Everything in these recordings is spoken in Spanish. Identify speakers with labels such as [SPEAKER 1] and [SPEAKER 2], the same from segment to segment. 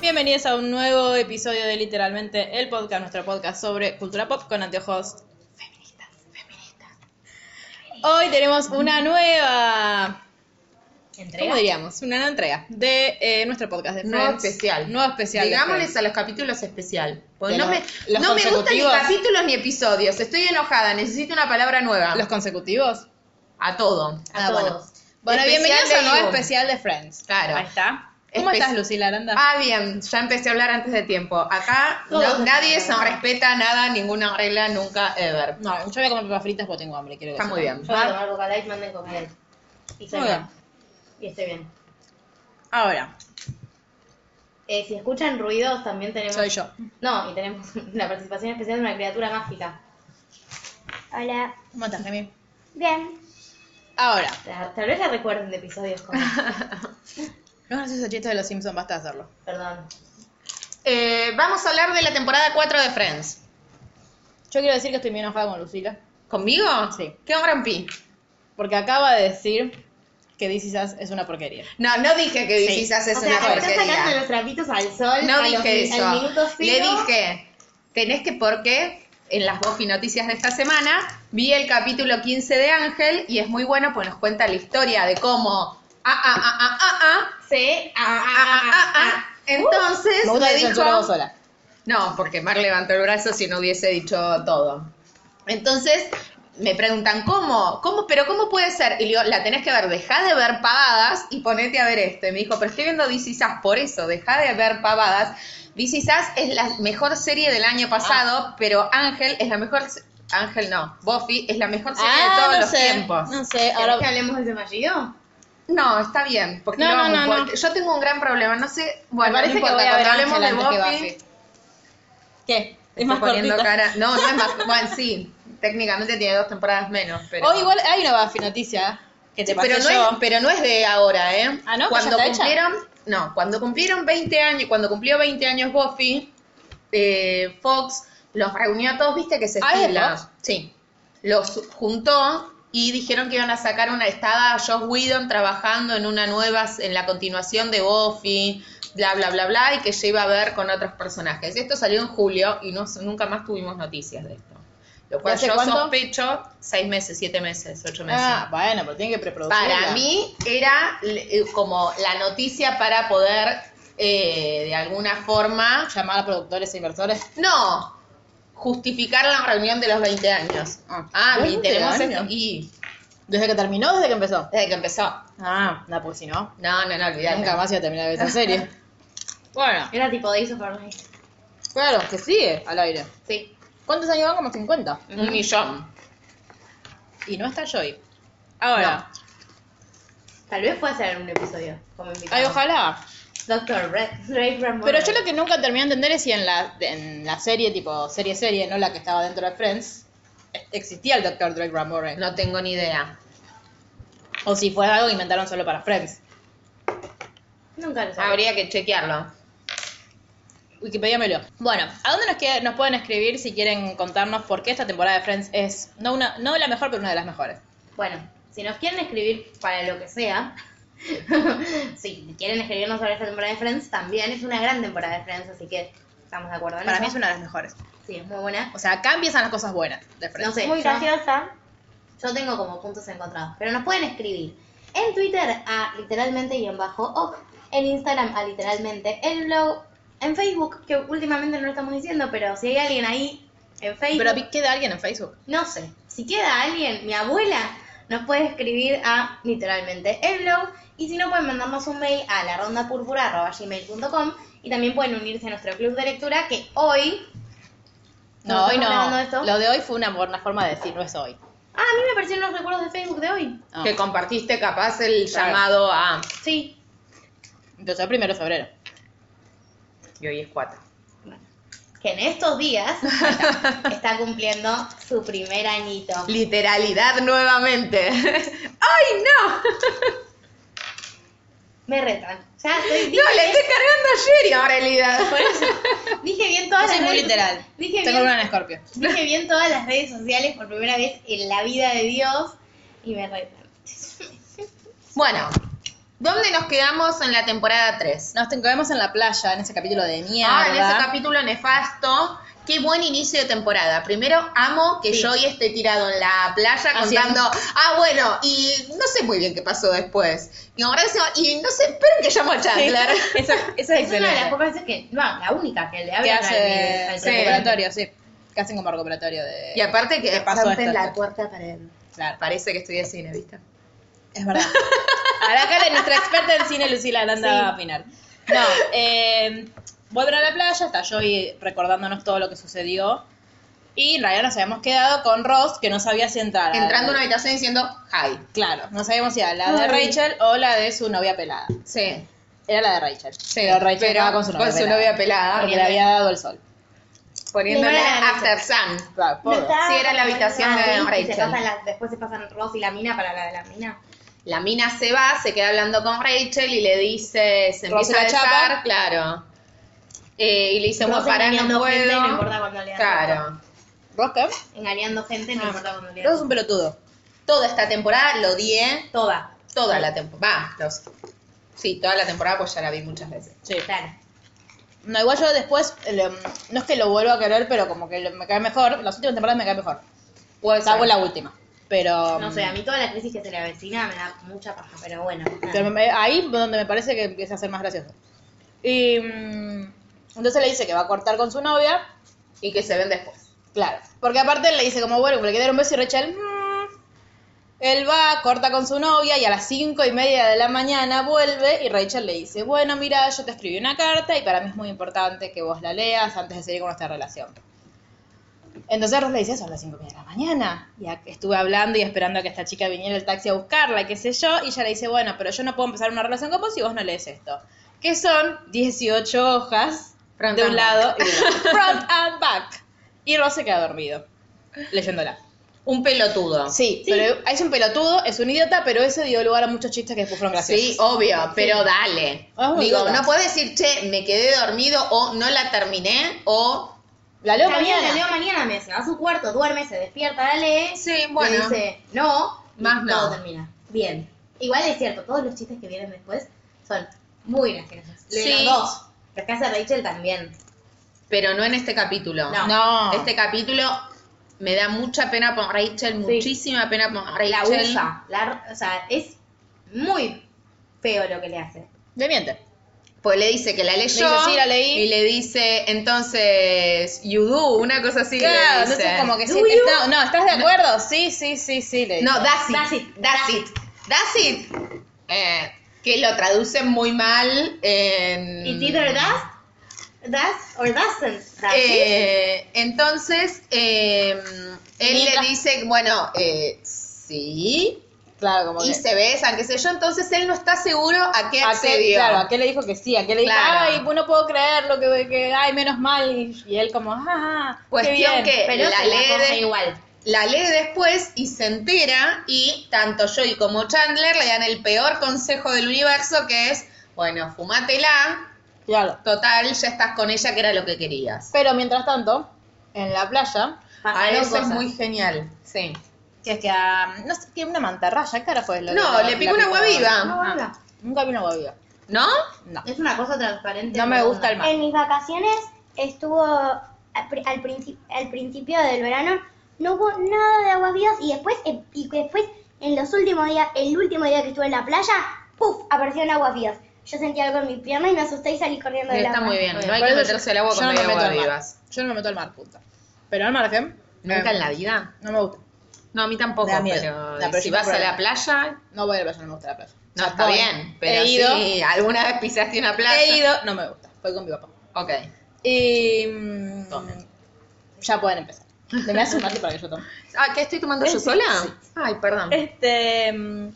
[SPEAKER 1] Bienvenidos a un nuevo episodio de Literalmente el podcast, nuestro podcast sobre cultura pop con anteojos feministas, feministas. Hoy tenemos una nueva, ¿cómo diríamos? Una nueva entrega de eh, nuestro podcast de Friends.
[SPEAKER 2] Nuevo especial.
[SPEAKER 1] Nuevo especial. de
[SPEAKER 2] Digámosles
[SPEAKER 1] Friends.
[SPEAKER 2] a los capítulos especial. Porque
[SPEAKER 1] De
[SPEAKER 2] no
[SPEAKER 1] los-
[SPEAKER 2] me,
[SPEAKER 1] los
[SPEAKER 2] no me gustan ni
[SPEAKER 1] consecutivos.
[SPEAKER 2] capítulos ni episodios. Estoy enojada, necesito una palabra nueva.
[SPEAKER 1] los consecutivos.
[SPEAKER 2] A todo.
[SPEAKER 1] Ah,
[SPEAKER 2] A todo.
[SPEAKER 1] bueno. Bueno,
[SPEAKER 2] Especial
[SPEAKER 1] bienvenidos
[SPEAKER 2] de
[SPEAKER 1] a un nuevo
[SPEAKER 2] Ivo.
[SPEAKER 1] especial de Friends.
[SPEAKER 2] Claro.
[SPEAKER 1] Ahí está. ¿Cómo
[SPEAKER 2] Espe-
[SPEAKER 1] estás, Lucila Aranda?
[SPEAKER 2] Ah, bien, ya empecé a hablar antes de tiempo. Acá no-
[SPEAKER 1] Todos
[SPEAKER 2] nadie se
[SPEAKER 1] están acá.
[SPEAKER 2] respeta nada, ninguna regla, nunca, ever.
[SPEAKER 1] No, yo voy a comer papas fritas porque tengo hambre, quiero
[SPEAKER 2] Está muy
[SPEAKER 1] decir.
[SPEAKER 2] bien.
[SPEAKER 3] Yo voy a tomar Boca Light, manden comida. Y soy
[SPEAKER 1] Muy bien.
[SPEAKER 3] Mar. Y estoy bien.
[SPEAKER 1] Ahora,
[SPEAKER 3] Eh, si escuchan ruidos, también tenemos.
[SPEAKER 1] soy yo.
[SPEAKER 3] No, y tenemos la participación especial de una criatura mágica.
[SPEAKER 4] Hola.
[SPEAKER 1] ¿Cómo estás, Remy?
[SPEAKER 4] Bien.
[SPEAKER 1] Ahora,
[SPEAKER 3] Ta- Tal vez la recuerden de episodios como.
[SPEAKER 1] no haces el chiste de los Simpsons, basta de hacerlo.
[SPEAKER 3] Perdón.
[SPEAKER 2] Eh, vamos a hablar de la temporada 4 de Friends.
[SPEAKER 1] Yo quiero decir que estoy muy enojada con Lucila,
[SPEAKER 2] ¿Conmigo?
[SPEAKER 1] Sí.
[SPEAKER 2] ¿Qué un gran pi?
[SPEAKER 1] porque acaba de decir que This Is Us es una porquería.
[SPEAKER 2] No, no dije que
[SPEAKER 1] Sí.
[SPEAKER 2] Vicisas es
[SPEAKER 3] o sea,
[SPEAKER 2] una
[SPEAKER 3] estás sacando
[SPEAKER 2] porquería.
[SPEAKER 3] los trapitos al sol.
[SPEAKER 2] No
[SPEAKER 3] a
[SPEAKER 2] dije
[SPEAKER 3] los mi- al
[SPEAKER 2] eso.
[SPEAKER 3] minuto cero.
[SPEAKER 2] Le dije, tenés que porque en las Bofi Noticias de esta semana vi el capítulo 15 de Ángel y es muy bueno pues nos cuenta la historia de cómo ah, ah, ah, ah, ah, ah,
[SPEAKER 3] Sí.
[SPEAKER 2] ah, ah, ah, ah. Entonces
[SPEAKER 1] Me gusta
[SPEAKER 2] me
[SPEAKER 1] que censura
[SPEAKER 2] dijo,
[SPEAKER 1] vos sola.
[SPEAKER 2] no, porque Mar levantó el brazo si no hubiese dicho todo. Entonces me preguntan, ¿cómo? ¿Cómo? ¿Pero cómo puede ser? Y le digo, la tenés que ver, dejá de ver pavadas y ponete a ver esto. Y me dijo, pero estoy viendo DC Sass por eso, dejá de ver pavadas. DC Sass es la mejor serie del año pasado,
[SPEAKER 1] Ah.
[SPEAKER 2] pero Ángel es la mejor. se- Ángel no, Buffy es la mejor serie de todos los
[SPEAKER 1] Ah,
[SPEAKER 2] tiempos.
[SPEAKER 1] No sé,
[SPEAKER 3] ¿Querés
[SPEAKER 1] ahora.
[SPEAKER 3] que hablemos del Semayido?
[SPEAKER 2] No, está bien, porque
[SPEAKER 1] No,
[SPEAKER 2] lo
[SPEAKER 1] no,
[SPEAKER 2] amo,
[SPEAKER 1] no,
[SPEAKER 2] porque Yo tengo un gran problema, no sé. Bueno,
[SPEAKER 1] parece
[SPEAKER 2] no
[SPEAKER 1] que
[SPEAKER 2] importa,
[SPEAKER 1] voy a
[SPEAKER 2] cuando
[SPEAKER 1] ver
[SPEAKER 2] hablemos de
[SPEAKER 1] Ángel antes que
[SPEAKER 2] Buffy-
[SPEAKER 1] Buffy. ¿Qué? Es más
[SPEAKER 2] Estoy poniendo
[SPEAKER 1] cortita.
[SPEAKER 2] cara. No, no es más. Bueno, sí. Técnicamente tiene dos temporadas menos. Pero,
[SPEAKER 1] Hoy igual hay una Buffy noticia que te pasé
[SPEAKER 2] pero, no
[SPEAKER 1] yo.
[SPEAKER 2] es, pero no es de ahora, ¿eh?
[SPEAKER 1] Ah, ¿no? ¿Que
[SPEAKER 2] Cuando
[SPEAKER 1] ya está hecha?
[SPEAKER 2] cumplieron. No, cuando cumplieron 20 años. Cuando cumplió 20 años Buffy, eh, Fox los reunió a todos, ¿viste? Que se
[SPEAKER 1] Ah, ¿es de
[SPEAKER 2] estila.
[SPEAKER 1] Fox?
[SPEAKER 2] Sí. Los juntó. Y dijeron que iban a sacar una estaba Josh Whedon trabajando en una nueva, en la continuación de Buffy, bla, bla, bla, bla, y que se iba a ver con otros personajes. Esto salió en julio y no, nunca más tuvimos noticias de esto. Lo cual
[SPEAKER 1] hace
[SPEAKER 2] yo
[SPEAKER 1] cuánto?
[SPEAKER 2] sospecho seis meses, siete meses, ocho meses.
[SPEAKER 1] Ah, bueno, pero tiene que preproducirla.
[SPEAKER 2] para mí era eh, como la noticia para poder eh, de alguna forma,
[SPEAKER 1] Llamar a productores e inversores.
[SPEAKER 2] no, justificar la reunión de los 20 años.
[SPEAKER 1] Ah,
[SPEAKER 2] Ah, y
[SPEAKER 1] 20
[SPEAKER 2] tenemos
[SPEAKER 1] años.
[SPEAKER 2] esto. Y
[SPEAKER 1] ¿Desde que terminó o desde que empezó?
[SPEAKER 2] desde que empezó.
[SPEAKER 1] Ah, no, pues si no.
[SPEAKER 2] No, no, no, olvidate.
[SPEAKER 1] Nunca más iba a terminar de esa serie. bueno,
[SPEAKER 3] Era tipo de Iso Fahrenheit.
[SPEAKER 1] claro, que sigue al aire.
[SPEAKER 3] Sí.
[SPEAKER 1] ¿Cuántos años van? Como 50.
[SPEAKER 2] Un millón.
[SPEAKER 1] Y no está Joy. Ahora,
[SPEAKER 3] Tal vez puede ser un episodio. Como invitado.
[SPEAKER 1] ay, ojalá.
[SPEAKER 3] Doctor Red, Ray Bradbury.
[SPEAKER 1] Pero yo lo que nunca terminé de entender es si en la, en la serie, tipo serie-serie, no la que estaba dentro de Friends, e- existía el Dr. Drake Ramore.
[SPEAKER 2] No tengo ni idea.
[SPEAKER 1] O si fue algo que inventaron solo para Friends.
[SPEAKER 3] Nunca lo sabré.
[SPEAKER 2] Habría que chequearlo.
[SPEAKER 1] Wikipediamelo. Bueno, ¿a dónde nos, queda- nos pueden escribir si quieren contarnos por qué esta temporada de Friends es no, una, no la mejor, pero una de las mejores?
[SPEAKER 3] Bueno, si nos quieren escribir para lo que sea, si quieren escribirnos sobre esta temporada de Friends, también es una gran temporada de Friends, así que estamos de acuerdo en
[SPEAKER 1] Para
[SPEAKER 3] eso.
[SPEAKER 1] mí es una de las mejores.
[SPEAKER 3] Sí, es muy buena.
[SPEAKER 1] O sea, acá empiezan las cosas buenas de Friends.
[SPEAKER 3] No sé,
[SPEAKER 4] Muy
[SPEAKER 3] yo,
[SPEAKER 4] graciosa.
[SPEAKER 3] yo tengo como puntos encontrados, pero nos pueden escribir en Twitter a literalmente y en bajo o en Instagram a literalmente el blog, en Facebook, que últimamente no lo estamos diciendo, pero si hay alguien ahí en Facebook,
[SPEAKER 1] Pero vi- queda alguien en Facebook.
[SPEAKER 3] no sé, si queda alguien, mi abuela Nos puede escribir a literalmente el blog. Y si no, pueden mandarnos un mail a la ronda Y también pueden unirse a nuestro club de lectura que hoy.
[SPEAKER 1] No, hoy
[SPEAKER 3] ¿Estamos grabando
[SPEAKER 1] no.
[SPEAKER 3] esto?
[SPEAKER 1] Lo de hoy fue una buena forma de decir, no es hoy.
[SPEAKER 3] Ah, a mí me aparecieron los recuerdos de Facebook de hoy.
[SPEAKER 1] Ah.
[SPEAKER 2] Que compartiste capaz el llamado a...
[SPEAKER 3] Sí.
[SPEAKER 1] Empezó el primero de febrero.
[SPEAKER 2] Y hoy es 4.
[SPEAKER 3] Que en estos días está, está cumpliendo su primer añito.
[SPEAKER 2] Literalidad nuevamente. ¡Ay, no!
[SPEAKER 3] Me retan. Ya estoy
[SPEAKER 2] No, la estoy cargando ayer y ahora el ida.
[SPEAKER 3] Por eso, dije bien todas
[SPEAKER 1] Yo soy
[SPEAKER 3] las
[SPEAKER 1] muy
[SPEAKER 3] redes-
[SPEAKER 1] literal.
[SPEAKER 3] Dije
[SPEAKER 1] Tengo
[SPEAKER 3] bien,
[SPEAKER 1] una en Scorpio.
[SPEAKER 3] dije bien todas las redes sociales por primera vez en la vida de Dios y me retan.
[SPEAKER 2] Bueno, ¿dónde nos quedamos en la temporada 3?
[SPEAKER 1] Nos vemos en la playa, en ese capítulo de mierda.
[SPEAKER 2] Ah, en ese capítulo nefasto. Qué buen inicio de temporada. Primero, amo que yo hoy esté tirado en la playa
[SPEAKER 1] Haciendo-
[SPEAKER 2] contando. Ah, bueno, y no sé muy bien qué pasó después. Y ahora decimos, y no sé, esperen que llamo a
[SPEAKER 1] Ah,
[SPEAKER 2] Chandler.
[SPEAKER 1] Esa, esa es
[SPEAKER 3] Es una de las
[SPEAKER 1] excelente.
[SPEAKER 3] pocas veces que, no, la única que le
[SPEAKER 1] que
[SPEAKER 3] habla
[SPEAKER 1] hace
[SPEAKER 3] al
[SPEAKER 1] sí,
[SPEAKER 3] presidente.
[SPEAKER 1] recuperatorio, sí. Que hacen como recuperatorio de...
[SPEAKER 2] Y aparte que
[SPEAKER 1] ¿Qué pasó
[SPEAKER 2] rompen
[SPEAKER 1] esto,
[SPEAKER 2] la
[SPEAKER 1] esto?
[SPEAKER 2] puerta para él.
[SPEAKER 1] Claro,
[SPEAKER 2] Parece que estudié cine, ¿viste?
[SPEAKER 1] es verdad. Ahora acá de nuestra experta en cine, Lucila Aranda, va a opinar. No, eh, vuelven a la playa, está Joey recordándonos todo lo que sucedió. Y en realidad nos habíamos quedado con Ross, que no sabía si entrar. a-
[SPEAKER 2] Entrando a una habitación diciendo, hi.
[SPEAKER 1] Claro, no sabíamos si era la de Rachel o la de su novia pelada.
[SPEAKER 2] Sí.
[SPEAKER 1] Era la de Rachel. pero Rachel estaba con su novia pelada.
[SPEAKER 2] pelada,
[SPEAKER 1] Porque le había dado el sol.
[SPEAKER 2] poniéndole
[SPEAKER 3] No era la
[SPEAKER 2] After Sun.
[SPEAKER 1] Claro, pobre.
[SPEAKER 2] Sí, era la habitación de
[SPEAKER 3] Y se
[SPEAKER 2] Rachel.
[SPEAKER 3] pasan las- después se pasan Ross y la mina para la de la mina.
[SPEAKER 2] La mina se va, se queda hablando con Rachel y le dice, se
[SPEAKER 1] Ross
[SPEAKER 2] empieza a
[SPEAKER 1] la chapa.
[SPEAKER 2] besar, claro. Eh, y le dice, bueno,
[SPEAKER 3] Ross
[SPEAKER 2] pará, no
[SPEAKER 3] engañando
[SPEAKER 2] puedo.
[SPEAKER 3] gente, no importa cuando le dan ropa.
[SPEAKER 2] claro. Ah.
[SPEAKER 1] ¿Ross qué?
[SPEAKER 3] Engañando gente, no importa cuando le dan
[SPEAKER 1] Ross es un pelotudo.
[SPEAKER 2] Toda esta temporada lo odié,
[SPEAKER 3] Toda.
[SPEAKER 2] toda la temporada, va, los- sí, toda la temporada pues ya la vi muchas veces.
[SPEAKER 1] Sí.
[SPEAKER 3] Claro.
[SPEAKER 1] No, igual yo después, le- no es que lo vuelva a querer, pero como que le- me cae mejor. Las últimas temporadas me cae mejor.
[SPEAKER 2] Puede
[SPEAKER 1] Salvo
[SPEAKER 2] ser.
[SPEAKER 1] la última. Pero.
[SPEAKER 3] No sé, a mí toda la crisis que se le avecina me da mucha paja, pero bueno. nada.
[SPEAKER 1] pero me- ahí donde me parece que empieza a ser más gracioso. Y. mm, Entonces le dice que va a cortar con su novia.
[SPEAKER 2] Y que se ven después.
[SPEAKER 1] Claro. Porque aparte le dice, como bueno, le quiere dar un beso y Rachel. mm. Él va, corta con su novia y a las cinco y media de la mañana vuelve y Rachel le dice, bueno, mira, yo te escribí una carta y para mí es muy importante que vos la leas antes de seguir con nuestra relación. Entonces Ross le dice, son las cinco y media de la mañana. Y ac- estuve hablando y esperando a que esta chica viniera el taxi a buscarla y qué sé yo. Y ella le dice, bueno, pero yo no puedo empezar una relación con vos si vos no lees esto. Que son 18 hojas
[SPEAKER 2] Front
[SPEAKER 1] de
[SPEAKER 2] and
[SPEAKER 1] un
[SPEAKER 2] back.
[SPEAKER 1] lado y de otro. Front and back. Y Ross se queda dormido leyéndola.
[SPEAKER 2] Un pelotudo.
[SPEAKER 1] Sí, pero es un pelotudo, es un idiota, pero eso dio lugar a muchos chistes que después fueron graciosos.
[SPEAKER 2] Sí, obvio, pero dale.
[SPEAKER 1] Ah, es
[SPEAKER 2] Digo,
[SPEAKER 1] boluda.
[SPEAKER 2] no puedes decir, che, me quedé dormido o no la terminé o...
[SPEAKER 1] La leo
[SPEAKER 3] Está bien,
[SPEAKER 1] mañana.
[SPEAKER 3] la leo mañana, me se va a su cuarto, duerme, se despierta, dale.
[SPEAKER 2] Sí,
[SPEAKER 3] Le dice, no, y
[SPEAKER 2] Más no.
[SPEAKER 3] todo termina. Bien. Igual es cierto, todos los chistes que vienen después son muy graciosos. De
[SPEAKER 2] Sí.
[SPEAKER 3] los dos. Los que hace Rachel también.
[SPEAKER 2] Pero no en este capítulo.
[SPEAKER 3] No.
[SPEAKER 1] No.
[SPEAKER 2] Este capítulo me da mucha pena por Rachel, muchísima pena por Rachel.
[SPEAKER 3] La usa. La, o sea, es muy feo lo que le hace.
[SPEAKER 1] Le miente.
[SPEAKER 2] Pues le dice que la leyó.
[SPEAKER 1] dice, "Sí, la leí".
[SPEAKER 2] Y le dice, entonces, you do, una cosa así.
[SPEAKER 1] claro,
[SPEAKER 2] le dice.
[SPEAKER 1] entonces como que sí,
[SPEAKER 3] "Do
[SPEAKER 1] te-
[SPEAKER 3] you?"
[SPEAKER 1] no, no, ¿estás de acuerdo? Sí, sí, sí, sí. Le
[SPEAKER 2] No,
[SPEAKER 1] dice.
[SPEAKER 2] that's it.
[SPEAKER 3] That's it,
[SPEAKER 2] That's it. That's it. Eh, que lo traducen muy mal en...
[SPEAKER 3] It's either does, does or doesn't. That's it.
[SPEAKER 2] Eh, entonces, eh, él
[SPEAKER 1] Mientras-
[SPEAKER 2] le dice, bueno, eh, sí,
[SPEAKER 1] claro, como que.
[SPEAKER 2] y se besan, qué sé yo, entonces él no está seguro a qué
[SPEAKER 1] ¿A qué,
[SPEAKER 2] accedió.
[SPEAKER 1] claro, ¿a qué le dijo que sí? ¿A qué le dijo,
[SPEAKER 2] Claro.
[SPEAKER 1] ay, pues no puedo creer lo que, que- ay, menos mal? Y, y él como, ah, qué
[SPEAKER 2] Cuestión
[SPEAKER 1] bien".
[SPEAKER 2] que-
[SPEAKER 3] Pero
[SPEAKER 2] la
[SPEAKER 3] se la
[SPEAKER 2] lee
[SPEAKER 3] come
[SPEAKER 2] de-
[SPEAKER 3] igual.
[SPEAKER 2] La lee después y se entera y tanto Joey como Chandler le dan el peor consejo del universo que es, bueno, fumátela,
[SPEAKER 1] Claro.
[SPEAKER 2] total, ya estás con ella que era lo que querías.
[SPEAKER 1] Pero mientras tanto, en la playa,
[SPEAKER 2] A
[SPEAKER 3] Pasaron
[SPEAKER 2] eso es
[SPEAKER 3] cosas.
[SPEAKER 2] muy genial, sí.
[SPEAKER 1] que es que, a, no sé, que una mantarraya, ¿qué ahora fue? Lo,
[SPEAKER 2] No, le picó una
[SPEAKER 1] picó?
[SPEAKER 2] guaviva,
[SPEAKER 3] No, no,
[SPEAKER 1] Nunca vi una guaviva.
[SPEAKER 2] ¿no?
[SPEAKER 1] No.
[SPEAKER 3] Es una cosa transparente.
[SPEAKER 1] No me gusta el mar.
[SPEAKER 4] En mis vacaciones estuvo al, pri- al princi- al principio del verano, no hubo nada de aguas vivas y después, eh, y después en los últimos días, el último día que estuve en la playa, ¡puf! aparecieron aguas vivas. Yo sentí algo en mi pierna y me asusté y salí corriendo del
[SPEAKER 2] Está
[SPEAKER 4] agua.
[SPEAKER 2] muy bien, no hay
[SPEAKER 1] Por
[SPEAKER 2] que
[SPEAKER 1] eso
[SPEAKER 2] meterse al agua
[SPEAKER 1] yo
[SPEAKER 2] con
[SPEAKER 1] no me
[SPEAKER 2] medio
[SPEAKER 1] meto al mar.
[SPEAKER 2] guavivas.
[SPEAKER 1] Yo no me meto al mar, puta. Pero al margen,
[SPEAKER 2] Nunca
[SPEAKER 1] eh,
[SPEAKER 2] en la vida.
[SPEAKER 1] no me gusta.
[SPEAKER 2] No, a mí tampoco,
[SPEAKER 1] Me da miedo.
[SPEAKER 2] pero,
[SPEAKER 1] No, pero
[SPEAKER 2] si
[SPEAKER 1] yo no
[SPEAKER 2] vas a
[SPEAKER 1] pruebo.
[SPEAKER 2] la playa,
[SPEAKER 1] No voy a la playa, no me gusta la playa.
[SPEAKER 2] no
[SPEAKER 1] Ya
[SPEAKER 2] está
[SPEAKER 1] voy.
[SPEAKER 2] bien. Pero
[SPEAKER 1] he ido,
[SPEAKER 2] si alguna vez pisaste una playa.
[SPEAKER 1] he ido, no me gusta. Fue con mi papá.
[SPEAKER 2] Ok.
[SPEAKER 1] Y, mm, ya pueden empezar. Le me hace un mate para que yo tome.
[SPEAKER 2] Ah, ¿qué estoy tomando yo sola? Ay, perdón.
[SPEAKER 1] Este, mm,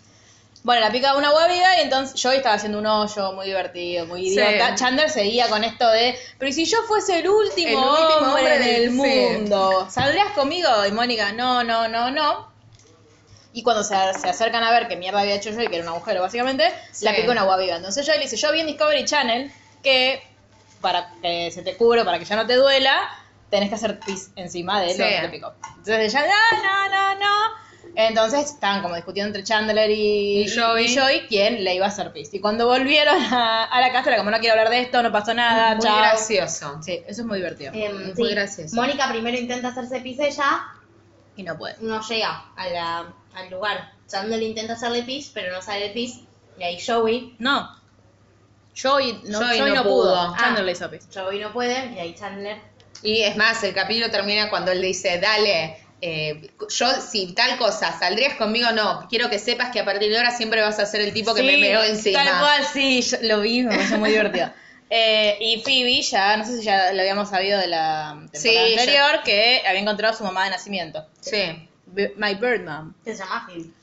[SPEAKER 1] bueno, la pica de una hueá viva y entonces yo estaba haciendo un hoyo muy divertido, muy
[SPEAKER 2] Sí.
[SPEAKER 1] idiota. Chandler seguía con esto de, pero ¿y si yo fuese el último,
[SPEAKER 2] El último
[SPEAKER 1] hombre
[SPEAKER 2] hombre
[SPEAKER 1] del
[SPEAKER 2] del- sí.
[SPEAKER 1] mundo, ¿saldrías conmigo? Y Mónica, no, no, no, no. Y cuando se, se acercan a ver qué mierda había hecho yo y que era un agujero, básicamente,
[SPEAKER 2] Sí.
[SPEAKER 1] la pica una agua viva. Entonces yo le hice, yo vi en Discovery Channel que para que se te cubra, para que ya no te duela, tenés que hacer pis encima de él
[SPEAKER 2] Sí.
[SPEAKER 1] que te picó. Entonces ella, no, no, no, no. Entonces estaban como discutiendo entre Chandler y,
[SPEAKER 2] Y Joey.
[SPEAKER 1] y quién le iba a hacer pis. Y cuando volvieron a, a la casa, era como no quiero hablar de esto, no pasó nada,
[SPEAKER 2] Muy
[SPEAKER 1] chao.
[SPEAKER 2] gracioso.
[SPEAKER 1] Sí, eso es muy divertido.
[SPEAKER 2] Muy
[SPEAKER 3] Em, sí.
[SPEAKER 2] gracioso.
[SPEAKER 3] Mónica primero intenta hacerse pis ella,
[SPEAKER 1] Y no puede.
[SPEAKER 3] no llega a la- al lugar. Chandler intenta hacerle pis, pero no sale el pis. Y ahí Joey,
[SPEAKER 1] No. Joey no,
[SPEAKER 2] Joey
[SPEAKER 1] Joey no
[SPEAKER 2] no
[SPEAKER 1] pudo.
[SPEAKER 2] pudo.
[SPEAKER 1] Chandler
[SPEAKER 3] Ah.
[SPEAKER 1] le hizo pis.
[SPEAKER 3] Joey no puede, y ahí Chandler.
[SPEAKER 2] Y es más, el capítulo termina cuando él dice, dale, eh, yo si tal cosa, ¿saldrías conmigo? No, quiero que sepas que a partir de ahora siempre vas a ser el tipo que me
[SPEAKER 1] Sí,
[SPEAKER 2] meó encima.
[SPEAKER 1] Tal cual, sí, yo lo vi, me pareció muy divertido. Eh, y Phoebe ya, no sé si ya lo habíamos sabido de la temporada
[SPEAKER 2] Sí, ya.
[SPEAKER 1] anterior, que había encontrado a su mamá de nacimiento.
[SPEAKER 2] Sí.
[SPEAKER 1] B- My Bird Mom.
[SPEAKER 3] Se llama Phil.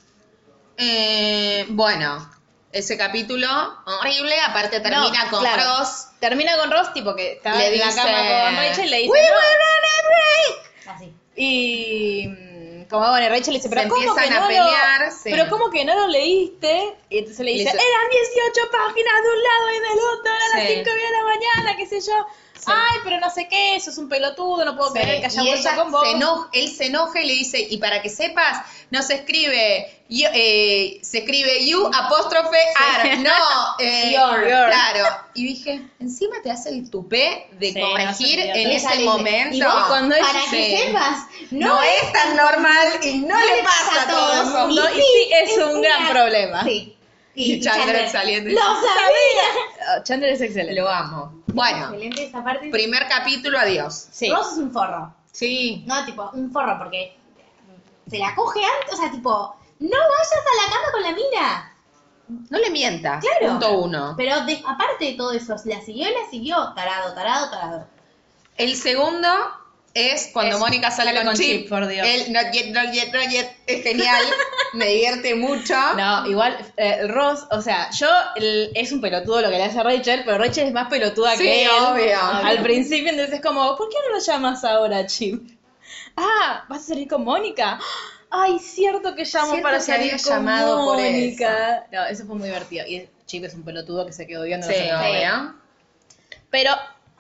[SPEAKER 2] Eh, bueno, ese capítulo horrible, aparte termina
[SPEAKER 1] No,
[SPEAKER 2] con
[SPEAKER 1] claro.
[SPEAKER 2] Ross.
[SPEAKER 1] Termina con Ross, tipo que estaba
[SPEAKER 2] Le
[SPEAKER 1] en la
[SPEAKER 2] dice,
[SPEAKER 1] cama con Rachel, le dice.
[SPEAKER 2] "We
[SPEAKER 1] "No".
[SPEAKER 2] will run and break".
[SPEAKER 3] Así.
[SPEAKER 1] Y. mm, Como bueno, Rachel le dice,
[SPEAKER 2] Se
[SPEAKER 1] pero ¿cómo que
[SPEAKER 2] empiezan a
[SPEAKER 1] no lo,
[SPEAKER 2] pelear, sí.
[SPEAKER 1] Pero ¿cómo que no lo leíste? Y entonces le
[SPEAKER 2] Le
[SPEAKER 1] dice,
[SPEAKER 2] dice-
[SPEAKER 1] eran 18 páginas de un lado y del otro, eran las
[SPEAKER 2] Sí.
[SPEAKER 1] 5 de la mañana, qué sé yo. Ay, pero no sé qué, sos un pelotudo, no puedo creer que haya
[SPEAKER 2] y
[SPEAKER 1] vuelto
[SPEAKER 2] ella
[SPEAKER 1] con vos.
[SPEAKER 2] se eno- él se enoja y le dice, y para que sepas, no se escribe, yo- eh, se escribe you apóstrofe ar, no, eh,
[SPEAKER 1] Your. Your.
[SPEAKER 2] claro. Y dije, encima te hace el tupé de
[SPEAKER 1] Sí,
[SPEAKER 2] corregir
[SPEAKER 1] no, es un
[SPEAKER 2] en
[SPEAKER 1] idiota.
[SPEAKER 2] ese
[SPEAKER 3] Y
[SPEAKER 2] momento.
[SPEAKER 3] vos,
[SPEAKER 1] cuando ella-
[SPEAKER 3] para que
[SPEAKER 2] Sí.
[SPEAKER 3] sepas,
[SPEAKER 2] no, es tan normal y no, le pasa a todo el mundo.
[SPEAKER 1] y sí, es un gran problema.
[SPEAKER 3] Sí.
[SPEAKER 2] Y Chandler saliendo y-
[SPEAKER 3] ¡Lo sabía!
[SPEAKER 1] Oh, Chandler es excelente.
[SPEAKER 2] Lo amo. Bueno,
[SPEAKER 3] Excelente esa parte.
[SPEAKER 2] primer capítulo, adiós.
[SPEAKER 1] Sí.
[SPEAKER 3] Ross es un forro.
[SPEAKER 2] Sí.
[SPEAKER 3] No, tipo, un forro, porque se la coge antes. O sea, tipo, no vayas a la cama con la mina.
[SPEAKER 2] No le mientas.
[SPEAKER 3] Claro.
[SPEAKER 2] Punto uno.
[SPEAKER 3] Pero de- aparte de todo eso, la siguió y la siguió. Tarado, tarado, tarado.
[SPEAKER 2] El segundo es cuando
[SPEAKER 1] Es-
[SPEAKER 2] Mónica sale
[SPEAKER 1] sale
[SPEAKER 2] con,
[SPEAKER 1] con
[SPEAKER 2] Chip.
[SPEAKER 1] Chip, por Dios.
[SPEAKER 2] El not yet, not yet, not yet es genial. me divierte mucho.
[SPEAKER 1] No, igual eh, Ross, o sea, yo el- es un pelotudo lo que le hace a Rachel, pero Rachel es más pelotuda
[SPEAKER 2] Sí,
[SPEAKER 1] que él.
[SPEAKER 2] obvio.
[SPEAKER 1] Al principio, entonces es como, ¿por qué no lo llamas ahora, Chip? Ah, ¿vas a salir con Mónica? Ay, cierto que llamo
[SPEAKER 2] Cierto
[SPEAKER 1] para
[SPEAKER 2] que
[SPEAKER 1] salir
[SPEAKER 2] había
[SPEAKER 1] con
[SPEAKER 2] llamado por
[SPEAKER 1] Mónica. no, eso fue muy divertido. Y Chip es un pelotudo que se quedó viendo.
[SPEAKER 2] Sí, obvio.
[SPEAKER 1] Pero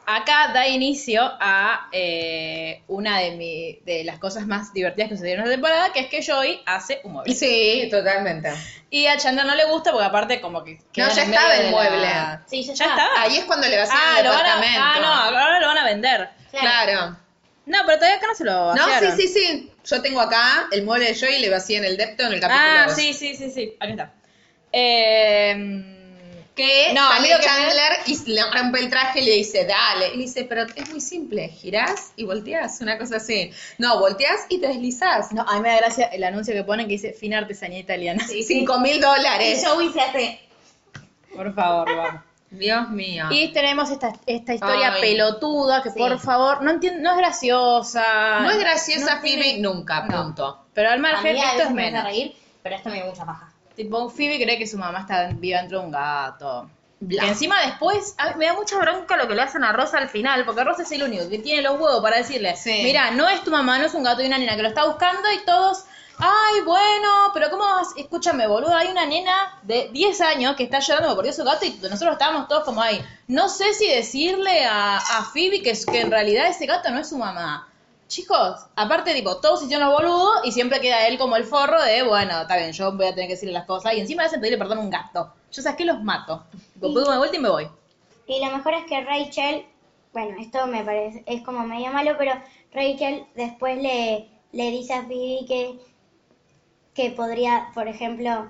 [SPEAKER 1] acá da inicio a eh, una de, mi, de las cosas más divertidas que sucedieron en la temporada, que es que Joey hace un mueble.
[SPEAKER 2] Sí, totalmente.
[SPEAKER 1] Y a Chandler no le gusta porque aparte como que... queda
[SPEAKER 2] ya
[SPEAKER 1] en
[SPEAKER 2] estaba
[SPEAKER 1] medio
[SPEAKER 2] el
[SPEAKER 1] de
[SPEAKER 2] mueble.
[SPEAKER 1] la-
[SPEAKER 3] Sí, ya,
[SPEAKER 1] Ya
[SPEAKER 4] Ah,
[SPEAKER 3] está.
[SPEAKER 1] estaba.
[SPEAKER 2] Ahí es cuando le vacían
[SPEAKER 1] Ah,
[SPEAKER 2] el
[SPEAKER 1] lo van a,
[SPEAKER 2] departamento.
[SPEAKER 1] ah, no, ahora lo van a vender.
[SPEAKER 2] Claro.
[SPEAKER 1] No, pero todavía acá no se lo
[SPEAKER 2] No,
[SPEAKER 1] vaciaron.
[SPEAKER 2] sí, sí, sí. Yo tengo acá el mueble de Joy y le vacían el depto en el capítulo
[SPEAKER 1] Ah,
[SPEAKER 2] dos.
[SPEAKER 1] sí, sí, sí, sí. Aquí está. Eh,
[SPEAKER 2] Que
[SPEAKER 1] No, a mí
[SPEAKER 2] sale
[SPEAKER 1] lo que me-
[SPEAKER 2] Eh, Chandler y le rompe el traje y le dice, dale. Y le dice, pero es muy simple, girás y volteás, una cosa así. No, volteás y te deslizás.
[SPEAKER 1] no, a mí me da gracia el anuncio que ponen que dice fina artesanía italiana.
[SPEAKER 2] Cinco mil
[SPEAKER 1] Eh,
[SPEAKER 2] dólares.
[SPEAKER 3] Y Joey se hace.
[SPEAKER 1] Por favor, vamos.
[SPEAKER 2] Dios mío.
[SPEAKER 1] Y tenemos esta, esta historia
[SPEAKER 2] Ay.
[SPEAKER 1] pelotuda que, por favor, no entiendo, no es graciosa.
[SPEAKER 2] no es graciosa
[SPEAKER 1] no
[SPEAKER 2] Phoebe
[SPEAKER 1] tiene-
[SPEAKER 2] nunca,
[SPEAKER 1] No.
[SPEAKER 2] punto.
[SPEAKER 1] Pero al
[SPEAKER 3] A
[SPEAKER 1] margen,
[SPEAKER 3] mí a
[SPEAKER 1] esto es
[SPEAKER 3] veces me hace
[SPEAKER 1] menos.
[SPEAKER 3] reír, pero esto me da mucha paja.
[SPEAKER 1] Tipo, Phoebe cree que su mamá está viva dentro de un gato.
[SPEAKER 2] Bla.
[SPEAKER 1] Que encima después, a- me da mucha bronca lo que le hacen a Rosa al final, porque Rosa es el único que tiene los huevos para decirle,
[SPEAKER 2] Sí.
[SPEAKER 1] mira, no es tu mamá, no es un gato y una nena que lo está buscando y todos, ay, bueno, pero ¿cómo vas? Escúchame, boludo, hay una nena de 10 años que está llorando porque perdió su gato y nosotros estábamos todos como ahí, no sé si decirle a, a Phoebe que, es- que en realidad ese gato no es su mamá. Chicos, aparte, tipo, todos hicieron los boludos y siempre queda él como el forro de, bueno, está bien, yo voy a tener que decirle las cosas y encima le hacen pedirle perdón a un gato. Yo sabes que los mato. Tipo, pego una vuelta y me voy.
[SPEAKER 4] Y lo mejor es que Rachel, bueno, esto me parece, es como medio malo, pero Rachel después le, le dice a Phoebe que, que podría, por ejemplo,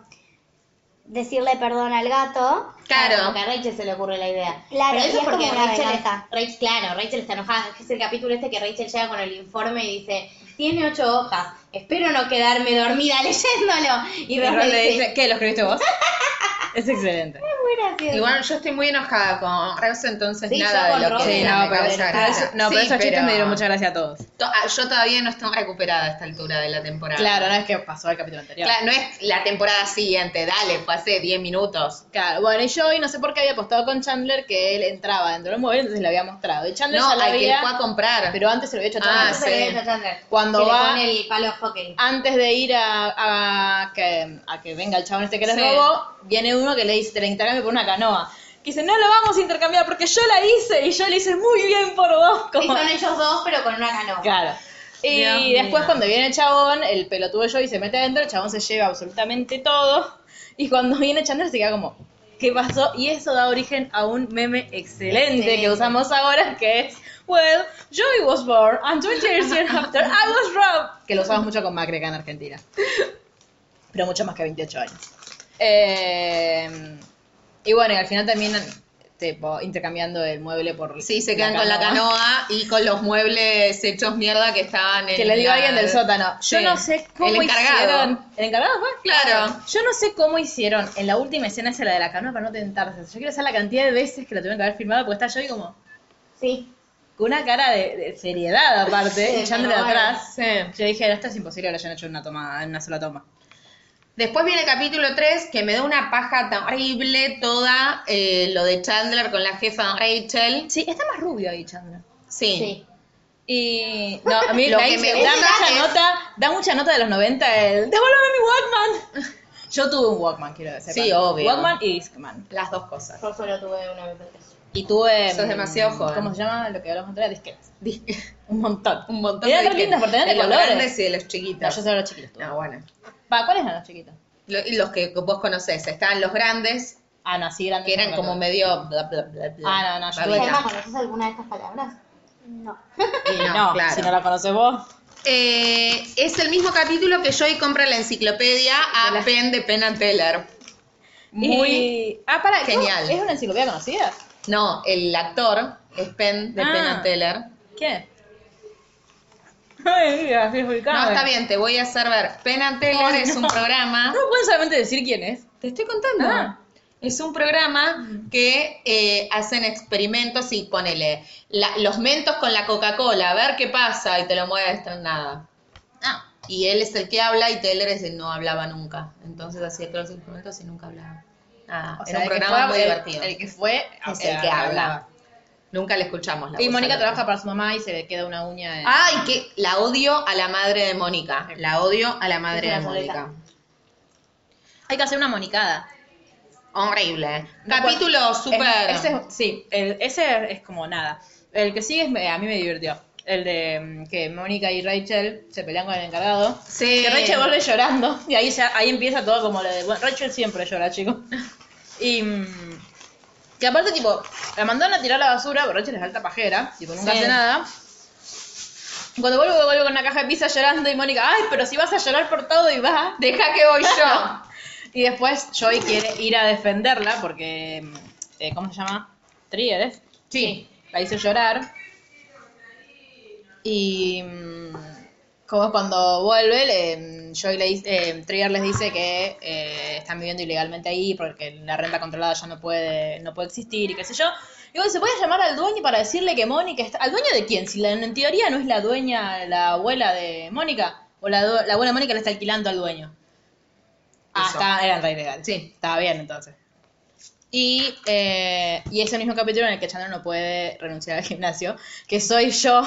[SPEAKER 4] decirle perdón al gato.
[SPEAKER 2] Claro.
[SPEAKER 3] Porque a Rachel se le ocurre la idea.
[SPEAKER 4] Claro,
[SPEAKER 3] Pero
[SPEAKER 4] y
[SPEAKER 3] eso
[SPEAKER 4] es
[SPEAKER 3] porque
[SPEAKER 4] como una
[SPEAKER 3] Rachel,
[SPEAKER 4] venganza.
[SPEAKER 3] Rach- claro, Rachel está enojada. Es el capítulo este que Rachel llega con el informe y dice, tiene ocho hojas. espero no quedarme dormida leyéndolo. Y
[SPEAKER 1] Y
[SPEAKER 3] Ross
[SPEAKER 1] Ross
[SPEAKER 3] le
[SPEAKER 1] le
[SPEAKER 3] dice,
[SPEAKER 1] dice, ¿qué? ¿Lo escribiste vos? es excelente.
[SPEAKER 2] Igual yo estoy muy enojada con Reus, entonces
[SPEAKER 3] Sí,
[SPEAKER 2] nada
[SPEAKER 3] yo
[SPEAKER 2] de
[SPEAKER 3] con
[SPEAKER 2] lo que
[SPEAKER 3] Ross,
[SPEAKER 2] diga
[SPEAKER 3] no,
[SPEAKER 2] me
[SPEAKER 3] pero-
[SPEAKER 2] causa
[SPEAKER 3] pero
[SPEAKER 2] gracia.
[SPEAKER 3] eso-
[SPEAKER 1] No, pero
[SPEAKER 2] Sí,
[SPEAKER 1] esos chistes
[SPEAKER 2] pero
[SPEAKER 1] me dieron mucha gracia a todos.
[SPEAKER 2] to- ah, Yo todavía no estoy recuperada a esta altura de la temporada.
[SPEAKER 1] Claro, no es que pasó el capítulo anterior.
[SPEAKER 2] Claro, no es la temporada siguiente, dale, fue hace 10 minutos.
[SPEAKER 1] Claro, bueno, y yo hoy no sé por qué había apostado con Chandler que él entraba dentro del móvil, entonces le había mostrado. Y Chandler
[SPEAKER 2] No,
[SPEAKER 1] ya la
[SPEAKER 2] al que
[SPEAKER 1] había,
[SPEAKER 2] fue a comprar.
[SPEAKER 1] pero antes se lo había hecho a
[SPEAKER 2] Ah,
[SPEAKER 1] Chandler.
[SPEAKER 3] "Entonces le ves a Chandler",
[SPEAKER 1] Cuando
[SPEAKER 3] que le
[SPEAKER 1] va-
[SPEAKER 3] pone el palo hockey.
[SPEAKER 1] Antes de ir a, a que, a que venga el chabón este que les
[SPEAKER 2] Sí.
[SPEAKER 1] robó, viene uno que le dice, te la intercambio por una canoa. Que dice, no lo vamos a intercambiar porque yo la hice y yo le hice muy bien por vos.
[SPEAKER 3] Y
[SPEAKER 1] Como,
[SPEAKER 3] son ellos dos, pero con una canoa.
[SPEAKER 1] Claro. Y
[SPEAKER 2] Dios
[SPEAKER 1] después
[SPEAKER 2] mío.
[SPEAKER 1] cuando viene el chabón, el pelotudo yo y se mete adentro, el chabón se lleva absolutamente todo. Y cuando viene Chandler se queda como, ¿qué pasó? Y eso da origen a un meme excelente, que usamos ahora, que es, well, Joey was born and 20 years after I was robbed. Que lo usamos mucho con Macri acá en Argentina. Pero mucho más que 28 años. Eh, y bueno, y al final terminan tipo, intercambiando el mueble por
[SPEAKER 2] Sí, se quedan con la canoa y con los muebles hechos mierda que estaban en
[SPEAKER 1] que le dio
[SPEAKER 2] la-
[SPEAKER 1] alguien del sótano. Yo
[SPEAKER 2] Sí.
[SPEAKER 1] no sé cómo
[SPEAKER 2] El encargado.
[SPEAKER 1] hicieron. ¿El encargado fue?
[SPEAKER 2] Claro.
[SPEAKER 1] Yo no sé cómo hicieron en la última escena esa la de la canoa para no tentarse. Yo quiero saber la cantidad de veces que la tuvieron que haber filmado porque está yo como
[SPEAKER 4] Sí.
[SPEAKER 1] con una cara de, de seriedad aparte,
[SPEAKER 3] Sí,
[SPEAKER 1] echándole
[SPEAKER 3] pero bueno,
[SPEAKER 1] atrás. Yo dije, esto es imposible que lo hayan hecho en una toma, en una sola toma.
[SPEAKER 2] Después viene el capítulo 3, que me da una paja terrible toda eh, lo de Chandler con la jefa Rachel.
[SPEAKER 1] Sí, está más rubio ahí, Chandra.
[SPEAKER 2] Sí.
[SPEAKER 3] Sí.
[SPEAKER 1] Y no, a mí
[SPEAKER 2] Lo
[SPEAKER 1] ahí
[SPEAKER 2] que me
[SPEAKER 1] da
[SPEAKER 2] gusta
[SPEAKER 1] mucha
[SPEAKER 2] es-
[SPEAKER 1] nota, da mucha nota de los 90 el devuélveme mi Walkman. Yo tuve un Walkman, quiero decir.
[SPEAKER 2] Sí, obvio.
[SPEAKER 1] Walkman y Discman.
[SPEAKER 2] Las dos cosas.
[SPEAKER 3] Yo solo tuve una biblioteca.
[SPEAKER 1] Y tuve. mm,
[SPEAKER 2] Sos demasiado joven.
[SPEAKER 1] ¿Cómo se llama lo que hablamos antes? Disquetes. Un montón.
[SPEAKER 2] Un montón
[SPEAKER 1] Eran
[SPEAKER 2] de
[SPEAKER 1] re
[SPEAKER 2] que-
[SPEAKER 1] lindas porque tenían de
[SPEAKER 2] los
[SPEAKER 1] colores.
[SPEAKER 2] grandes y de los
[SPEAKER 1] No, yo
[SPEAKER 2] chiquitos.
[SPEAKER 1] solo los chiquitos. tuve.
[SPEAKER 2] Ah, bueno.
[SPEAKER 1] Va, ¿cuáles eran los chiquitos?
[SPEAKER 2] Lo- y los que vos conocés. Estaban los grandes,
[SPEAKER 1] Ah, no, sí, grandes.
[SPEAKER 2] que eran
[SPEAKER 1] no
[SPEAKER 2] como
[SPEAKER 1] recuerdo.
[SPEAKER 2] medio bla, bla, bla, bla.
[SPEAKER 1] Ah, no, no, yo tuve
[SPEAKER 2] Babita.
[SPEAKER 3] Gemma, ¿conoces alguna de estas palabras?
[SPEAKER 4] No.
[SPEAKER 2] Y no,
[SPEAKER 1] No,
[SPEAKER 2] claro.
[SPEAKER 1] si no la conoces vos.
[SPEAKER 2] Eh, es el mismo capítulo que Joy compra la enciclopedia a Penn de Penn and Teller. Muy.
[SPEAKER 1] Y- Ah, para,
[SPEAKER 2] genial.
[SPEAKER 1] ¿Es una enciclopedia conocida?
[SPEAKER 2] No, el actor es Penn de
[SPEAKER 1] Ah.
[SPEAKER 2] Penn and Teller.
[SPEAKER 1] ¿Quién? Ay, digas, es
[SPEAKER 2] No, está bien, te voy a hacer ver. Penn and Teller
[SPEAKER 1] Ay,
[SPEAKER 2] es
[SPEAKER 1] no.
[SPEAKER 2] un programa.
[SPEAKER 1] No pueden solamente decir quién es.
[SPEAKER 2] Te estoy contando.
[SPEAKER 1] Ah.
[SPEAKER 2] Es un programa que eh, hacen experimentos y ponele la- los mentos con la Coca-Cola, a ver qué pasa, y te lo muestran nada. Ah, y él es el que habla y Taylor es el no hablaba nunca. Entonces hacía todos los experimentos y nunca hablaba. Nada.
[SPEAKER 1] O
[SPEAKER 2] Era
[SPEAKER 1] sea, el
[SPEAKER 2] un
[SPEAKER 1] que fue-
[SPEAKER 2] programa muy
[SPEAKER 1] el-
[SPEAKER 2] divertido.
[SPEAKER 1] El que fue, o
[SPEAKER 2] Es
[SPEAKER 1] sea,
[SPEAKER 2] el que habla. Nunca le escuchamos la
[SPEAKER 1] Y
[SPEAKER 2] voz
[SPEAKER 1] Mónica
[SPEAKER 2] al otro.
[SPEAKER 1] trabaja para su mamá y se le queda una uña en...
[SPEAKER 2] Ay, que la odio a la madre de Mónica. La odio a la madre
[SPEAKER 3] Es
[SPEAKER 2] de
[SPEAKER 3] una soleta.
[SPEAKER 2] Mónica.
[SPEAKER 1] Hay que hacer una monicada.
[SPEAKER 2] Horrible.
[SPEAKER 1] No
[SPEAKER 2] Capítulo
[SPEAKER 1] puedo-
[SPEAKER 2] súper.
[SPEAKER 1] es- ese es- sí, el- ese es como nada. El que sigue es, me- a mí me divirtió. El de mm, que Mónica y Rachel se pelean con el encargado.
[SPEAKER 2] Sí.
[SPEAKER 1] Que Rachel vuelve llorando. Y ahí ya, ahí empieza todo como lo de. Bueno, Rachel siempre llora, chicos. Y. mm, que aparte, tipo, la mandaron a tirar la basura, pero Rachel es alta pajera, tipo, nunca
[SPEAKER 2] Sí.
[SPEAKER 1] hace nada. Y Cuando vuelvo, vuelvo con una caja de pizza llorando y Mónica, ay, pero si vas a llorar por todo y vas.
[SPEAKER 2] Deja que voy yo.
[SPEAKER 1] Y después Joey quiere ir a defenderla porque, mm, eh, ¿cómo se llama? Trigger, ¿es?
[SPEAKER 2] Sí.
[SPEAKER 1] La hizo llorar. Y mm, como es cuando vuelve, le- mm, Joey le dice, eh, Trigger les dice que eh, están viviendo ilegalmente ahí porque la renta controlada ya no puede, no puede existir y qué sé yo. Y bueno, se puede llamar al dueño para decirle que Mónica está... ¿Al dueño de quién? Si la, en teoría no es la dueña, la abuela de Mónica. O la, du- la abuela de Mónica le está alquilando al dueño. Ah,
[SPEAKER 2] Eso.
[SPEAKER 1] está, era el rey legal.
[SPEAKER 2] Sí.
[SPEAKER 1] Estaba bien entonces. Y, eh, y es el mismo capítulo en el que Chandler no puede renunciar al gimnasio, que soy yo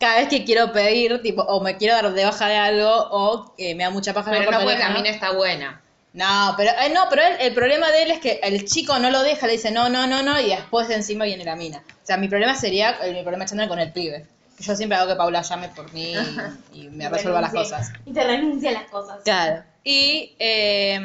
[SPEAKER 1] cada vez que quiero pedir, tipo, o me quiero dar de baja de algo, o eh, me da mucha paja
[SPEAKER 2] Pero
[SPEAKER 1] hablar por
[SPEAKER 2] no puede, la
[SPEAKER 1] teléfono.
[SPEAKER 2] mina está buena.
[SPEAKER 1] No, pero, eh, no, pero él- el problema de él es que el chico no lo deja, le dice no, no, no, no, y después de encima viene la mina. O sea, mi problema sería, el, mi problema de Chandler con el pibe. Yo siempre hago que Paula llame por mí y, y me resuelva las
[SPEAKER 3] Renuncia-
[SPEAKER 1] cosas.
[SPEAKER 3] Y te renuncia a las cosas.
[SPEAKER 1] Claro. Y eh,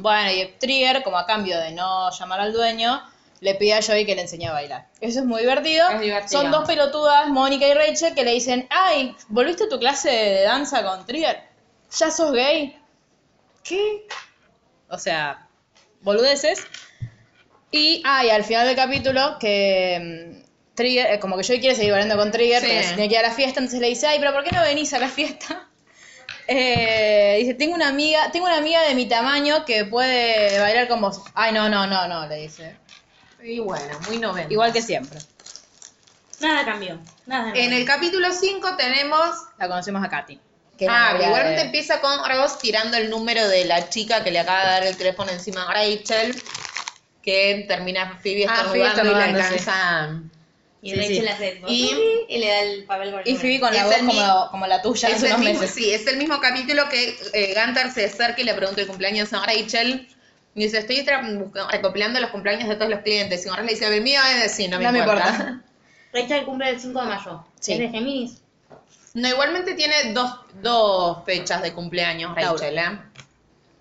[SPEAKER 1] bueno, y Trigger, como a cambio de no llamar al dueño, le pide a Joey que le enseñe a bailar. Eso es muy divertido.
[SPEAKER 2] Es divertido.
[SPEAKER 1] Son dos pelotudas, Mónica y Rachel, que le dicen, ay, ¿volviste a tu clase de danza con Trigger? ¿Ya sos gay? ¿Qué? O sea, boludeces. Y, ah, y al final del capítulo, que mm, Trigger, eh, como que Joey quiere seguir bailando con Trigger,
[SPEAKER 2] Sí.
[SPEAKER 1] pero se tiene que ir a la fiesta, entonces le dice, ay, pero ¿por qué no venís a la fiesta? Eh, dice, tengo una amiga, tengo una amiga de mi tamaño que puede bailar con vos. Ay, no, no, no, no, le dice.
[SPEAKER 2] Y bueno, muy noventa.
[SPEAKER 1] Igual que siempre.
[SPEAKER 3] Nada cambió. Nada
[SPEAKER 2] En el capítulo 5 tenemos.
[SPEAKER 1] La conocemos a Katy. que es la
[SPEAKER 2] Ah,
[SPEAKER 1] novia
[SPEAKER 2] igualmente
[SPEAKER 1] de-
[SPEAKER 2] empieza con Ross tirando el número de la chica que le acaba de dar el teléfono encima a Rachel, que termina Phoebe
[SPEAKER 1] Ah,
[SPEAKER 2] estornudando,
[SPEAKER 1] Phoebe
[SPEAKER 2] y
[SPEAKER 1] estornudando,
[SPEAKER 2] la
[SPEAKER 1] sí.
[SPEAKER 2] alcanza.
[SPEAKER 3] Y
[SPEAKER 1] Sí,
[SPEAKER 3] Rachel
[SPEAKER 1] sí.
[SPEAKER 3] hace
[SPEAKER 2] Y-
[SPEAKER 3] y, y le da el papel con el
[SPEAKER 1] Y Phoebe con la
[SPEAKER 2] Es
[SPEAKER 1] voz
[SPEAKER 2] el
[SPEAKER 1] como,
[SPEAKER 2] mismo-
[SPEAKER 1] como la tuya
[SPEAKER 2] Es
[SPEAKER 1] hace
[SPEAKER 2] el
[SPEAKER 1] unos
[SPEAKER 2] mismo,
[SPEAKER 1] meses.
[SPEAKER 2] sí, es el mismo capítulo que eh, Gunther se acerca y le pregunta el cumpleaños a Rachel. Y dice, estoy tra- busca- recopilando los cumpleaños de todos los clientes. Y Rachel le dice, el mío es de sí, no me
[SPEAKER 1] No me
[SPEAKER 2] importa.
[SPEAKER 1] importa.
[SPEAKER 3] Rachel cumple el 5 de mayo.
[SPEAKER 1] Sí.
[SPEAKER 3] Es de Géminis.
[SPEAKER 2] No, igualmente tiene dos, dos fechas de cumpleaños
[SPEAKER 1] Tauro.
[SPEAKER 2] Rachel, ¿eh?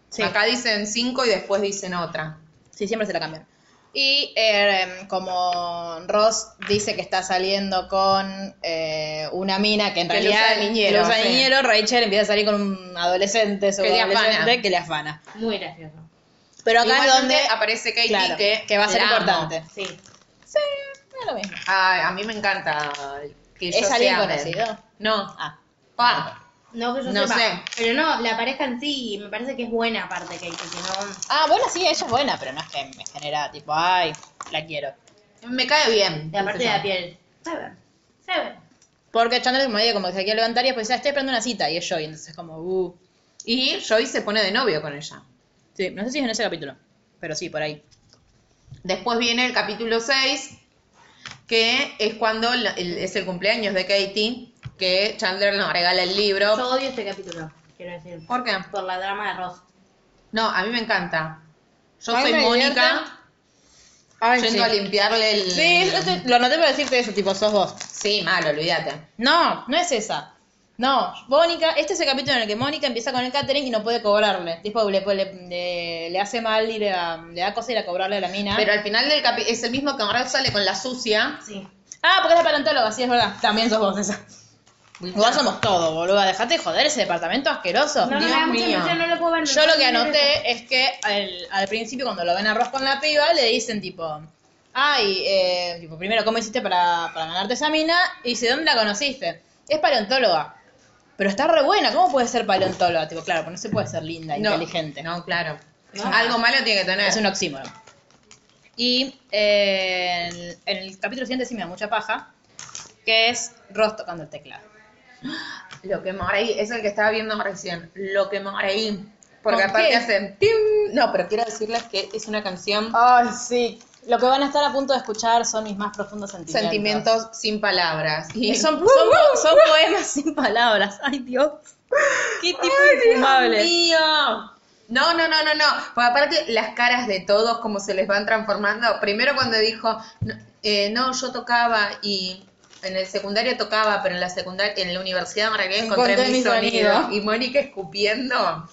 [SPEAKER 1] Sí.
[SPEAKER 2] Acá dicen cinco y después dicen otra.
[SPEAKER 1] Sí, siempre se la cambian. Y eh, como Ross dice que está saliendo con eh, una mina que en
[SPEAKER 2] Que le
[SPEAKER 1] realidad
[SPEAKER 2] usa de niñero,
[SPEAKER 1] le usa de
[SPEAKER 2] sí.
[SPEAKER 1] niñero, Rachel empieza a salir con un adolescente,
[SPEAKER 2] Que le
[SPEAKER 1] adolescente
[SPEAKER 2] afana.
[SPEAKER 1] que le afana.
[SPEAKER 3] Muy gracioso.
[SPEAKER 1] Pero acá es
[SPEAKER 2] Igualmente
[SPEAKER 1] donde
[SPEAKER 2] aparece Katie
[SPEAKER 1] claro,
[SPEAKER 2] que,
[SPEAKER 1] va a ser
[SPEAKER 2] la amo.
[SPEAKER 1] importante.
[SPEAKER 3] Sí.
[SPEAKER 1] Sí, es lo mismo.
[SPEAKER 2] Ay, a mí me encanta que yo
[SPEAKER 1] ¿Es
[SPEAKER 2] sea
[SPEAKER 1] alguien
[SPEAKER 2] Amber.
[SPEAKER 1] conocido?
[SPEAKER 2] No.
[SPEAKER 1] Ah.
[SPEAKER 2] Pa.
[SPEAKER 3] No que yo
[SPEAKER 2] No
[SPEAKER 3] sepa.
[SPEAKER 2] sé.
[SPEAKER 3] Pero no, la pareja en sí me parece que es buena aparte Katie, que no...
[SPEAKER 1] Ah, bueno, sí, ella es buena, pero no es que me genera tipo, ay, la quiero.
[SPEAKER 2] Me cae bien.
[SPEAKER 3] La parte
[SPEAKER 2] qué
[SPEAKER 3] de
[SPEAKER 2] sé
[SPEAKER 3] la
[SPEAKER 2] yo.
[SPEAKER 3] piel. Seven. Seven.
[SPEAKER 1] Porque Chandler como medio como que se quiere levantar y después dice, "Ah, estoy esperando una cita, y es Joy, entonces es como, uh.
[SPEAKER 2] Y Joey se pone de novio con ella.
[SPEAKER 1] Sí, no sé si es en ese capítulo, pero sí, por ahí.
[SPEAKER 2] Después viene el capítulo 6, que es cuando la- el- es el cumpleaños de Katie, que Chandler nos regala el libro.
[SPEAKER 3] Yo odio este capítulo, quiero decir.
[SPEAKER 2] ¿Por qué?
[SPEAKER 3] Por la drama de Ross.
[SPEAKER 2] No, a mí me encanta. Yo
[SPEAKER 1] A mí
[SPEAKER 2] soy
[SPEAKER 1] me Ah,
[SPEAKER 2] Mónica yendo
[SPEAKER 1] sí.
[SPEAKER 2] a limpiarle el...
[SPEAKER 1] Sí, eso te- lo anoté para decirte eso, tipo, sos vos.
[SPEAKER 2] Sí, malo, olvídate.
[SPEAKER 1] No, no es esa. No, Mónica, este es el capítulo en el que Mónica empieza con el catering y no puede cobrarle. Tipo, le, le, le- le hace mal y le, da- le da cosa ir a cobrarle a la mina.
[SPEAKER 2] Pero al final del capítulo es el mismo que ahora sale con la sucia.
[SPEAKER 3] Sí.
[SPEAKER 1] Ah, porque es la paleontóloga, sí, es verdad. También sos vos esa. Igual somos todos, boluda. Dejate de joder ese departamento asqueroso.
[SPEAKER 3] No, no,
[SPEAKER 2] Dios
[SPEAKER 3] me da mucha
[SPEAKER 2] mío.
[SPEAKER 3] emoción, no lo puedo ver.
[SPEAKER 1] Yo lo que
[SPEAKER 3] no puedo ver
[SPEAKER 1] anoté es que al, al principio cuando lo ven a Ross con la piba le dicen tipo, ay, eh, tipo, primero, ¿cómo hiciste para, para ganarte esa mina? Y dice, ¿dónde la conociste? Es paleontóloga. Pero está re buena, ¿cómo puede ser paleontóloga? Tipo, claro, pues no se puede ser linda,
[SPEAKER 2] No,
[SPEAKER 1] inteligente. Ah.
[SPEAKER 2] No, claro. Algo malo tiene que tener.
[SPEAKER 1] Es un oxímoron. Y eh, en, en el capítulo siguiente sí me da mucha paja, que es Ross tocando el teclado.
[SPEAKER 2] Lo que me reí, es el que estaba viendo recién. Lo que me reí. Porque
[SPEAKER 1] ¿Con
[SPEAKER 2] aparte
[SPEAKER 1] qué?
[SPEAKER 2] hacen Oh, tim. No, pero quiero decirles que es una canción
[SPEAKER 1] Ay, sí. Lo que van a estar a punto de escuchar son mis más profundos sentimientos.
[SPEAKER 2] Sentimientos sin palabras.
[SPEAKER 1] Y
[SPEAKER 2] Y
[SPEAKER 1] son, son, po- son poemas sin palabras. Ay, Dios. Qué tipo infumable.
[SPEAKER 2] mío. No, no, no, no, no. Porque aparte las caras de todos, como se les van transformando. Primero cuando dijo, no, eh, no, yo tocaba y en el secundario tocaba, pero en la secundaria, en la universidad en realidad encontré,
[SPEAKER 1] Encontré
[SPEAKER 2] mi
[SPEAKER 1] mi
[SPEAKER 2] sonido.
[SPEAKER 1] sonido.
[SPEAKER 2] Y Mónica escupiendo.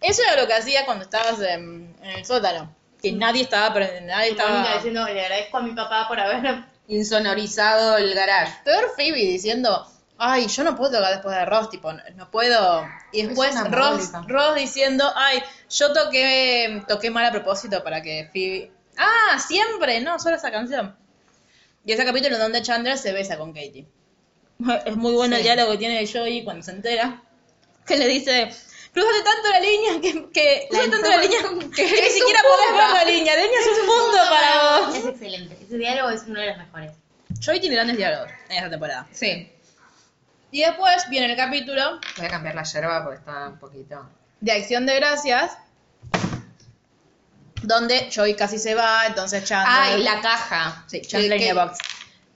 [SPEAKER 1] Eso era lo que hacía cuando estabas en, en el sótano. Que nadie estaba, pero nadie
[SPEAKER 3] eso. Mónica
[SPEAKER 1] estaba.
[SPEAKER 3] diciendo, le agradezco a mi papá por haber...
[SPEAKER 2] Insonorizado el garage.
[SPEAKER 1] Peor Phoebe diciendo, ay, yo no puedo tocar después de Ross, tipo, no, no puedo. Y después
[SPEAKER 2] una
[SPEAKER 1] Ross,
[SPEAKER 2] módica.
[SPEAKER 1] Ross diciendo, ay, yo toqué, toqué mal a propósito para que Phoebe. Ah, siempre, no, solo esa canción. Y ese capítulo en donde Chandler se besa con Katie. Es muy bueno el diálogo que tiene Joey cuando se entera. Que le dice, cruzaste tanto la línea que, que cruzaste tanto la línea que, ni
[SPEAKER 2] es un
[SPEAKER 1] siquiera podés
[SPEAKER 2] mundo".
[SPEAKER 1] ver la línea. La línea es un mundo para vos.
[SPEAKER 3] Es excelente. Ese diálogo es uno de los mejores.
[SPEAKER 1] Joey tiene grandes diálogos en esta temporada.
[SPEAKER 2] Sí.
[SPEAKER 1] Y después viene el capítulo
[SPEAKER 2] Voy a cambiar la yerba porque está un poquito.
[SPEAKER 1] de Acción de Gracias, donde Joey casi se va, entonces Chandler...
[SPEAKER 2] Ah, y la caja.
[SPEAKER 1] Sí, Chandler
[SPEAKER 2] Que-
[SPEAKER 1] in a
[SPEAKER 2] que
[SPEAKER 1] box.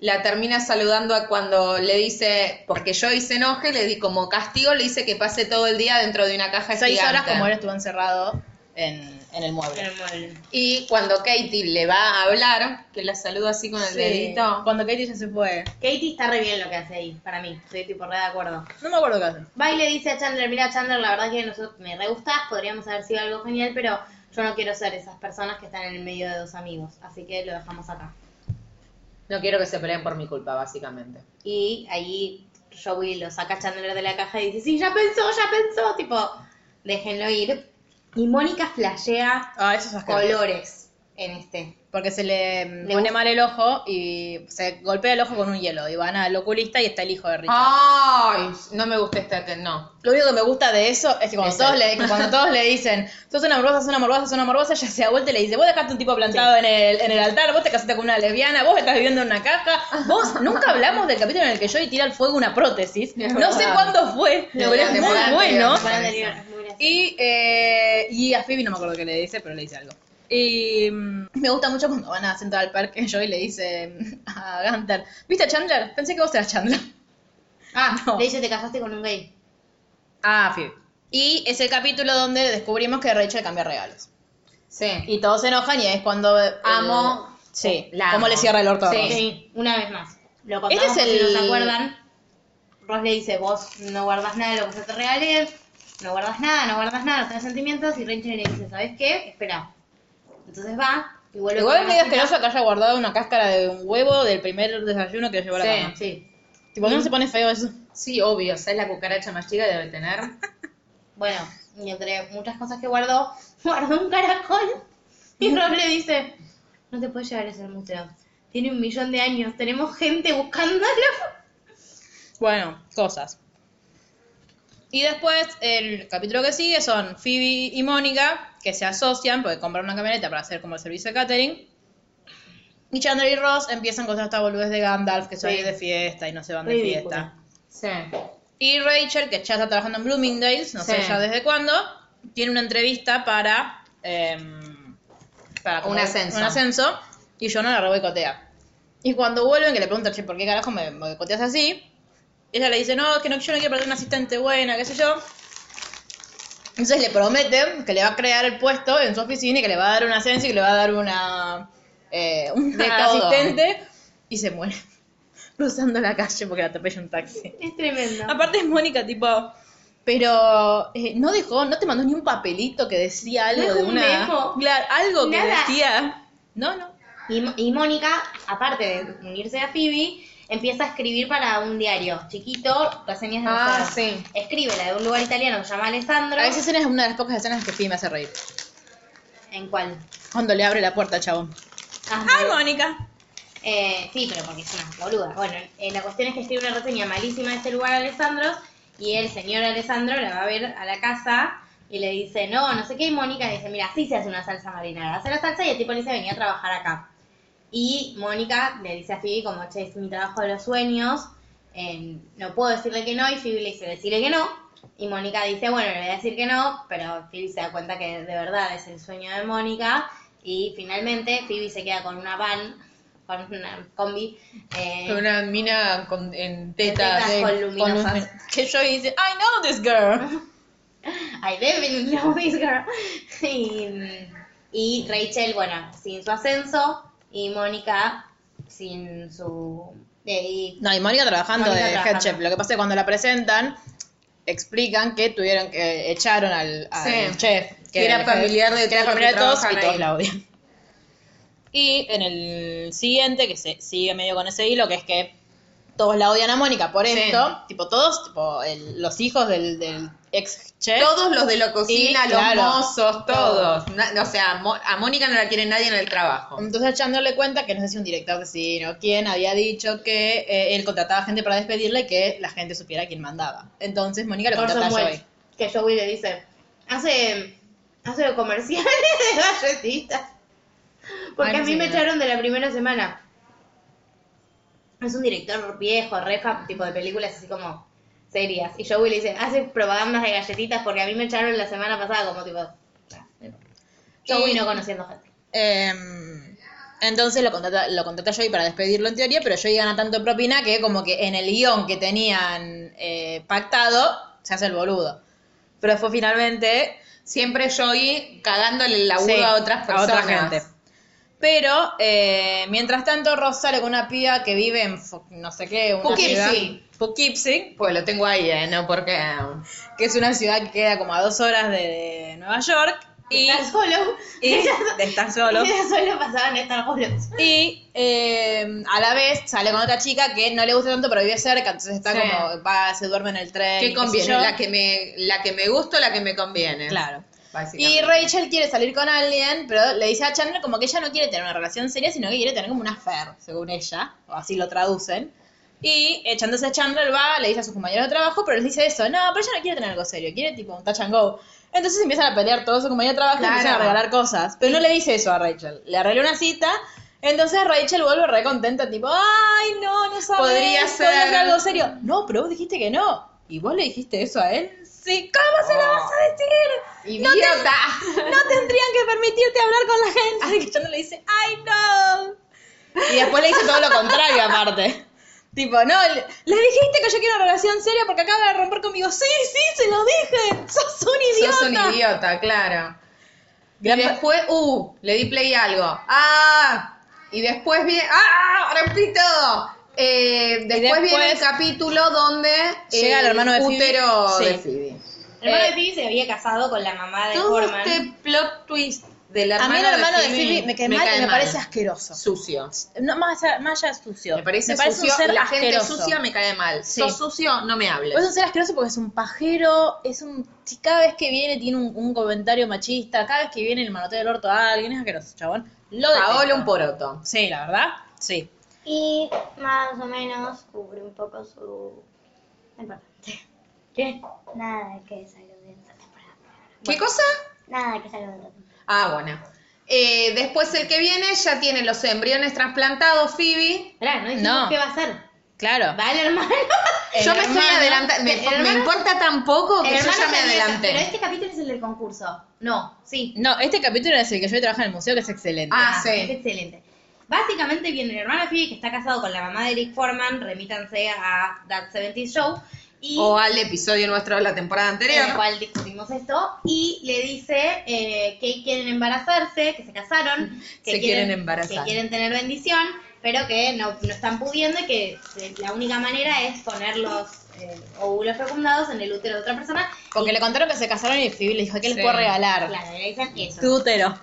[SPEAKER 2] La termina saludando a cuando le dice, porque yo hice enoje, le di como castigo, le dice que pase todo el día dentro de una caja
[SPEAKER 1] Seis
[SPEAKER 2] gigante.
[SPEAKER 1] horas como él estuvo encerrado en, en el mueble.
[SPEAKER 3] Pero bueno.
[SPEAKER 2] Y cuando Katie le va a hablar, que la saluda así con el
[SPEAKER 1] Sí,
[SPEAKER 2] dedito.
[SPEAKER 1] Cuando Katie ya se fue.
[SPEAKER 3] Katie está re bien lo que hace ahí, para mí. Estoy tipo re de acuerdo.
[SPEAKER 1] No me acuerdo qué hace.
[SPEAKER 3] Va y le dice a Chandler, mira Chandler, la verdad que nosotros me re gustás, podríamos haber sido algo genial, pero yo no quiero ser esas personas que están en el medio de dos amigos. Así que lo dejamos acá.
[SPEAKER 2] No quiero que se peleen por mi culpa, básicamente.
[SPEAKER 3] Y ahí Joey lo saca a Chandler de la caja y dice, sí, ya pensó, ya pensó, tipo, déjenlo ir. Y Mónica flashea
[SPEAKER 1] Ah, eso es asqueroso.
[SPEAKER 3] colores en este.
[SPEAKER 1] porque se le, mm,
[SPEAKER 3] Le
[SPEAKER 1] pone
[SPEAKER 3] gusta.
[SPEAKER 1] mal el ojo y se golpea el ojo con un hielo. Y van al oculista y está el hijo de Richard.
[SPEAKER 2] Ah, Ay, no me gusta esta que no.
[SPEAKER 1] Lo único que me gusta de eso es que cuando,
[SPEAKER 2] Es
[SPEAKER 1] todos
[SPEAKER 2] él.
[SPEAKER 1] le, que cuando todos le dicen, sos una morbosa, sos una morbosa, sos una morbosa, ella se da vuelta y le dice, vos dejaste un tipo plantado en, el, en el altar, vos te casaste con una lesbiana, vos estás viviendo en una caja, vos nunca hablamos del capítulo en el que Joey tira al fuego una prótesis.
[SPEAKER 2] Es
[SPEAKER 1] No sé
[SPEAKER 2] verdad.
[SPEAKER 1] cuándo fue,
[SPEAKER 2] De
[SPEAKER 1] pero
[SPEAKER 2] la
[SPEAKER 1] es muy
[SPEAKER 2] temporada
[SPEAKER 1] bueno.
[SPEAKER 2] anterior.
[SPEAKER 3] Para anterior, es muy gracioso.
[SPEAKER 1] Y, eh, y a Phoebe no me acuerdo qué le dice, pero le dice algo. Y mm, me gusta mucho cuando van a sentar al parque, Joey le dice mm, a Gunther, ¿viste a Chandler? Pensé que vos eras Chandler. Ah, no.
[SPEAKER 3] Le dice, te casaste con un gay.
[SPEAKER 1] Ah, Phoebe. Y es el capítulo donde descubrimos que Rachel cambia regalos.
[SPEAKER 2] Sí.
[SPEAKER 1] Y todos se enojan y es cuando... eh,
[SPEAKER 2] Amo.
[SPEAKER 1] Sí,
[SPEAKER 2] La
[SPEAKER 1] cómo
[SPEAKER 2] amo.
[SPEAKER 1] le cierra el orto a
[SPEAKER 2] Sí.
[SPEAKER 1] Ross.
[SPEAKER 3] Una vez más. Lo
[SPEAKER 1] Este es
[SPEAKER 3] contamos por si no
[SPEAKER 1] el-
[SPEAKER 3] se acuerdan. Ross le dice, vos no guardas nada de lo que yo te regalé, no guardas nada, no guardas nada, no tenés sentimientos. Y Rachel le dice, ¿sabes qué? Espera. Entonces va y vuelve
[SPEAKER 1] Igual
[SPEAKER 3] con
[SPEAKER 1] es
[SPEAKER 3] la
[SPEAKER 1] medio
[SPEAKER 3] cita.
[SPEAKER 1] asqueroso que haya guardado una cáscara de un huevo del primer desayuno que llevó a la
[SPEAKER 2] Sí.
[SPEAKER 1] cama.
[SPEAKER 3] Sí.
[SPEAKER 1] Tipo, ¿no se pone feo eso?
[SPEAKER 2] Sí, obvio, ¿sabes la cucaracha más chica que debe tener?
[SPEAKER 3] Bueno, y entre muchas cosas que guardó, guardó un caracol. Y Rob le dice, no te puedes llevar ese al museo. Tiene un millón de años, tenemos gente buscándolo.
[SPEAKER 1] Bueno, cosas. Y después, el capítulo que sigue son Phoebe y Mónica, que se asocian porque compran una camioneta para hacer como el servicio de catering. Y Chandler y Ross empiezan con esta boludez de Gandalf, que se van a ir de fiesta y no se van de
[SPEAKER 3] Ridícula.
[SPEAKER 1] fiesta.
[SPEAKER 2] Sí.
[SPEAKER 1] Y Rachel, que ya está trabajando en Bloomingdale's, no
[SPEAKER 2] Sí.
[SPEAKER 1] sé ya desde cuándo, tiene una entrevista para, em, para
[SPEAKER 2] Un ascenso.
[SPEAKER 1] un ascenso, y Jonah la reboicotea. Y cuando vuelven, que le preguntan, che, ¿por qué carajo me me boicoteas así? Ella le dice, no, que no, yo no quiero perder una asistente buena, qué sé yo. Entonces le prometen que le va a crear el puesto en su oficina y que le va a dar un ascenso y que le va a dar una, eh, una
[SPEAKER 2] De todo.
[SPEAKER 1] asistente. Y se muere cruzando la calle porque la atropella un taxi.
[SPEAKER 3] Es tremendo.
[SPEAKER 1] Aparte es Mónica, tipo, pero eh, no dejó, no te mandó ni un papelito que decía algo
[SPEAKER 3] No
[SPEAKER 1] de
[SPEAKER 3] es un
[SPEAKER 1] una.
[SPEAKER 3] memo.
[SPEAKER 1] Claro, algo que
[SPEAKER 3] Nada.
[SPEAKER 1] decía. No, no.
[SPEAKER 3] Y, Mo- y Mónica, aparte de unirse a Phoebe, empieza a escribir para un diario chiquito, reseñas de
[SPEAKER 2] Ah,
[SPEAKER 3] mujeres.
[SPEAKER 2] sí.
[SPEAKER 3] Escribe la de un lugar italiano que se llama Alessandro.
[SPEAKER 1] A esa escena es una de las pocas escenas que Phoebe me hace reír.
[SPEAKER 3] ¿En cuál?
[SPEAKER 1] Cuando le abre la puerta al chabón.
[SPEAKER 3] Ah,
[SPEAKER 1] ¡Ay,
[SPEAKER 3] bueno.
[SPEAKER 1] Mónica!
[SPEAKER 3] Eh, sí, pero porque es una boluda. Bueno, eh, la cuestión es que escribe una reseña malísima de este lugar Alessandro y el señor Alessandro la va a ver a la casa y le dice, no, no sé qué, y Mónica le dice, mira, sí se hace una salsa marinara, hace la salsa y el tipo le dice, venía a trabajar acá. Y Mónica le dice a Phoebe como, che, es mi trabajo de los sueños, eh, no puedo decirle que no, y Phoebe le dice, decirle que no. Y Mónica dice, bueno, le voy a decir que no, pero Phoebe se da cuenta que de verdad es el sueño de Mónica. Y finalmente Phoebe se queda con una van, con una combi. eh,
[SPEAKER 2] Una mina con, en Oh, tetas.
[SPEAKER 3] Tetas
[SPEAKER 2] sí.
[SPEAKER 3] con lu- Luminosas.
[SPEAKER 1] Con un- Que yo dice, I know this girl.
[SPEAKER 3] I definitely know this girl. Y, y Rachel, bueno, sin su ascenso. Y Mónica, sin su. eh, y-
[SPEAKER 1] No, y Mónica trabajando
[SPEAKER 3] Mónica
[SPEAKER 1] de head
[SPEAKER 3] trabajando.
[SPEAKER 1] chef. Lo que pasa es que cuando la presentan, explican que tuvieron que echaron al, al
[SPEAKER 2] Sí.
[SPEAKER 1] chef.
[SPEAKER 2] Que era
[SPEAKER 1] el
[SPEAKER 2] familiar de
[SPEAKER 1] que era
[SPEAKER 2] todos los
[SPEAKER 1] familiar
[SPEAKER 2] que
[SPEAKER 1] de todos y
[SPEAKER 2] trabajan
[SPEAKER 1] todos
[SPEAKER 2] ahí.
[SPEAKER 1] la odian. Y en el siguiente, que se sigue medio con ese hilo, que es que todos la odian a Mónica por
[SPEAKER 2] Sí.
[SPEAKER 1] esto. Tipo, todos, tipo, el- los hijos del, del ex chef.
[SPEAKER 2] Todos los de la cocina,
[SPEAKER 1] Sí,
[SPEAKER 2] los
[SPEAKER 1] claro.
[SPEAKER 2] mozos, todos. Na- o sea, Mo- a Mónica no la quiere nadie en el trabajo.
[SPEAKER 1] Entonces Chandler le cuenta que no sé si un director de cine o quién había dicho que eh, él contrataba gente para despedirle y que la gente supiera quién mandaba. Entonces Mónica lo contrata a
[SPEAKER 3] Orson
[SPEAKER 1] Joey.
[SPEAKER 3] Welles, que Joey le dice, hace, hace comerciales de galletitas. Porque
[SPEAKER 2] Ay, no
[SPEAKER 3] a mí
[SPEAKER 2] sé
[SPEAKER 3] me
[SPEAKER 2] qué
[SPEAKER 3] echaron de la primera semana. Es un director viejo, refa, tipo de películas así como serias. Y Joey le dice, hace propagandas de galletitas porque a mí me echaron la semana pasada como tipo... Joey
[SPEAKER 1] Y-
[SPEAKER 3] no conociendo gente.
[SPEAKER 1] Em, entonces lo contrata, lo contrata Joey para despedirlo en teoría, pero Joey gana tanto propina que como que en el guión que tenían eh, pactado, se hace el boludo. Pero fue finalmente
[SPEAKER 2] Siempre Joey cagándole el laburo
[SPEAKER 1] Sí,
[SPEAKER 2] a otras personas.
[SPEAKER 1] otra gente. Pero, eh, mientras tanto, Ross sale con una piba que vive en, fu- no sé qué, una
[SPEAKER 2] Poughkeepsie.
[SPEAKER 1] ciudad- Poughkeepsie,
[SPEAKER 2] Pues lo tengo ahí, ¿eh? No porque...
[SPEAKER 1] que es una ciudad que queda como a dos horas de, de Nueva York. Y,
[SPEAKER 3] Estar solo.
[SPEAKER 1] y de estar solo.
[SPEAKER 3] solo pasaban estar solos.
[SPEAKER 1] Y eh, a la vez sale con otra chica que no le gusta tanto, pero vive cerca, entonces está
[SPEAKER 2] Sí.
[SPEAKER 1] como, va, se duerme en el tren. y
[SPEAKER 2] ¿Qué
[SPEAKER 1] sé
[SPEAKER 2] conviene?
[SPEAKER 1] yo.
[SPEAKER 2] La que me la que me gusta o la que me conviene.
[SPEAKER 1] Claro. Y
[SPEAKER 2] básicamente.
[SPEAKER 1] Rachel quiere salir con alguien, pero le dice a Chandler como que ella no quiere tener una relación seria, sino que quiere tener como una affair, según ella, o así lo traducen. Y echándose a Chandler va, le dice a sus compañeros de trabajo, pero les dice eso, no, pero ella no quiere tener algo serio, quiere tipo un touch and go. Entonces empiezan a pelear todos sus compañeros de trabajo y
[SPEAKER 2] Claro.
[SPEAKER 1] empiezan a regalar cosas. Pero no le dice eso a Rachel, le arregla una cita, entonces Rachel vuelve re contenta, tipo, ay, no, no sabes,
[SPEAKER 2] Podría
[SPEAKER 1] podría
[SPEAKER 2] ser.
[SPEAKER 1] ser algo serio. No, pero vos dijiste que no. ¿Y vos le dijiste eso a él? Sí, ¿cómo se lo
[SPEAKER 2] Oh.
[SPEAKER 1] vas a decir? No te-
[SPEAKER 2] ¡Idiota!
[SPEAKER 1] No tendrían que permitirte hablar con la gente. Así Ah, que Chandler le dice, ¡ay, no! Y después le dice todo lo contrario, aparte. Tipo, no, le le dijiste que yo quiero una relación seria porque acaba de romper conmigo. Sí, sí, se lo dije. Sos un idiota.
[SPEAKER 2] Sos un idiota, claro.
[SPEAKER 1] Gran
[SPEAKER 2] y
[SPEAKER 1] pa-
[SPEAKER 2] después, uh, le di play a algo. ¡Ah! Y después viene. ¡Ah! ¡Repito! Eh, después, viene el
[SPEAKER 1] después-
[SPEAKER 2] capítulo donde
[SPEAKER 1] Llega el hermano de Phoebe.
[SPEAKER 2] útero
[SPEAKER 1] Sí.
[SPEAKER 2] de Phoebe.
[SPEAKER 3] El hermano
[SPEAKER 1] Eh,
[SPEAKER 3] de Phoebe se había casado con la mamá de
[SPEAKER 2] Todo
[SPEAKER 3] Foreman.
[SPEAKER 2] este plot twist del hermano,
[SPEAKER 1] A mí el hermano de
[SPEAKER 2] Phoebe,
[SPEAKER 1] Phoebe me cae mal y me parece asqueroso.
[SPEAKER 2] Sucio.
[SPEAKER 1] No, más allá, más allá es sucio.
[SPEAKER 2] Me parece,
[SPEAKER 1] un
[SPEAKER 2] sucio.
[SPEAKER 1] ser
[SPEAKER 2] La gente
[SPEAKER 1] asqueroso.
[SPEAKER 2] sucia me cae mal.
[SPEAKER 1] Sí.
[SPEAKER 2] Sos sucio, no me hables.
[SPEAKER 1] Puede ser asqueroso porque es un pajero, es un. Si cada vez que viene tiene un, un comentario machista, cada vez que viene el manoteo del orto a alguien, es asqueroso, chabón. Lo
[SPEAKER 2] Paolo
[SPEAKER 1] detesto.
[SPEAKER 2] un poroto.
[SPEAKER 1] Sí, la verdad, sí.
[SPEAKER 4] Y más o menos cubre un poco su... No importa. ¿Qué? Nada que salga bien esta temporada.
[SPEAKER 2] ¿Qué cosa?
[SPEAKER 4] Nada que salga bien esta temporada.
[SPEAKER 2] Ah, bueno. Eh, después el que viene ya tiene los embriones trasplantados, Phoebe.
[SPEAKER 3] Esperá, no dijimos
[SPEAKER 1] No.
[SPEAKER 3] qué va a hacer.
[SPEAKER 1] Claro.
[SPEAKER 3] Va el hermano.
[SPEAKER 1] El
[SPEAKER 2] yo me estoy
[SPEAKER 1] hermano-
[SPEAKER 2] adelantando. Me,
[SPEAKER 3] el
[SPEAKER 2] me
[SPEAKER 3] hermano-
[SPEAKER 2] importa tan poco que
[SPEAKER 3] El
[SPEAKER 2] yo
[SPEAKER 3] hermano
[SPEAKER 2] ya me
[SPEAKER 3] ya había-
[SPEAKER 2] adelanté.
[SPEAKER 3] Pero este capítulo es el del concurso. No, sí.
[SPEAKER 1] No, este capítulo es el que yo trabajo en el museo, que es excelente.
[SPEAKER 2] Ah, sí.
[SPEAKER 3] Es excelente. Básicamente viene el hermano de Phoebe que está casado con la mamá de Eric Foreman, remítanse a That 70 Show, y
[SPEAKER 2] O al episodio nuestro de la temporada
[SPEAKER 3] en
[SPEAKER 2] anterior.
[SPEAKER 3] el cual discutimos esto, y le dice eh, que quieren embarazarse, que se casaron, que
[SPEAKER 2] Se quieren embarazar.
[SPEAKER 3] que quieren tener bendición, pero que no, no están pudiendo y que eh, la única manera es poner los eh, óvulos fecundados en el útero de otra persona.
[SPEAKER 1] Ah, Porque le contaron que se casaron y Phoebe le dijo, ¿qué les
[SPEAKER 2] Sí.
[SPEAKER 1] puedo regalar?
[SPEAKER 3] Claro, le dicen eso.
[SPEAKER 1] Tu útero.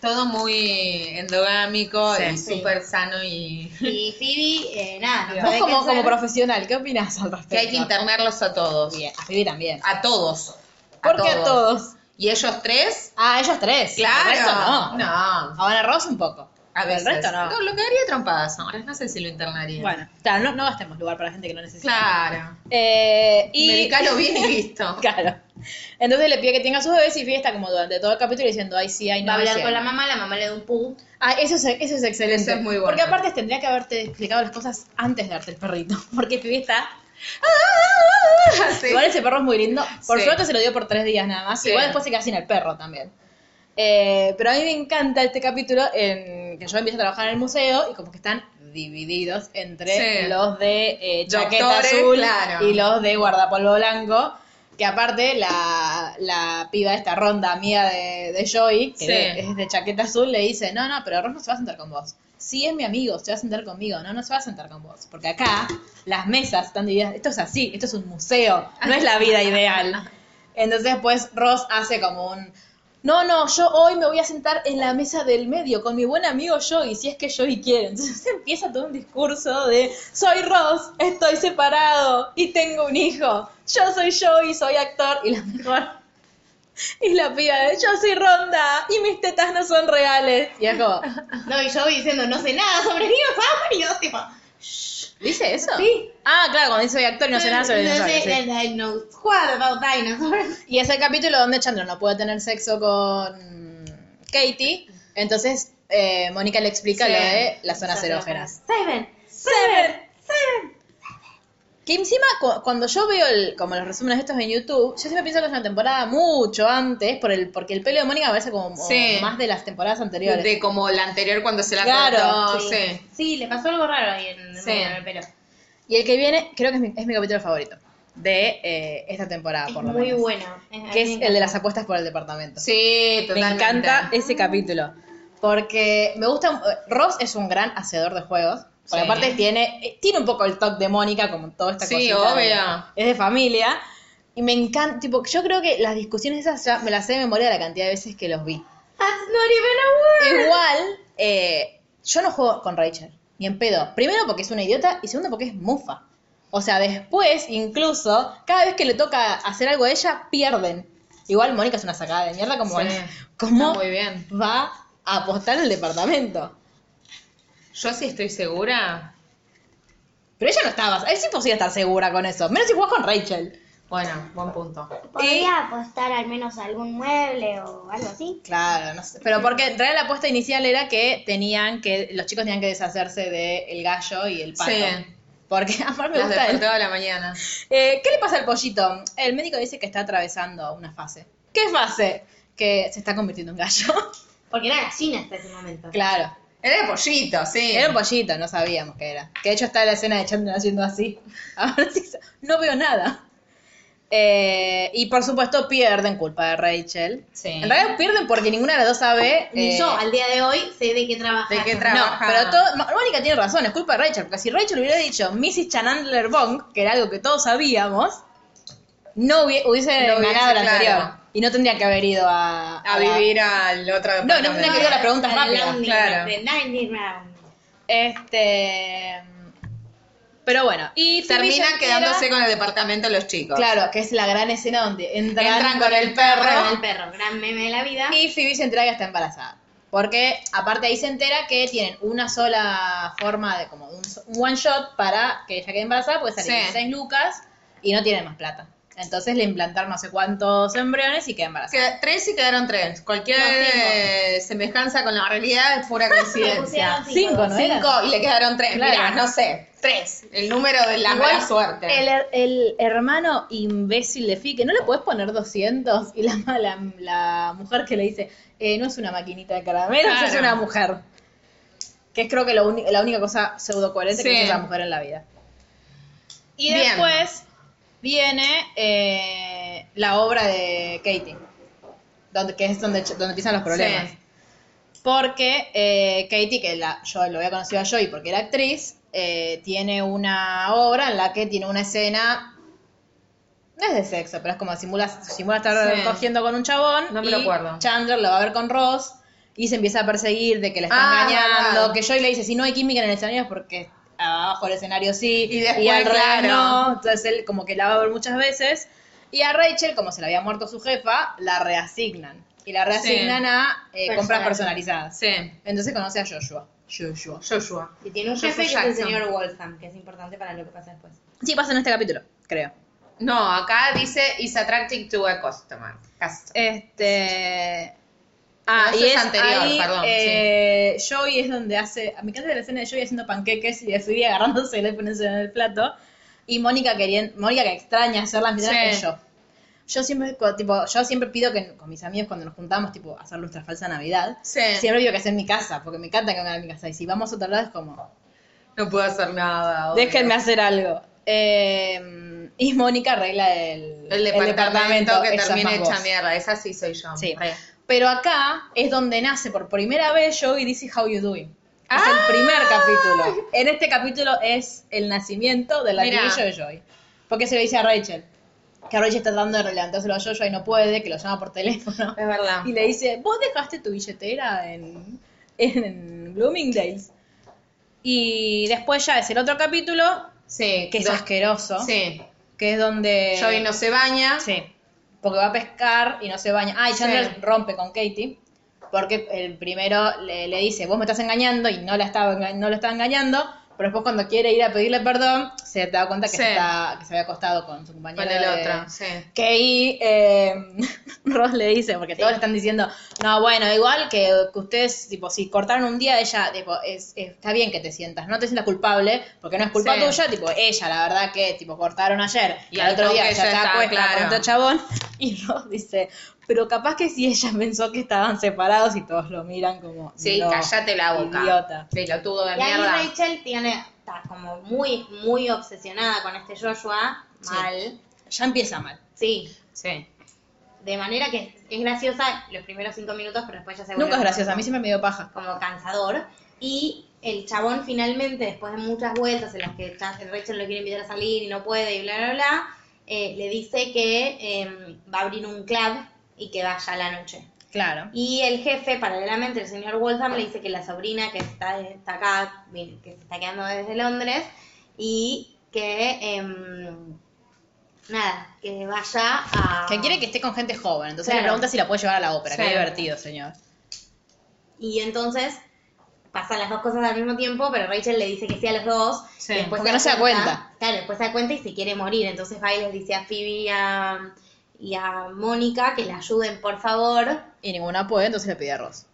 [SPEAKER 2] Todo muy endogámico
[SPEAKER 1] Sí.
[SPEAKER 2] y súper sano y
[SPEAKER 3] Y Phoebe, eh, nada, no
[SPEAKER 1] Vos
[SPEAKER 3] sabe
[SPEAKER 1] como,
[SPEAKER 3] qué hacer.
[SPEAKER 1] como profesional, ¿qué opinás al respecto?
[SPEAKER 2] que hay que internarlos a todos.
[SPEAKER 1] Bien, a Phoebe también.
[SPEAKER 2] A todos.
[SPEAKER 1] ¿Por qué a todos?
[SPEAKER 2] ¿Y ellos tres?
[SPEAKER 1] Ah, ellos tres.
[SPEAKER 2] Claro.
[SPEAKER 1] El resto no.
[SPEAKER 2] No.
[SPEAKER 1] Ahora Ross un poco.
[SPEAKER 2] A
[SPEAKER 1] Pero
[SPEAKER 2] veces.
[SPEAKER 1] El resto no.
[SPEAKER 2] lo quedaría trompadas ahora. No sé si lo internaría.
[SPEAKER 1] Bueno, claro, no, no gastemos lugar para gente que no necesita.
[SPEAKER 2] Claro.
[SPEAKER 1] Eh, y...
[SPEAKER 2] Medicalo bien y listo.
[SPEAKER 1] Claro. Entonces le pide que tenga sus bebés y Phoebe está como durante todo el capítulo diciendo, ay sí, ay no.
[SPEAKER 3] Va a
[SPEAKER 1] ay,
[SPEAKER 3] hablar
[SPEAKER 1] sí,
[SPEAKER 3] con
[SPEAKER 1] ay,
[SPEAKER 3] la
[SPEAKER 1] no".
[SPEAKER 3] mamá, la mamá le da un pu.
[SPEAKER 1] Ah, eso es, eso es excelente.
[SPEAKER 2] Eso es muy bueno.
[SPEAKER 1] Porque aparte tendría que haberte explicado las cosas antes de darte el perrito. Porque Phoebe está...
[SPEAKER 2] Sí.
[SPEAKER 1] Igual ese perro es muy lindo. Por
[SPEAKER 2] Sí.
[SPEAKER 1] suerte se lo dio por tres días nada más.
[SPEAKER 2] Sí.
[SPEAKER 1] Igual después se queda sin el perro también. Eh, pero a mí me encanta este capítulo en que yo empiezo a trabajar en el museo y como que están divididos entre
[SPEAKER 2] Sí.
[SPEAKER 1] los de eh, chaqueta
[SPEAKER 2] Doctores,
[SPEAKER 1] azul
[SPEAKER 2] claro.
[SPEAKER 1] y los de guardapolvo blanco. Que aparte la, la piba de esta ronda, amiga de, de Joey, que
[SPEAKER 2] Sí.
[SPEAKER 1] es de chaqueta azul, le dice, no, no, pero Ross no se va a sentar con vos. Sí, es mi amigo, se va a sentar conmigo, no, no se va a sentar con vos. Porque acá las mesas están divididas, esto es así, esto es un museo, no es la vida ideal. Entonces, pues, Ross hace como un, no, no, yo hoy me voy a sentar en la mesa del medio con mi buen amigo Joey, si es que Joey quiere. Entonces empieza todo un discurso de, soy Ross, estoy separado y tengo un hijo, yo soy Joey, soy actor y la mejor... Y la piba de, yo soy Ronda y mis tetas no son reales. Y es como,
[SPEAKER 3] No, y yo voy diciendo, no sé nada sobre dinosaurios, tipo.
[SPEAKER 1] ¿dice eso?
[SPEAKER 3] Sí.
[SPEAKER 1] Ah, claro, cuando dice soy actor y no sé nada sobre dinosaurios, sí.
[SPEAKER 3] and I know what about dinosaurs.
[SPEAKER 1] Y es el capítulo donde Chandler no puede tener sexo con Katie. Entonces, eh, Mónica le explica
[SPEAKER 2] Sí.
[SPEAKER 1] lo de las zonas erógenas.
[SPEAKER 3] Seven.
[SPEAKER 1] Que encima, cu- cuando yo veo el- como los resúmenes estos en YouTube, yo siempre pienso que es una temporada mucho antes, por el, porque el pelo de Mónica me parece como
[SPEAKER 2] Sí.
[SPEAKER 1] o más de las temporadas anteriores.
[SPEAKER 2] De como la anterior cuando se la
[SPEAKER 1] Claro,
[SPEAKER 2] cortó.
[SPEAKER 3] sí.
[SPEAKER 2] sí.
[SPEAKER 3] Sí, le pasó algo raro ahí en,
[SPEAKER 2] Sí.
[SPEAKER 3] en el pelo.
[SPEAKER 1] Y el que viene, creo que es mi, es mi capítulo favorito de eh, esta temporada,
[SPEAKER 3] Es
[SPEAKER 1] por lo
[SPEAKER 3] muy
[SPEAKER 1] menos.
[SPEAKER 3] bueno. Es-
[SPEAKER 1] Que
[SPEAKER 3] a mí
[SPEAKER 1] es
[SPEAKER 3] me
[SPEAKER 1] el de
[SPEAKER 3] encanta.
[SPEAKER 1] las apuestas por el departamento.
[SPEAKER 2] Sí,
[SPEAKER 1] Me
[SPEAKER 2] totalmente.
[SPEAKER 1] encanta ese capítulo. Porque me gusta. Ross es un gran hacedor de juegos. Porque
[SPEAKER 2] Sí.
[SPEAKER 1] aparte tiene, eh, tiene un poco el toque de Mónica, como toda esta
[SPEAKER 2] Sí,
[SPEAKER 1] cosita de-
[SPEAKER 2] obvio.
[SPEAKER 1] es de familia. Y me encanta. Tipo, yo creo que las discusiones esas ya me las sé de memoria la cantidad de veces que los vi.
[SPEAKER 3] That's Ah, not even a word.
[SPEAKER 1] Igual, eh, yo no juego con Rachel, ni en pedo. Primero porque es una idiota y segundo porque es mufa. O sea, después, incluso, cada vez que le toca hacer algo a ella, pierden. Igual Mónica es una sacada de mierda como,
[SPEAKER 2] Sí,
[SPEAKER 1] como
[SPEAKER 2] está muy bien.
[SPEAKER 1] va a apostar el departamento.
[SPEAKER 2] Yo sí estoy segura.
[SPEAKER 1] Pero ella no estaba, es imposible estar segura con eso, menos si jugás con Rachel.
[SPEAKER 2] Bueno, buen punto.
[SPEAKER 1] Eh.
[SPEAKER 4] Podría apostar al menos a algún mueble o algo así.
[SPEAKER 1] Claro, no sé. Pero porque en realidad la apuesta inicial era que tenían que, los chicos tenían que deshacerse del gallo y el pato.
[SPEAKER 2] Sí.
[SPEAKER 1] Porque amor me
[SPEAKER 2] Las
[SPEAKER 1] gusta el-
[SPEAKER 2] despertó a la mañana.
[SPEAKER 1] Eh, ¿Qué le pasa al pollito? El médico dice que está atravesando una fase. ¿Qué fase? Que se está convirtiendo en gallo.
[SPEAKER 3] Porque era gallina hasta ese momento.
[SPEAKER 1] claro.
[SPEAKER 2] Era de pollito, sí.
[SPEAKER 1] Era un pollito, no sabíamos que era. Que de hecho está la escena de Chandler haciendo así. Ahora sí, no veo nada. Eh, y por supuesto pierden culpa de Rachel.
[SPEAKER 2] Sí.
[SPEAKER 1] En realidad pierden porque ninguna de las dos sabe.
[SPEAKER 3] Ni
[SPEAKER 1] eh,
[SPEAKER 3] yo al día de hoy sé de qué trabajar.
[SPEAKER 2] ¿De qué
[SPEAKER 3] No.
[SPEAKER 2] trabaja?
[SPEAKER 1] No, pero todo, Ma- Mónica tiene razón, es culpa de Rachel, porque si Rachel hubiera dicho Mrs. Chandler Bong, que era algo que todos sabíamos, no hubie- hubiese
[SPEAKER 2] No hubiese,
[SPEAKER 1] ganado la
[SPEAKER 2] claro.
[SPEAKER 1] anterior. Y no tendría que haber ido a...
[SPEAKER 2] A
[SPEAKER 1] a-
[SPEAKER 2] vivir al otro
[SPEAKER 1] No, no
[SPEAKER 2] departamento.
[SPEAKER 1] tenía que ver las preguntas
[SPEAKER 3] Para
[SPEAKER 1] rápidas.
[SPEAKER 3] Landing,
[SPEAKER 2] claro.
[SPEAKER 3] de Landing Round.
[SPEAKER 1] Este... Pero bueno, y Phoebe se
[SPEAKER 2] Terminan
[SPEAKER 1] entera-
[SPEAKER 2] quedándose con el departamento los chicos.
[SPEAKER 1] Claro, que es la gran escena donde entran,
[SPEAKER 2] Entran con el perro.
[SPEAKER 3] Con el perro, gran meme de la vida.
[SPEAKER 1] y Phoebe se entera que está embarazada. Porque aparte ahí se entera que tienen una sola forma de como un, so- un one shot para que ella quede embarazada, porque sale
[SPEAKER 2] Sí.
[SPEAKER 1] 16 lucas y no tienen más plata. Entonces le implantaron no sé cuántos embriones y queda embarazada.
[SPEAKER 2] Queda- tres y quedaron tres. Cualquier
[SPEAKER 3] No, cinco.
[SPEAKER 2] eh, semejanza con la realidad es pura coincidencia.
[SPEAKER 3] pusieron
[SPEAKER 1] Cinco, ¿no era?
[SPEAKER 2] Cinco y le quedaron tres.
[SPEAKER 1] Claro.
[SPEAKER 2] Mirá, no sé. Tres. El número de la
[SPEAKER 1] Igual,
[SPEAKER 2] mala suerte.
[SPEAKER 1] El, her- el hermano imbécil de Fi, que no le puedes poner 200 y la, la, la mujer que le dice, eh, no es una maquinita de caramelos,
[SPEAKER 2] Claro.
[SPEAKER 1] es una mujer. Que es creo que lo uni- la única cosa pseudo coherente
[SPEAKER 2] Sí.
[SPEAKER 1] que hizo la mujer en la vida. Y
[SPEAKER 2] Bien.
[SPEAKER 1] después viene eh, la obra de Katie, donde, que es donde, donde empiezan los problemas.
[SPEAKER 2] Sí.
[SPEAKER 1] Porque eh, Katie, que la- yo lo había conocido a Joy porque era actriz, eh, tiene una obra en la que tiene una escena. No es de sexo, pero es como simula, simula estar
[SPEAKER 2] Sí.
[SPEAKER 1] cogiendo con un chabón.
[SPEAKER 2] No me lo
[SPEAKER 1] y
[SPEAKER 2] acuerdo.
[SPEAKER 1] Chandler lo va a ver con Ross y se empieza a perseguir de que la está
[SPEAKER 2] Ah,
[SPEAKER 1] engañando.
[SPEAKER 2] verdad.
[SPEAKER 1] Que Joy le dice: si no hay química en el escenario es porque abajo del escenario sí.
[SPEAKER 2] Y después,
[SPEAKER 1] al real
[SPEAKER 2] claro.
[SPEAKER 1] no. Entonces él, como que la va a ver muchas veces. Y a Rachel, como se le había muerto su jefa, la reasignan. Y la reasignan a eh, compras personalizadas.
[SPEAKER 2] Sí.
[SPEAKER 1] Entonces conoce a Joshua. Joshua.
[SPEAKER 2] Joshua.
[SPEAKER 3] Y tiene un
[SPEAKER 2] Yo soy
[SPEAKER 3] jefe que es el
[SPEAKER 2] Jackson.
[SPEAKER 3] señor Waltham, que es importante para lo que pasa después.
[SPEAKER 1] Sí, pasa en este capítulo, creo.
[SPEAKER 2] No, acá dice is attractive to a customer. Customer.
[SPEAKER 1] Este. Ah, y
[SPEAKER 2] No, eso es
[SPEAKER 1] es
[SPEAKER 2] anterior,
[SPEAKER 1] ahí,
[SPEAKER 2] perdón,
[SPEAKER 1] eh, Joey es donde hace. A mi encanta la escena de Joey haciendo panqueques y de Phoebe agarrándose y le poniéndose en el plato. Y Mónica querían, Mónica que extraña hacer las
[SPEAKER 2] Sí.
[SPEAKER 1] misiones que yo. Yo siempre, co- tipo, yo siempre pido que con mis amigos cuando nos juntamos, tipo, hacer nuestra falsa Navidad,
[SPEAKER 2] Sí.
[SPEAKER 1] siempre pido que hacer en mi casa, porque me encanta que hagan en mi casa. Y si vamos a otro lado es como, "Ah,
[SPEAKER 2] No puedo hacer nada. obvio.
[SPEAKER 1] Déjenme hacer algo. Eh, y Mónica arregla el,
[SPEAKER 2] El departamento,
[SPEAKER 1] departamento,
[SPEAKER 2] que
[SPEAKER 1] esa es
[SPEAKER 2] termina
[SPEAKER 1] más
[SPEAKER 2] hecha
[SPEAKER 1] vos.
[SPEAKER 2] mierda. Esa sí soy yo.
[SPEAKER 1] Sí.
[SPEAKER 2] Re.
[SPEAKER 1] Pero acá es donde nace por primera vez Joey dice How You Doing. Es el primer capítulo. En este capítulo es el nacimiento del
[SPEAKER 2] Mirá.
[SPEAKER 1] latiguillo de Joey. Porque se lo dice a Rachel. Que Rachel está tratando de relevantárselo a Joey y no puede, que lo llama por teléfono.
[SPEAKER 2] Es verdad.
[SPEAKER 1] Y le dice, vos dejaste tu billetera en, en Bloomingdale's. Y después ya es el otro capítulo,
[SPEAKER 2] Sí.
[SPEAKER 1] que es
[SPEAKER 2] do-
[SPEAKER 1] asqueroso,
[SPEAKER 2] Sí.
[SPEAKER 1] que es donde...
[SPEAKER 2] Joey no se baña.
[SPEAKER 1] Sí, porque va a pescar y no se baña. Ah, y Chandler
[SPEAKER 2] Sí.
[SPEAKER 1] rompe con Katie, porque el primero le, le dice, vos me estás engañando y no la estaba, enga- no lo estaba engañando, pero después cuando quiere ir a pedirle perdón, se da cuenta que,
[SPEAKER 2] Sí.
[SPEAKER 1] se está- que se había acostado con su compañero.
[SPEAKER 2] Con el
[SPEAKER 1] de-
[SPEAKER 2] otro. Sí.
[SPEAKER 1] que ahí eh, Ross le dice, porque todos le están diciendo, no, bueno, igual que, que ustedes, tipo, si cortaron un día, ella, tipo, es, es- está bien que te sientas, no te sientas culpable, porque no es culpa
[SPEAKER 2] Sí.
[SPEAKER 1] tuya, tipo, ella, la verdad que, tipo, cortaron ayer, y
[SPEAKER 2] Y
[SPEAKER 1] al
[SPEAKER 2] al
[SPEAKER 1] otro día
[SPEAKER 2] toque
[SPEAKER 1] ya
[SPEAKER 2] ya
[SPEAKER 1] está
[SPEAKER 2] está,
[SPEAKER 1] puesta
[SPEAKER 2] claro.
[SPEAKER 1] con otro chabón, y Ross dice, pero capaz que si ella pensó que estaban separados y todos lo miran como,
[SPEAKER 2] Sí,
[SPEAKER 1] "No,
[SPEAKER 2] cállate la boca.
[SPEAKER 1] idiota.
[SPEAKER 2] Pelotudo de
[SPEAKER 3] Y ahí
[SPEAKER 2] mierda.
[SPEAKER 3] Rachel tiene, está como muy, muy obsesionada con este Joshua,
[SPEAKER 1] Sí.
[SPEAKER 3] mal.
[SPEAKER 1] Ya empieza mal.
[SPEAKER 3] Sí.
[SPEAKER 2] Sí.
[SPEAKER 3] De manera que es graciosa los primeros cinco minutos, pero después ya se vuelve
[SPEAKER 1] Nunca es gracioso, a mí siempre me dio paja.
[SPEAKER 3] como cansador. Y el chabón finalmente, después de muchas vueltas en las que Chas- Rachel lo quiere invitar a salir y no puede y bla, bla, bla, eh, le dice que eh, va a abrir un club y que vaya a la noche.
[SPEAKER 1] Claro.
[SPEAKER 3] Y el jefe, paralelamente, el señor Waltham, le dice que la sobrina que está, está acá, vi- que se está quedando desde Londres, y que em, nada, que vaya a...
[SPEAKER 1] Que quiere que esté con gente joven, entonces le
[SPEAKER 3] Claro.
[SPEAKER 1] pregunta si la puede llevar a la ópera. Qué
[SPEAKER 3] Claro.
[SPEAKER 1] divertido, señor.
[SPEAKER 3] Y entonces pasan las dos cosas al mismo tiempo, pero Rachel le dice que sí a los dos.
[SPEAKER 1] Sí,
[SPEAKER 3] y
[SPEAKER 1] porque no se da cuenta.
[SPEAKER 3] Claro, después se da cuenta y se quiere morir. Entonces va y les dice a Phoebe y a, y a Mónica que la ayuden, por favor.
[SPEAKER 1] Y ninguna puede, entonces le pide a Ross.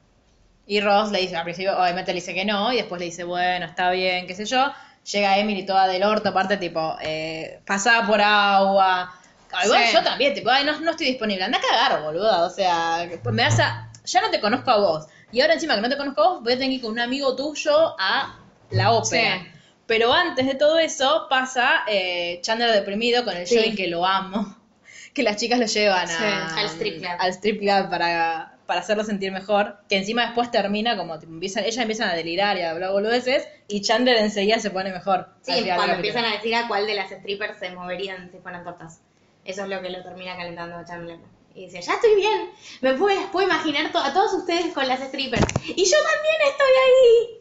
[SPEAKER 1] Y Ross le dice, al principio, obviamente le dice que no, y después le dice, bueno, está bien, qué sé yo. Llega Emily toda del orto, aparte, tipo, eh, pasada por agua. Ay, bueno, yo también, tipo, ay, no, no estoy disponible. Anda a cagar, boluda. O sea, me vas a. Ya no te conozco a vos. Y ahora encima que no te conozco a vos, voy a tener que ir con un amigo tuyo a la ópera.
[SPEAKER 3] Sí.
[SPEAKER 1] Pero antes de todo eso, pasa eh, Chandler deprimido con el
[SPEAKER 3] Sí.
[SPEAKER 1] Joey que lo amo. Que las chicas lo llevan a,
[SPEAKER 3] Sí, al strip club.
[SPEAKER 1] al strip club para, para hacerlo sentir mejor. Que encima después termina como tipo, empiezan, ellas empiezan a delirar y a hablar boludeces. Y Chandler enseguida se pone mejor.
[SPEAKER 3] Sí,
[SPEAKER 1] al final del
[SPEAKER 3] cuando
[SPEAKER 1] capítulo.
[SPEAKER 3] empiezan a decir a cuál de las strippers se moverían si fueran tortas. Eso es lo que lo termina calentando a Chandler. Y dice, ya estoy bien, me puedo, puedo imaginar to- a todos ustedes con las strippers. Y yo también estoy ahí.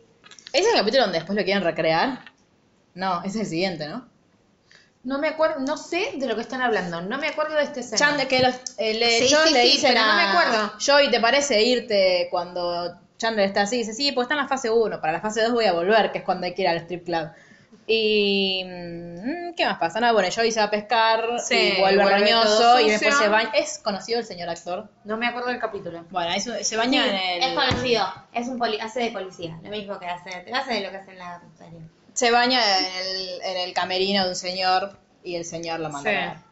[SPEAKER 1] ¿Ese es el capítulo donde después lo quieren recrear? No, ese es el siguiente, ¿no?
[SPEAKER 2] No me acuerdo, no sé de lo que están hablando. No me acuerdo de este escena.
[SPEAKER 1] Chandler, que los, eh, le,
[SPEAKER 2] Sí,
[SPEAKER 1] Joey
[SPEAKER 2] sí,
[SPEAKER 1] le
[SPEAKER 2] sí,
[SPEAKER 1] dicen
[SPEAKER 2] pero no
[SPEAKER 1] a-
[SPEAKER 2] me acuerdo.
[SPEAKER 1] Joey, ¿te parece irte cuando Chandler está así? Dice, sí, pues está en la fase 1, para la fase 2 voy a volver, que es cuando hay que ir al strip club. Y... mm, ¿Qué más pasa? Nada, bueno, Joey se va a pescar,
[SPEAKER 2] Sí,
[SPEAKER 1] y vuelve,
[SPEAKER 2] vuelve todo
[SPEAKER 1] roñoso, y
[SPEAKER 2] sucio.
[SPEAKER 1] después se baña. ¿Es conocido el señor actor?
[SPEAKER 2] No me acuerdo del capítulo.
[SPEAKER 1] Bueno, ahí se se baña en el...
[SPEAKER 3] Es conocido, es un poli- hace de policía, lo mismo que hace, hace de lo que hace en la tarea.
[SPEAKER 1] Se baña en el, en el camerino de un señor, y el señor lo manda a
[SPEAKER 2] Sí.
[SPEAKER 1] cagar.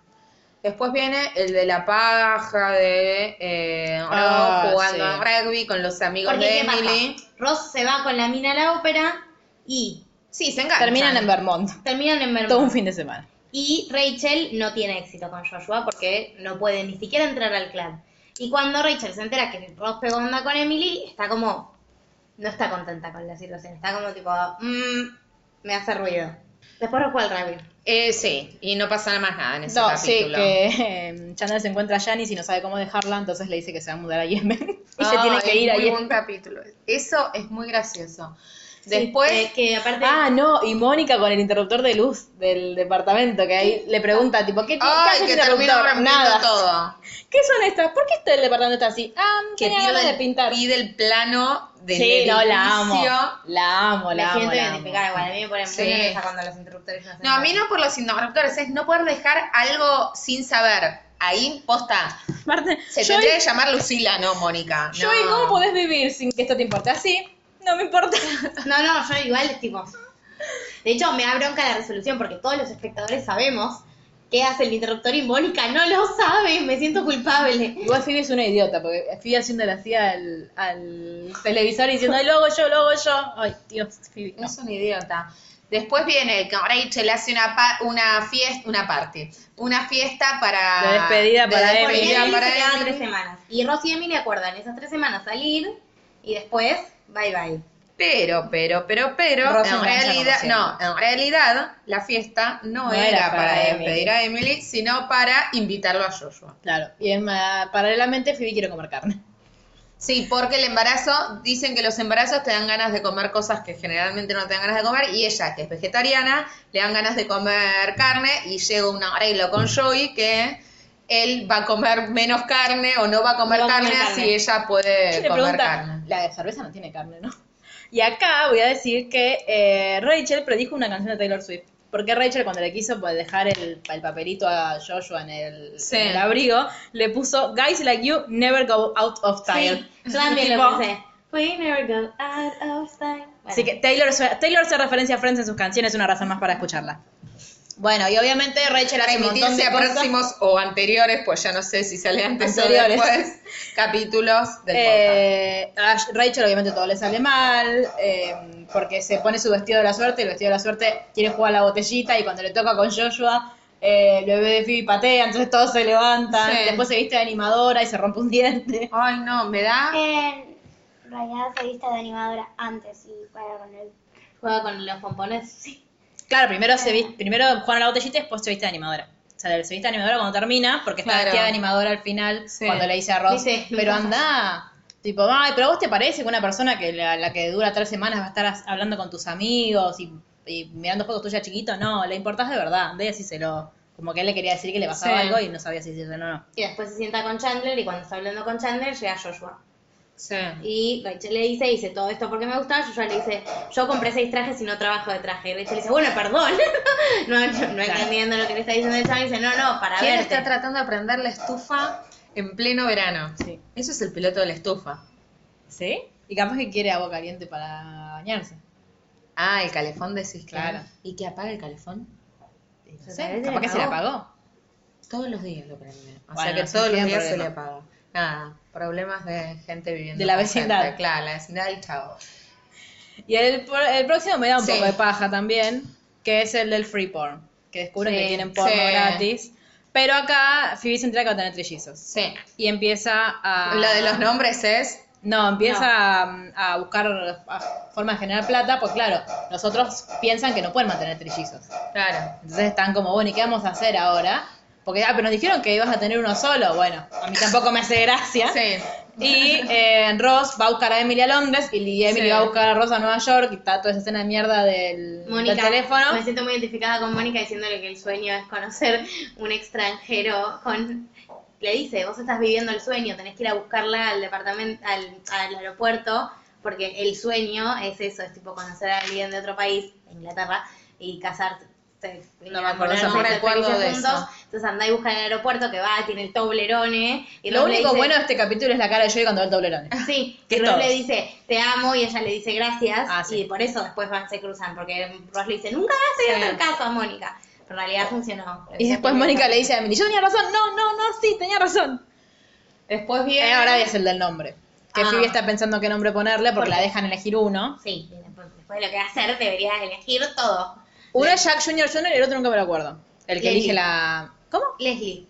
[SPEAKER 2] Después viene el de la paja, de eh, Ross
[SPEAKER 1] Ah,
[SPEAKER 2] jugando
[SPEAKER 1] sí.
[SPEAKER 2] a rugby con los amigos
[SPEAKER 3] Porque
[SPEAKER 2] de
[SPEAKER 3] ¿qué pasa?
[SPEAKER 2] Emily.
[SPEAKER 3] Ross se va con la mina a la ópera y
[SPEAKER 2] Sí, se enganchan.
[SPEAKER 1] Terminan en Vermont,
[SPEAKER 3] terminan en
[SPEAKER 1] todo un
[SPEAKER 3] Vermont.
[SPEAKER 1] fin de semana.
[SPEAKER 3] Y Rachel no tiene éxito con Joshua porque no puede ni siquiera entrar al club. Y cuando Rachel se entera que Ross pegó onda con Emily, está como. No está contenta con la situación. Está como tipo. "Mm, me hace ruido. Después Ross juega al rugby.
[SPEAKER 2] Eh, sí, y no pasa nada más nada en ese
[SPEAKER 1] No, sí,
[SPEAKER 2] capítulo.
[SPEAKER 1] que eh, Chandler se encuentra a Janice y no sabe cómo dejarla, entonces le dice que se va a mudar a Yemen. y se
[SPEAKER 2] Ah,
[SPEAKER 1] tiene que
[SPEAKER 2] es
[SPEAKER 1] ir a
[SPEAKER 2] muy
[SPEAKER 1] Yemen.
[SPEAKER 2] buen capítulo. Eso es muy gracioso.
[SPEAKER 3] Sí,
[SPEAKER 2] Después,
[SPEAKER 3] que, que aparte.
[SPEAKER 1] Ah, no, y Mónica con el interruptor de luz del departamento, que ahí le pregunta, tipo, ¿qué, tiene- qué
[SPEAKER 2] ay,
[SPEAKER 1] hace
[SPEAKER 2] que
[SPEAKER 1] el
[SPEAKER 2] termina
[SPEAKER 1] interruptor?
[SPEAKER 2] rompiendo
[SPEAKER 1] Nada.
[SPEAKER 2] todo.
[SPEAKER 1] ¿Qué son estas? ¿Por qué este el departamento está así? Ah,
[SPEAKER 2] Que
[SPEAKER 1] tenía ganas
[SPEAKER 2] pide
[SPEAKER 1] de pintar.
[SPEAKER 2] pide el plano del
[SPEAKER 1] Sí, no, la amo.
[SPEAKER 2] edificio.
[SPEAKER 1] La amo,
[SPEAKER 3] me
[SPEAKER 1] la amo.
[SPEAKER 3] siento
[SPEAKER 1] la amo.
[SPEAKER 3] identificada igual. A mí me pone
[SPEAKER 2] Sí.
[SPEAKER 3] muy nerviosa cuando los interruptores hacen
[SPEAKER 2] No, a mí
[SPEAKER 3] nada.
[SPEAKER 2] no por los interruptores, es no poder dejar algo sin saber. Ahí, posta,
[SPEAKER 1] Aparte,
[SPEAKER 2] se
[SPEAKER 1] Joey,
[SPEAKER 2] tendría que llamar Lucila, no Mónica. No.
[SPEAKER 1] Joey, ¿cómo podés vivir sin que esto te importe? Así, no me importa.
[SPEAKER 3] No, no, yo igual es tipo. De hecho, me da bronca la resolución porque todos los espectadores sabemos qué hace el interruptor y Mónica no lo sabe. Me siento culpable.
[SPEAKER 1] Igual Phoebe es una idiota, porque Phoebe haciendo la hacía al, al televisor y diciendo, "Ay, lo hago yo, lo hago yo. Ay, Dios, Phoebe.
[SPEAKER 2] No es un idiota. Después viene que Rachel hace una, pa- una fiesta, una party, una fiesta para...
[SPEAKER 1] De despedida para
[SPEAKER 2] despedida
[SPEAKER 3] Porque
[SPEAKER 1] Emily.
[SPEAKER 3] Emily
[SPEAKER 2] para
[SPEAKER 3] se quedaba
[SPEAKER 2] Emily.
[SPEAKER 3] tres semanas. Y Rosy y Emily acuerdan esas tres semanas salir y después, bye bye.
[SPEAKER 2] Pero, pero, pero, pero,
[SPEAKER 1] Rosa
[SPEAKER 2] en
[SPEAKER 1] engancha
[SPEAKER 2] realidad,
[SPEAKER 1] como siempre.
[SPEAKER 2] no, en realidad la fiesta no, era, para, despedir a Emily, sino para invitarlo a Joshua.
[SPEAKER 1] Claro, y en, ah, paralelamente Phoebe quiere comer carne.
[SPEAKER 2] Sí, porque el embarazo, dicen que los embarazos te dan ganas de comer cosas que generalmente no te dan ganas de comer, y ella, que es vegetariana, le dan ganas de comer carne, y llega un arreglo con Joey que él va a comer menos carne o no va a comer,
[SPEAKER 3] No va a
[SPEAKER 2] carne,
[SPEAKER 3] comer carne.
[SPEAKER 2] si ella puede
[SPEAKER 1] Yo le
[SPEAKER 2] comer
[SPEAKER 1] pregunta,
[SPEAKER 2] carne.
[SPEAKER 1] la de cerveza no tiene carne, ¿no? Y acá voy a decir que eh, Rachel predijo una canción de Taylor Swift. Porque Rachel, cuando le quiso pues, dejar el, el papelito a Joshua en el,
[SPEAKER 2] Sí.
[SPEAKER 1] en el abrigo, le puso Guys like you never go out of style.
[SPEAKER 3] Sí, yo también
[SPEAKER 1] Tipo,
[SPEAKER 3] lo pensé. We never go out of time. Bueno,
[SPEAKER 1] Así que Taylor, se- Taylor se referencia a Friends en sus canciones, una razón más para escucharla. Bueno, y obviamente Rachel hace un montón
[SPEAKER 2] Remitirse
[SPEAKER 1] de
[SPEAKER 2] a
[SPEAKER 1] cosas.
[SPEAKER 2] próximos o anteriores, pues ya no sé si sale antes
[SPEAKER 1] Anteriores.
[SPEAKER 2] o después, capítulos del
[SPEAKER 1] Eh, a Rachel obviamente todo le sale mal, eh, porque se pone su vestido de la suerte, el vestido de la suerte quiere jugar a la botellita y cuando le toca con Joshua, eh, el bebé de Phoebe patea, entonces todos se levantan,
[SPEAKER 2] Sí.
[SPEAKER 1] después se viste de animadora y se rompe un diente.
[SPEAKER 2] podcast. Ay, no, me da...
[SPEAKER 4] eh, En realidad se vista de animadora antes y para con él.
[SPEAKER 3] Juega con los pompones. Sí.
[SPEAKER 1] Claro, primero se vis- primero juegan a la botellita y después se viste de animadora. O sea, se viste de animadora cuando termina, porque está
[SPEAKER 2] Claro.
[SPEAKER 1] vestida de animadora al final,
[SPEAKER 2] Sí.
[SPEAKER 1] cuando le dice a Ross,
[SPEAKER 3] Dice,
[SPEAKER 1] pero
[SPEAKER 3] "Nunca
[SPEAKER 1] anda, tipo, ay, pero a vos te parece que una persona que la, la que dura tres semanas va a estar as- hablando con tus amigos y, y mirando fotos tuyas chiquito, no, le importás de verdad, ve decíselo
[SPEAKER 5] Como que él le quería decir que le pasaba
[SPEAKER 1] Sí.
[SPEAKER 5] algo y no sabía si decirle no o no.
[SPEAKER 3] Y después se sienta con Chandler y cuando está hablando con Chandler llega Joshua.
[SPEAKER 1] Sí.
[SPEAKER 3] Y Rachel le dice, dice todo esto porque me gusta. Joshua le dice, yo compré seis trajes y no trabajo de traje. Y Rachel le dice, bueno, perdón. no, no, no entendiendo lo que le está diciendo el chaval. Dice, no, no, para
[SPEAKER 2] ¿Quién
[SPEAKER 3] verte.
[SPEAKER 2] está tratando de aprender la estufa en pleno verano?
[SPEAKER 5] Sí.
[SPEAKER 2] Eso es el piloto de la estufa.
[SPEAKER 5] ¿Sí? Y capaz que quiere agua caliente para bañarse.
[SPEAKER 2] Ah, el calefón decís, claro.
[SPEAKER 5] Claro.
[SPEAKER 2] ¿Y qué apaga el calefón?
[SPEAKER 5] No
[SPEAKER 3] tal
[SPEAKER 5] sé,
[SPEAKER 3] vez
[SPEAKER 5] capaz
[SPEAKER 3] le
[SPEAKER 5] que se la
[SPEAKER 3] apagó.
[SPEAKER 5] apagó.
[SPEAKER 2] Todos los días lo prende. O sea
[SPEAKER 5] Bueno,
[SPEAKER 2] que
[SPEAKER 5] sí,
[SPEAKER 2] todos los
[SPEAKER 5] tiene
[SPEAKER 2] días se le
[SPEAKER 5] problema.
[SPEAKER 2] apaga. Nada, problemas de gente viviendo.
[SPEAKER 5] De la
[SPEAKER 2] con
[SPEAKER 5] vecindad.
[SPEAKER 2] gente, Claro, la vecindad y chavo.
[SPEAKER 1] Y el, por- el próximo me da un
[SPEAKER 2] Sí.
[SPEAKER 1] poco de paja también, que es el del free porn, que descubren
[SPEAKER 2] Sí,
[SPEAKER 1] que tienen porno
[SPEAKER 2] sí.
[SPEAKER 1] gratis. Pero acá Phoebe se entera que va a tener trillizos.
[SPEAKER 2] Sí.
[SPEAKER 1] Y empieza a...
[SPEAKER 2] Lo de los nombres es.
[SPEAKER 1] No, empieza A, a buscar a- formas de generar plata, pues claro, nosotros piensan que no pueden mantener trillizos.
[SPEAKER 2] Claro.
[SPEAKER 1] Entonces están como, bueno, ¿y qué vamos a hacer ahora? Porque, ah, pero nos dijeron que ibas a tener uno solo. Bueno, a mí tampoco me hace gracia.
[SPEAKER 2] Sí.
[SPEAKER 1] Y eh, Ross va a buscar a Emily a Londres y Emily
[SPEAKER 2] Sí.
[SPEAKER 1] va a buscar a Ross a Nueva York y está toda esa escena de mierda del, del
[SPEAKER 3] Mónica,
[SPEAKER 1] teléfono.
[SPEAKER 3] me siento muy identificada con Mónica diciéndole que el sueño es conocer un extranjero con... Le dice, vos estás viviendo el sueño, tenés que ir a buscarla al departamento, al, al aeropuerto, porque el sueño es eso, es tipo conocer a alguien de otro país, Inglaterra, y casarte.
[SPEAKER 2] No me acuerdo,
[SPEAKER 3] ponerse
[SPEAKER 2] no me
[SPEAKER 3] felices
[SPEAKER 2] acuerdo de
[SPEAKER 3] juntos.
[SPEAKER 2] eso.
[SPEAKER 3] Entonces andá y busca en el aeropuerto que va, tiene el toblerone. Y
[SPEAKER 1] Lo
[SPEAKER 3] Ross le
[SPEAKER 1] único
[SPEAKER 3] dice-
[SPEAKER 1] bueno de este capítulo es la cara de Joey cuando va al tablerón.
[SPEAKER 3] Sí,
[SPEAKER 1] Que
[SPEAKER 3] y
[SPEAKER 1] es
[SPEAKER 3] Ross
[SPEAKER 1] todo.
[SPEAKER 3] le dice, te amo, y ella le dice gracias,
[SPEAKER 1] Ah, sí.
[SPEAKER 3] y por eso después van, se cruzan, porque Ross le dice, nunca vas a hacer caso a Mónica. Pero en realidad funcionó.
[SPEAKER 1] Y después Mónica le dice a Emily, yo tenía razón, no, no, no, sí, tenía razón.
[SPEAKER 2] Después viene.
[SPEAKER 1] Eh, ahora es el del nombre. Que
[SPEAKER 3] Ah.
[SPEAKER 1] Phoebe está pensando qué nombre ponerle porque la dejan elegir uno.
[SPEAKER 3] Sí, después después de lo que va a hacer, debería elegir todo.
[SPEAKER 1] Uno es Jack Jr. Jr. y el otro nunca me lo acuerdo. El que
[SPEAKER 3] Lily.
[SPEAKER 1] elige la... ¿Cómo?
[SPEAKER 3] Leslie.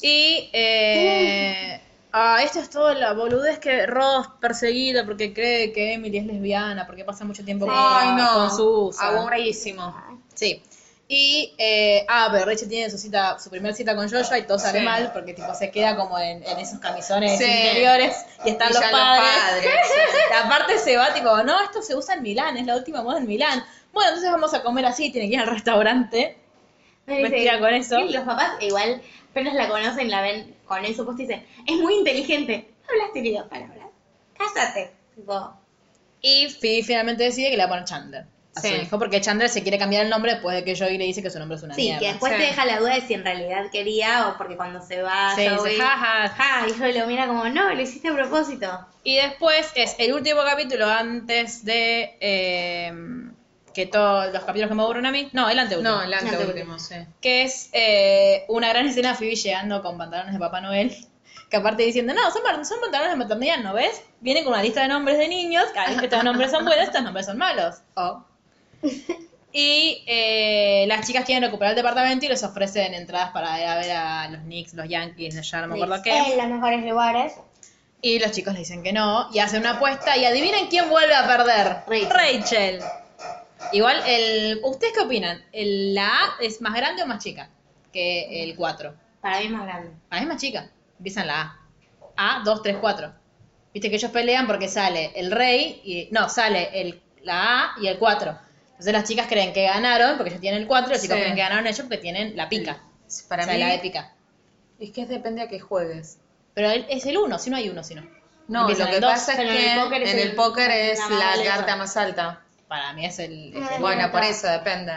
[SPEAKER 1] Y eh, ah, esto es todo la boludez que Ross perseguido porque cree que Emily es lesbiana, porque pasa mucho tiempo con,
[SPEAKER 2] Ay, no.
[SPEAKER 1] con Susan.
[SPEAKER 2] Aburridísimo.
[SPEAKER 1] Sí. Y, eh, ah, pero Rachel tiene su cita, su primera cita con Joshua y todo sale
[SPEAKER 2] Sí.
[SPEAKER 1] mal porque tipo se queda como en, en esos camisones
[SPEAKER 2] Sí.
[SPEAKER 1] interiores y están
[SPEAKER 2] Y
[SPEAKER 1] los,
[SPEAKER 2] ya los
[SPEAKER 1] padres.
[SPEAKER 2] padres,
[SPEAKER 1] Aparte se va tipo, no, esto se usa en Milán, es la última moda en Milán. Bueno, entonces vamos a comer así, tiene que ir al restaurante.
[SPEAKER 3] Me
[SPEAKER 1] Mentira con eso.
[SPEAKER 3] Y los papás igual apenas la conocen, la ven con eso puesto y dicen, es muy inteligente. Hablaste ni dos palabras. Cásate. Tipo,
[SPEAKER 1] Y Phoebe finalmente decide que le va a poner Chandler a
[SPEAKER 2] Sí.
[SPEAKER 1] su hijo, porque Chandler se quiere cambiar el nombre después de que Joey le dice que su nombre es una
[SPEAKER 3] sí,
[SPEAKER 1] mierda.
[SPEAKER 3] que después
[SPEAKER 2] sí.
[SPEAKER 3] te deja la duda de si en realidad quería o porque cuando se va
[SPEAKER 1] Sí, dice,
[SPEAKER 3] Joey-
[SPEAKER 1] "Ja, ja, ja".
[SPEAKER 3] Ah, y yo lo mira como, no, lo hiciste a propósito.
[SPEAKER 1] Y después es el último capítulo antes de eh, que todos los capítulos que me aburren a mí. No, el anteúltimo.
[SPEAKER 2] No, el anteúltimo,
[SPEAKER 3] Anteúltimo.
[SPEAKER 2] sí.
[SPEAKER 1] Que es eh, una gran escena de Phoebe llegando con pantalones de Papá Noel. Que aparte diciendo, no, son, pan- son pantalones de maternidad, ¿no ves? Vienen con una lista de nombres de niños. ah, Estos nombres son buenos, estos nombres son malos. Oh. Y eh, las chicas quieren recuperar el departamento y les ofrecen entradas para ir a ver a los Knicks, los Yankees, ya no me acuerdo qué.
[SPEAKER 4] En los mejores lugares.
[SPEAKER 1] Y los chicos le dicen que no, y hacen una apuesta, y adivinen quién vuelve a perder.
[SPEAKER 3] Rachel.
[SPEAKER 1] Rachel. Igual, el, ¿ustedes qué opinan? ¿El- ¿La A es más grande o más chica que el 4?
[SPEAKER 3] Para mí es más grande.
[SPEAKER 1] Para mí es más chica. Empiezan la A. A, 2, 3, 4. Viste que ellos pelean porque sale el rey, y no, sale el, la A y el 4. Entonces las chicas creen que ganaron porque ellos tienen el 4, los chicos
[SPEAKER 2] Sí.
[SPEAKER 1] creen que ganaron ellos porque tienen la pica.
[SPEAKER 2] Para
[SPEAKER 1] o sea,
[SPEAKER 2] mí.
[SPEAKER 1] la de pica.
[SPEAKER 2] Es que depende a qué juegues.
[SPEAKER 1] Pero el- es el 1, si no hay 1, si no.
[SPEAKER 2] No, lo
[SPEAKER 1] Empiezan
[SPEAKER 2] que
[SPEAKER 1] el dos.
[SPEAKER 2] pasa es
[SPEAKER 3] pero en
[SPEAKER 2] que
[SPEAKER 3] el póker es
[SPEAKER 2] en
[SPEAKER 3] el-
[SPEAKER 2] el póker es
[SPEAKER 3] la más
[SPEAKER 2] la
[SPEAKER 3] valiosa.
[SPEAKER 2] carta más alta.
[SPEAKER 1] Para mí es el... es el-
[SPEAKER 2] Bueno, por eso depende.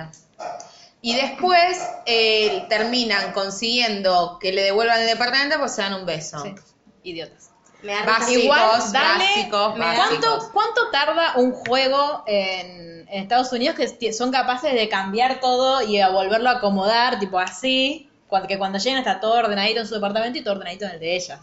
[SPEAKER 2] Y después eh, terminan consiguiendo que le devuelvan el departamento, pues se dan un beso.
[SPEAKER 1] Sí. Idiotas.
[SPEAKER 3] Me da
[SPEAKER 2] Básicos,
[SPEAKER 3] risa.
[SPEAKER 1] Igual, dale.
[SPEAKER 2] básicos,
[SPEAKER 3] Me da-
[SPEAKER 2] básicos.
[SPEAKER 1] ¿Cuánto, ¿Cuánto tarda un juego en, en Estados Unidos que ti- son capaces de cambiar todo y a volverlo a acomodar, tipo así? Cuando, que cuando lleguen está todo ordenadito en su departamento y todo ordenadito en el de ellas.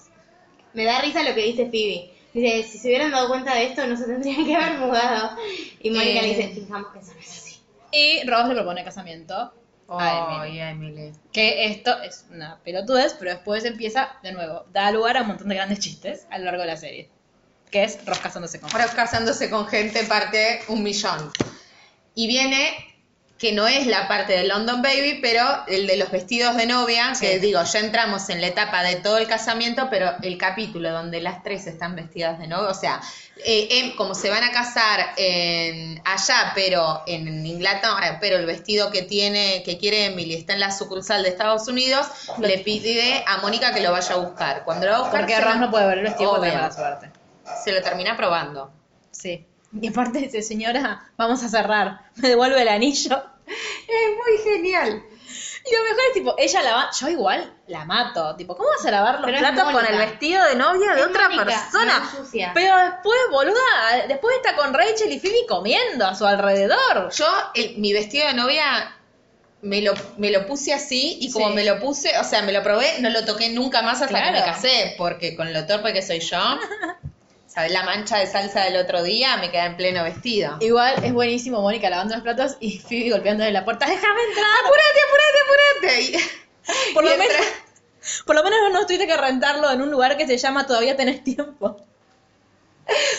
[SPEAKER 3] Me da risa lo que dice Phoebe. Dice, si se hubieran dado cuenta de esto, no se tendrían que haber mudado. Y Mónica
[SPEAKER 1] Eh.
[SPEAKER 3] le dice, fijamos que eso no es así.
[SPEAKER 1] Y Ross le propone casamiento
[SPEAKER 2] Oh,
[SPEAKER 1] a Emily.
[SPEAKER 2] Ay, Emily.
[SPEAKER 1] Que esto es una pelotudez, pero después empieza de nuevo. Da lugar a un montón de grandes chistes a lo largo de la serie. Que es Ross casándose con
[SPEAKER 2] Ahora casándose con gente, parte un millón. Y viene que no es la parte de London Baby, pero el de los vestidos de novia, que digo, ya entramos en la etapa de todo el casamiento, pero el capítulo donde las tres están vestidas de novia, o sea, eh, em- como se van a casar en- allá, pero en Inglaterra, pero el vestido que tiene, que quiere Emily está en la sucursal de Estados Unidos, le pide a Mónica que lo vaya a buscar. Cuando lo va a buscar,
[SPEAKER 5] Porque
[SPEAKER 2] se
[SPEAKER 5] Ross
[SPEAKER 2] lo-
[SPEAKER 5] no puede ver el vestido porque
[SPEAKER 2] Obvio.
[SPEAKER 5] tiene mala suerte.
[SPEAKER 2] se lo termina probando.
[SPEAKER 1] Sí. Y aparte dice, señora, vamos a cerrar. Me devuelve el anillo.
[SPEAKER 2] Es muy genial.
[SPEAKER 1] Y lo mejor es tipo, ella la va, yo igual la mato. Tipo, ¿cómo vas a lavar los
[SPEAKER 3] Pero es
[SPEAKER 1] platos con
[SPEAKER 3] Mónica.
[SPEAKER 1] el vestido de novia de
[SPEAKER 3] Es
[SPEAKER 1] otra
[SPEAKER 3] Mónica,
[SPEAKER 1] persona?
[SPEAKER 3] no es sucia.
[SPEAKER 1] Pero después, boluda, después está con Rachel y Phoebe comiendo a su alrededor.
[SPEAKER 2] Yo, el- mi vestido de novia me lo, me lo puse así y como
[SPEAKER 1] Sí.
[SPEAKER 2] me lo puse, o sea, me lo probé, no lo toqué nunca más hasta que me
[SPEAKER 1] Claro.
[SPEAKER 2] casé, porque con lo torpe que soy yo, ¿sabes? La mancha de salsa del otro día me queda en pleno vestido.
[SPEAKER 1] Igual es buenísimo Mónica lavando los platos y Phoebe golpeándole la puerta. Déjame entrar.
[SPEAKER 2] ¡Apúrate, apúrate, apúrate! Y-
[SPEAKER 1] Por lo
[SPEAKER 2] y entra-
[SPEAKER 1] menos- Por lo menos no tuviste que rentarlo en un lugar que se llama Todavía tenés tiempo.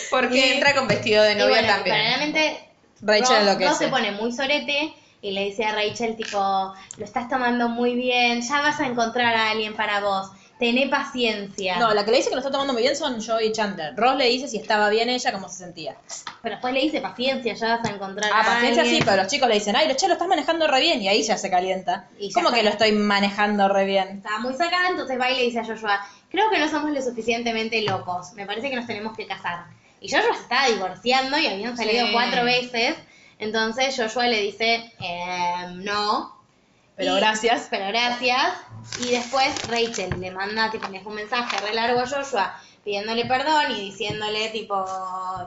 [SPEAKER 2] Porque
[SPEAKER 1] Y-
[SPEAKER 2] entra con vestido de
[SPEAKER 3] Y
[SPEAKER 2] novia
[SPEAKER 3] bueno,
[SPEAKER 2] también.
[SPEAKER 3] paralelamente,
[SPEAKER 1] Rachel
[SPEAKER 3] Ross,
[SPEAKER 1] enloquece.
[SPEAKER 3] Ross se pone muy sorete y le dice a Rachel, tipo, lo estás tomando muy bien, ya vas a encontrar a alguien para vos, tené paciencia.
[SPEAKER 1] No, la que le dice que lo está tomando muy bien son Joey y Chandler. Ross le dice si estaba bien ella, cómo se sentía.
[SPEAKER 3] Pero después le dice, paciencia, ya vas a encontrar
[SPEAKER 1] Ah,
[SPEAKER 3] a
[SPEAKER 1] paciencia sí,
[SPEAKER 3] alguien.
[SPEAKER 1] pero los chicos le dicen, ay, che, lo estás manejando re bien, y ahí ya se calienta.
[SPEAKER 3] Y ya
[SPEAKER 1] ¿Cómo
[SPEAKER 3] está.
[SPEAKER 1] que lo estoy manejando re bien?
[SPEAKER 3] Estaba muy sacada, entonces va y le dice a Joshua, creo que no somos lo suficientemente locos, me parece que nos tenemos que casar. Y Joshua se estaba divorciando y habían salido
[SPEAKER 2] Sí.
[SPEAKER 3] cuatro veces, entonces Joshua le dice, "Em, no.
[SPEAKER 1] Pero
[SPEAKER 3] Y-
[SPEAKER 1] gracias.
[SPEAKER 3] pero gracias. Y después Rachel le manda, tipo, le deja un mensaje re largo a Joshua pidiéndole perdón y diciéndole, tipo,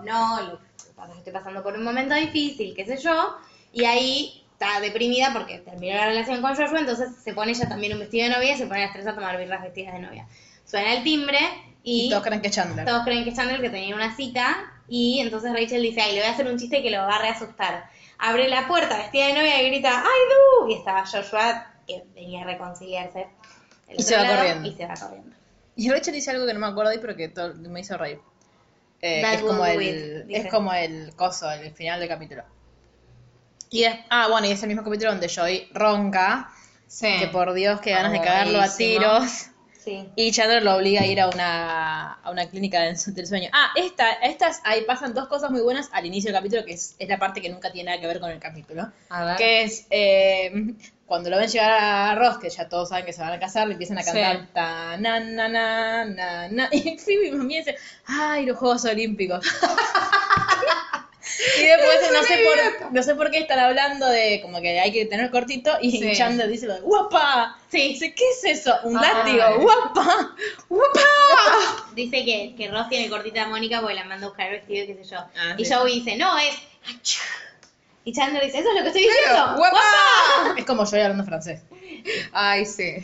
[SPEAKER 3] no, lo que pasa es que estoy pasando por un momento difícil, qué sé yo. Y ahí está deprimida porque terminó la relación con Joshua, entonces se pone ella también un vestido de novia y se pone las tres a tomar birras vestidas de novia. Suena el timbre y,
[SPEAKER 1] Y todos creen que es Chandler.
[SPEAKER 3] todos creen que es Chandler que tenía una cita y entonces Rachel dice, ay, le voy a hacer un chiste que lo va a reasustar. Abre la puerta vestida de novia y grita, ay, du. Y estaba Joshua que venía a reconciliarse. del
[SPEAKER 1] Y se
[SPEAKER 3] otro
[SPEAKER 1] va
[SPEAKER 3] lado,
[SPEAKER 1] corriendo.
[SPEAKER 3] Y se va corriendo.
[SPEAKER 1] Y Rachel dice algo que no me acuerdo ahí, pero que todo- me hizo reír. Eh,
[SPEAKER 3] That
[SPEAKER 1] que es como
[SPEAKER 3] would do
[SPEAKER 1] el
[SPEAKER 3] it, dice.
[SPEAKER 1] es como el coso, el final del capítulo. Y es, ah, bueno, y es el mismo capítulo donde Joey ronca,
[SPEAKER 2] Sí.
[SPEAKER 1] que por Dios, que ganas de cagarlo a
[SPEAKER 2] Aburridísimo.
[SPEAKER 1] tiros.
[SPEAKER 3] Sí.
[SPEAKER 1] Y Chandler lo obliga a ir a una, a una clínica de su- del sueño. Ah, esta, estas, ahí pasan dos cosas muy buenas al inicio del capítulo, que es, es la parte que nunca tiene nada que ver con el capítulo.
[SPEAKER 2] A ver.
[SPEAKER 1] Que es eh, cuando lo ven llegar a Ross, que ya todos saben que se van a casar, le empiezan a cantar
[SPEAKER 2] Sí.
[SPEAKER 1] ta, na, na, na, na, na. Y Phoebe mami dice, ay, los Juegos Olímpicos. y después no sé, por, no sé por qué están hablando de como que hay que tener cortito y
[SPEAKER 2] Sí.
[SPEAKER 1] Chandler dice lo de guapa.
[SPEAKER 3] Sí.
[SPEAKER 1] Dice, ¿qué es eso? Un
[SPEAKER 2] Ah.
[SPEAKER 1] látigo, guapa, guapa.
[SPEAKER 3] Dice que, que Ross tiene cortita a Mónica porque la manda a buscar el vestido y qué sé yo.
[SPEAKER 1] Ah,
[SPEAKER 3] y
[SPEAKER 1] sí.
[SPEAKER 3] Joey dice, no, es... achú". Y Chandler dice, eso es lo que estoy
[SPEAKER 2] Claro,
[SPEAKER 3] diciendo.
[SPEAKER 2] guapa.
[SPEAKER 1] Es como yo hablando francés.
[SPEAKER 2] Ay, sí.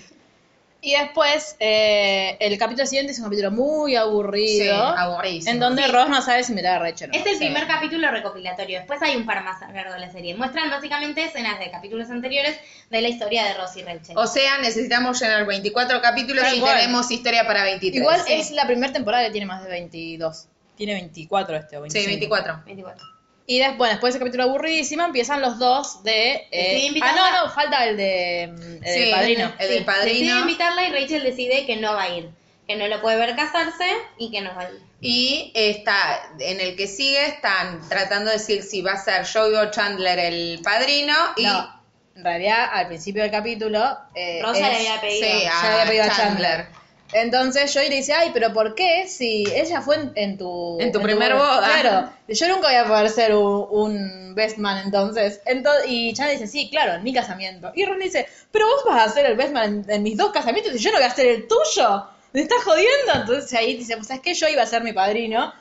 [SPEAKER 1] Y después, eh, el capítulo siguiente es un capítulo muy
[SPEAKER 2] Sí,
[SPEAKER 1] aburrido.
[SPEAKER 2] aburridísimo.
[SPEAKER 1] en donde Ross no sabe si mirar a Rachel. o no.
[SPEAKER 3] Este Es el
[SPEAKER 1] Sí.
[SPEAKER 3] primer capítulo recopilatorio. Después hay un par más a lo largo de la serie. Muestran básicamente escenas de capítulos anteriores de la historia de Ross y Rachel.
[SPEAKER 2] O sea, necesitamos llenar 24 capítulos
[SPEAKER 1] Tal
[SPEAKER 2] y
[SPEAKER 1] cual.
[SPEAKER 2] tenemos historia para 23.
[SPEAKER 1] Igual
[SPEAKER 2] sí.
[SPEAKER 1] es la primera temporada que tiene más de 22. Tiene 24 este o
[SPEAKER 2] Sí,
[SPEAKER 1] 25.
[SPEAKER 2] 24.
[SPEAKER 3] 24.
[SPEAKER 1] Y después, bueno, después de ese capítulo aburridísimo empiezan los dos de... eh,
[SPEAKER 3] Decidí
[SPEAKER 1] ah,
[SPEAKER 3] invitarla.
[SPEAKER 1] no, no, falta el de mm, el del
[SPEAKER 2] Sí,
[SPEAKER 1] padrino.
[SPEAKER 2] El del
[SPEAKER 3] Decide
[SPEAKER 2] padrino.
[SPEAKER 3] invitarla y Rachel decide que no va a ir. Que no lo puede ver casarse y que no va a ir.
[SPEAKER 2] Y está, en el que sigue están tratando de decir si va a ser Joey o Chandler el padrino y
[SPEAKER 1] No, en realidad, al principio del capítulo... eh,
[SPEAKER 3] Rosa le
[SPEAKER 1] es-
[SPEAKER 3] había pedido.
[SPEAKER 2] sí,
[SPEAKER 1] ya
[SPEAKER 2] a,
[SPEAKER 1] le había pedido a
[SPEAKER 2] Chandler.
[SPEAKER 1] Chandler. Entonces Joey le dice, ay, pero ¿por qué? Si ella fue en, en tu...
[SPEAKER 2] En tu primer boda.
[SPEAKER 1] Claro, yo nunca voy a poder ser un, un best man entonces. Ento- y Chandler dice, sí, claro, en mi casamiento. Y Ron le dice, pero vos vas a ser el best man en, en mis dos casamientos y yo no voy a ser el tuyo. ¿Me estás jodiendo? Entonces ahí dice, pues sabes que yo iba a ser mi padrino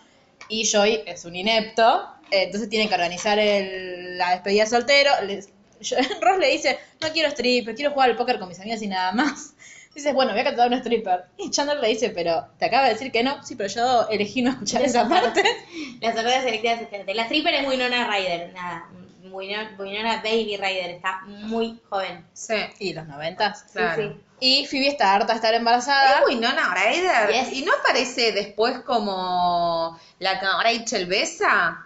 [SPEAKER 1] y Joy es un inepto, eh, entonces tiene que organizar el- la despedida de soltero. Les- yo- Ross le dice, no quiero stripper, quiero jugar al póker con mis amigas y nada más. Dices, bueno, voy a contratar a una stripper. Y Chandler le dice, pero te acaba de decir que no, sí, pero yo elegí no escuchar esa parte.
[SPEAKER 3] Las sorpresas selectivas excelentes. La stripper es Winona Ryder. Nada. Winona, Winona Baby Ryder. Está muy joven.
[SPEAKER 2] Sí,
[SPEAKER 1] Y los noventas.
[SPEAKER 2] claro.
[SPEAKER 3] sí.
[SPEAKER 1] Y Phoebe está harta de estar embarazada.
[SPEAKER 2] ¿Es Winona Ryder?
[SPEAKER 3] Yes.
[SPEAKER 2] ¿Y no aparece después como la que Rachel besa?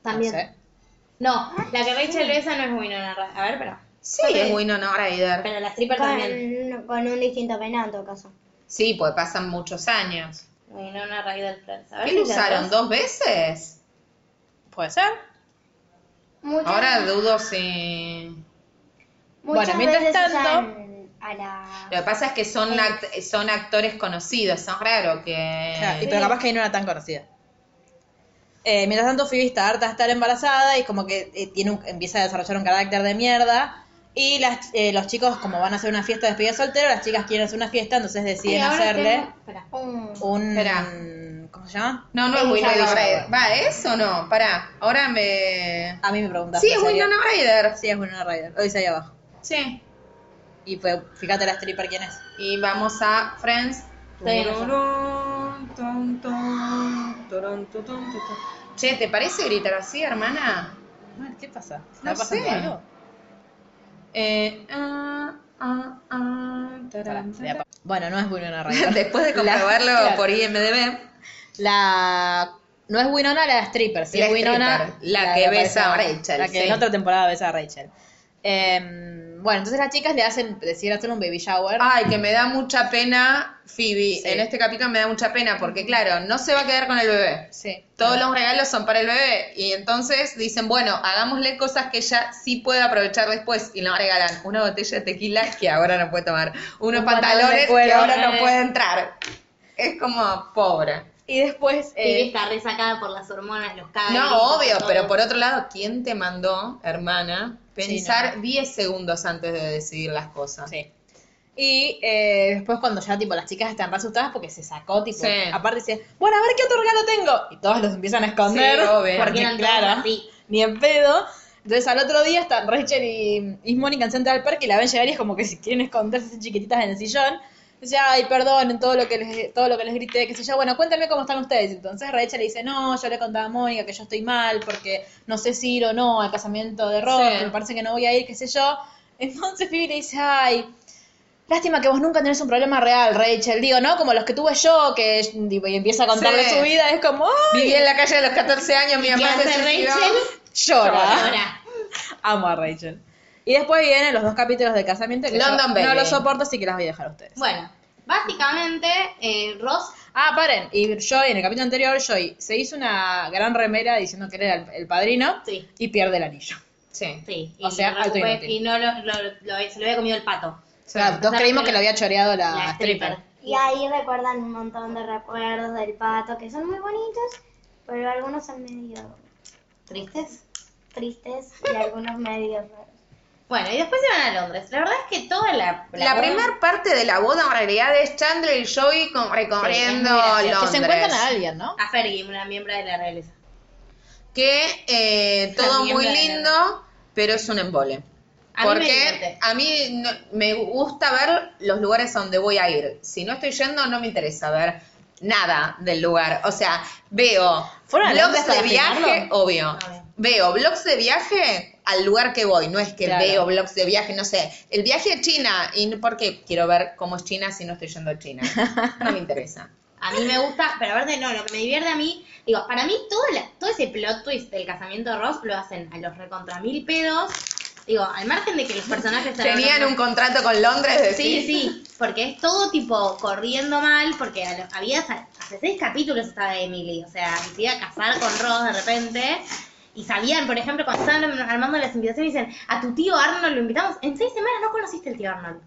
[SPEAKER 3] También.
[SPEAKER 1] No sé.
[SPEAKER 3] No, la que Rachel besa no es Winona Ryder. A ver, pero.
[SPEAKER 2] Sí, es Winona Ryder.
[SPEAKER 3] Pero la stripper también.
[SPEAKER 4] Con, con un distinto peinado en todo caso.
[SPEAKER 2] Sí, pues pasan muchos años.
[SPEAKER 3] Winona Ryder Friends. A ver
[SPEAKER 2] ¿Qué
[SPEAKER 3] si
[SPEAKER 2] lo
[SPEAKER 3] te
[SPEAKER 2] usaron?
[SPEAKER 3] atrás.
[SPEAKER 2] ¿Dos veces?
[SPEAKER 1] ¿Puede ser?
[SPEAKER 4] Muchas,
[SPEAKER 2] Ahora dudo si...
[SPEAKER 4] muchas
[SPEAKER 1] Bueno, mientras
[SPEAKER 4] veces
[SPEAKER 1] tanto-
[SPEAKER 4] usan a la...
[SPEAKER 2] Lo que pasa es que son, act- son actores conocidos, son raros que...
[SPEAKER 1] Claro, y pero capaz que ahí no era tan conocida. Eh, mientras tanto, Phoebe está harta de estar embarazada y como que eh, tiene un- empieza a desarrollar un carácter de mierda. Y las, eh, los chicos, como van a hacer una fiesta de despedida de soltero, las chicas quieren hacer una fiesta, entonces
[SPEAKER 3] Y
[SPEAKER 1] deciden
[SPEAKER 3] ahora
[SPEAKER 1] hacerle
[SPEAKER 3] tengo- espera.
[SPEAKER 4] un-
[SPEAKER 1] un...
[SPEAKER 2] Espera.
[SPEAKER 1] ¿Cómo se llama?
[SPEAKER 2] No, no es
[SPEAKER 3] Ella
[SPEAKER 2] Winona
[SPEAKER 3] lo-
[SPEAKER 2] Ryder. ¿Va, es o no? Pará, ahora me...
[SPEAKER 1] A mí me preguntaste.
[SPEAKER 2] Sí, es
[SPEAKER 1] ¿en serio?
[SPEAKER 2] Winona Ryder.
[SPEAKER 1] Sí, es Winona Ryder. Lo dice ahí abajo.
[SPEAKER 2] Sí.
[SPEAKER 1] Y fue, fíjate la stripper quién es.
[SPEAKER 2] Y vamos a Friends.
[SPEAKER 3] Estoy en eso.
[SPEAKER 2] Tururún, tun, tun, turun, tu, tun, tu, tun. Che, ¿te parece gritar así, hermana?
[SPEAKER 1] ¿Qué pasa?
[SPEAKER 2] ¿Está pasando algo? Eh, ah, ah, ah, tarán, tarán.
[SPEAKER 1] Bueno, no es Winona Ryder.
[SPEAKER 2] Después de comprobarlo
[SPEAKER 1] claro.
[SPEAKER 2] por IMDB,
[SPEAKER 1] La. No es Winona la stripper, sí
[SPEAKER 2] La
[SPEAKER 1] es Winona.
[SPEAKER 2] stripper, la que besa a
[SPEAKER 1] aparece-
[SPEAKER 2] Rachel,
[SPEAKER 1] La que
[SPEAKER 2] sí.
[SPEAKER 1] en otra temporada besa a Rachel. Em, bueno, entonces las chicas le hacen, deciden hacer un baby shower.
[SPEAKER 2] Ay, que me da mucha pena, Phoebe.
[SPEAKER 1] Sí.
[SPEAKER 2] En este capítulo me da mucha pena porque, claro, no se va a quedar con el bebé.
[SPEAKER 1] Sí.
[SPEAKER 2] Todos los regalos son para el bebé. Y entonces dicen, bueno, hagámosle cosas que ella sí pueda aprovechar después. Y le regalan una botella de tequila que ahora no puede tomar. Unos
[SPEAKER 1] Un pantalón
[SPEAKER 2] pantalones
[SPEAKER 1] de cuero.
[SPEAKER 2] que ahora
[SPEAKER 1] Eh.
[SPEAKER 2] no puede entrar. Es como pobre.
[SPEAKER 1] Y después.
[SPEAKER 3] Phoebe
[SPEAKER 1] eh,
[SPEAKER 3] está resacada por las hormonas, los cables.
[SPEAKER 2] No, obvio, pero por otro lado, ¿quién te mandó, hermana,
[SPEAKER 1] Sí,
[SPEAKER 2] pensar
[SPEAKER 1] no.
[SPEAKER 2] 10 segundos antes de decidir las cosas?
[SPEAKER 1] sí. Y eh, después cuando ya tipo las chicas están resultadas porque se sacó, tipo,
[SPEAKER 2] Sí.
[SPEAKER 1] aparte dice, bueno, a ver qué otro regalo tengo. Y todos los empiezan a esconder.
[SPEAKER 2] Sí, obvio.
[SPEAKER 1] Porque
[SPEAKER 3] Eran todos
[SPEAKER 1] claro,
[SPEAKER 3] así.
[SPEAKER 1] ni en pedo. Entonces al otro día están Rachel y, y Mónica en Central Park y la ven llegar y es como que si quieren esconderse así chiquititas en el sillón. Dice, ay, perdonen todo lo que les, todo lo que les grité, qué sé yo. Bueno, cuéntenme cómo están ustedes. Entonces Rachel le dice, no, yo le contaba a Mónica que yo estoy mal porque no sé si ir o no al casamiento de Ross,
[SPEAKER 2] Sí.
[SPEAKER 1] que me parece que no voy a ir, qué sé yo. Entonces Phoebe le dice, ay, Lástima que vos nunca tenés un problema real, Rachel. Digo, ¿no? Como los que tuve yo, que digo, y empieza a contarle
[SPEAKER 2] Sí.
[SPEAKER 1] su vida, es como, ¡ay!
[SPEAKER 2] Viví en la calle a los 14 años, mi mamá se
[SPEAKER 3] hace
[SPEAKER 2] suicidó.
[SPEAKER 3] Rachel?
[SPEAKER 1] Llora.
[SPEAKER 3] Ahora,
[SPEAKER 1] Amo a Rachel. Y después vienen los dos capítulos de casamiento que yo
[SPEAKER 2] London Baby.
[SPEAKER 1] no los soporto, así que las voy a dejar a ustedes.
[SPEAKER 3] bueno, básicamente eh, Ross
[SPEAKER 1] Ah, paren. Y Joy, en el capítulo anterior, Joy se hizo una gran remera diciendo que él era el, el padrino
[SPEAKER 3] Sí.
[SPEAKER 1] y pierde el anillo.
[SPEAKER 2] Sí.
[SPEAKER 3] Sí, y,
[SPEAKER 1] O sea,
[SPEAKER 3] lo
[SPEAKER 1] alto
[SPEAKER 3] recupe-
[SPEAKER 1] inútil.
[SPEAKER 3] y no lo, lo- lo- se lo había comido el pato.
[SPEAKER 1] O sea, todos
[SPEAKER 3] sea,
[SPEAKER 1] creímos
[SPEAKER 3] que
[SPEAKER 1] que lo había choreado la,
[SPEAKER 3] la stripper.
[SPEAKER 1] stripper.
[SPEAKER 4] Y ahí recuerdan un montón de recuerdos del pato que son muy bonitos, pero algunos son medio
[SPEAKER 3] ¿Tristes?
[SPEAKER 4] tristes y algunos medio raros.
[SPEAKER 3] Bueno, y después se van a Londres. La verdad es que toda la.
[SPEAKER 2] La primera parte de la boda en realidad es Chandler y Joey con- recorriendo
[SPEAKER 3] Sí, es muy gracioso.
[SPEAKER 2] Londres.
[SPEAKER 1] Que se encuentran a alguien, ¿no?
[SPEAKER 3] A Fergie, una miembro de la realeza.
[SPEAKER 2] Que, eh, todo
[SPEAKER 3] También
[SPEAKER 2] muy
[SPEAKER 3] la-
[SPEAKER 2] lindo, pero es un embole.
[SPEAKER 3] A mí me
[SPEAKER 2] Porque
[SPEAKER 3] divierte.
[SPEAKER 2] a mí no- me gusta ver los lugares a donde voy a ir. Si no estoy yendo, no me interesa ver nada del lugar. O sea, veo
[SPEAKER 1] ¿Fueron a
[SPEAKER 2] blogs
[SPEAKER 1] Londres
[SPEAKER 2] de
[SPEAKER 1] para
[SPEAKER 2] viaje,
[SPEAKER 1] filmarlo?
[SPEAKER 2] obvio.
[SPEAKER 3] Ah,
[SPEAKER 2] Veo blogs de viaje al lugar que voy. No es que
[SPEAKER 1] Claro.
[SPEAKER 2] veo blogs de viaje, no sé. El viaje a China. ¿Y no- por qué quiero ver cómo es China si no estoy yendo a China? No me interesa.
[SPEAKER 3] A mí me gusta, pero aparte no, lo que me divierte a mí, digo, para mí todo, la- todo ese plot twist del casamiento de Ross lo hacen a los recontra mil pedos. Digo, al margen de que los personajes se
[SPEAKER 2] Tenían un contrato con Londres,
[SPEAKER 3] Sí,
[SPEAKER 2] decís.
[SPEAKER 3] sí, porque es todo tipo corriendo mal, porque a lo- había sa- hace seis capítulos estaba Emily, o sea, y se iba a casar con Ross de repente. Y sabían, por ejemplo, cuando estaban armando las invitaciones, dicen, a tu tío Arnold lo invitamos. En seis semanas no conociste al tío Arnold.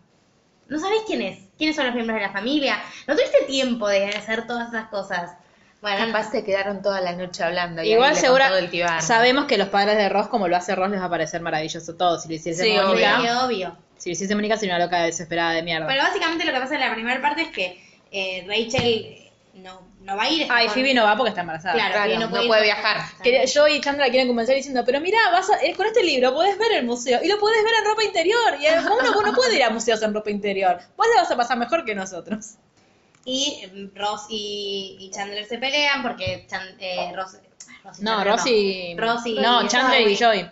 [SPEAKER 3] No sabés quién es, quiénes son los miembros de la familia. No tuviste tiempo de hacer todas esas cosas. Bueno,
[SPEAKER 2] Capaz se quedaron toda la noche hablando. y ahí
[SPEAKER 1] Igual
[SPEAKER 2] le
[SPEAKER 1] segura
[SPEAKER 2] contó del tío Arnold.
[SPEAKER 1] sabemos que los padres de Ross, como lo hace Ross, les va a parecer maravilloso todo. Si lo hiciese
[SPEAKER 2] Sí,
[SPEAKER 3] sí,
[SPEAKER 1] Mónica,
[SPEAKER 3] obvio, obvio.
[SPEAKER 1] si lo hiciese Mónica sería una loca desesperada de mierda.
[SPEAKER 3] Pero básicamente lo que pasa en la primera parte es que eh, Rachel no, no va a ir. está
[SPEAKER 1] Ay,
[SPEAKER 3] con-
[SPEAKER 1] Phoebe no va porque está embarazada.
[SPEAKER 3] Claro,
[SPEAKER 2] Claro,
[SPEAKER 3] Phoebe
[SPEAKER 2] no puede
[SPEAKER 3] ir con-
[SPEAKER 2] viajar.
[SPEAKER 1] Quería- yo y Chandra la quieren convencer diciendo, pero mira, vas a- eh, con este libro podés ver el museo y lo podés ver en ropa interior. Y eh, uno, uno puede ir a museos en ropa interior. Vos la vas a pasar mejor que nosotros.
[SPEAKER 3] Y eh, Ross y, y Chandler se pelean porque Chan- eh, Ross, Ross y
[SPEAKER 1] No,
[SPEAKER 3] Chandler
[SPEAKER 1] Ross y...
[SPEAKER 3] Ross y-
[SPEAKER 1] no, Chandler y Joy.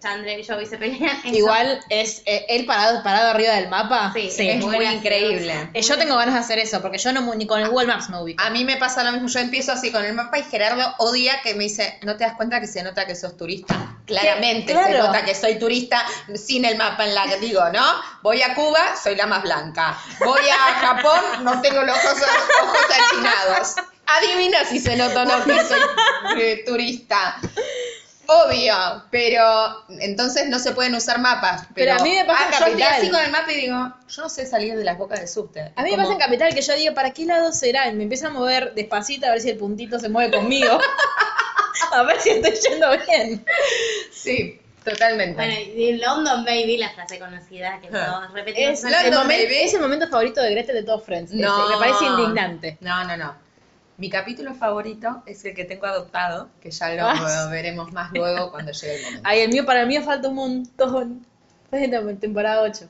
[SPEAKER 3] Chandler y Joey se pelean. en-
[SPEAKER 1] Igual es eh, él parado, parado arriba del mapa.
[SPEAKER 3] Sí,
[SPEAKER 2] Sí, es muy
[SPEAKER 3] muy gracioso.
[SPEAKER 2] increíble.
[SPEAKER 1] Eh, yo tengo ganas de hacer eso, porque yo no mu- ni con el Google Maps me ubico.
[SPEAKER 2] A mí me pasa lo mismo, yo empiezo así con el mapa y Gerardo odia que me dice, ¿no te das cuenta que se nota que sos turista? Claramente se
[SPEAKER 1] Claro.
[SPEAKER 2] nota que soy turista sin el mapa en la que digo, ¿no? Voy a Cuba, soy la más blanca. Voy a Japón, no tengo los ojos, ojos achinados. Adivina si se nota o no que soy eh, turista. Obvio, pero entonces no se pueden usar mapas. Pero,
[SPEAKER 1] Pero a mí me pasa en
[SPEAKER 2] yo estoy
[SPEAKER 1] Capital.
[SPEAKER 2] así con el mapa y digo, yo no sé salir de las bocas del subte.
[SPEAKER 1] A mí me pasa en Capital que yo digo, ¿para qué lado será? Y me empiezo a mover despacito a ver si el puntito se mueve conmigo. a ver si estoy yendo bien.
[SPEAKER 2] Sí, totalmente.
[SPEAKER 3] Bueno, y London Baby, la frase conocida que todos repetimos.
[SPEAKER 1] Es,
[SPEAKER 2] London
[SPEAKER 1] el momen-
[SPEAKER 2] Baby.
[SPEAKER 1] es el momento favorito de Gretel de todos Friends. ese. Me parece indignante.
[SPEAKER 2] No, no, no. Mi capítulo favorito es el que tengo adoptado, que ya lo
[SPEAKER 1] Ah,
[SPEAKER 2] eh, veremos más luego cuando llegue el momento.
[SPEAKER 1] Ay, el mío, para el mío falta un montón. Fue en temporada 8.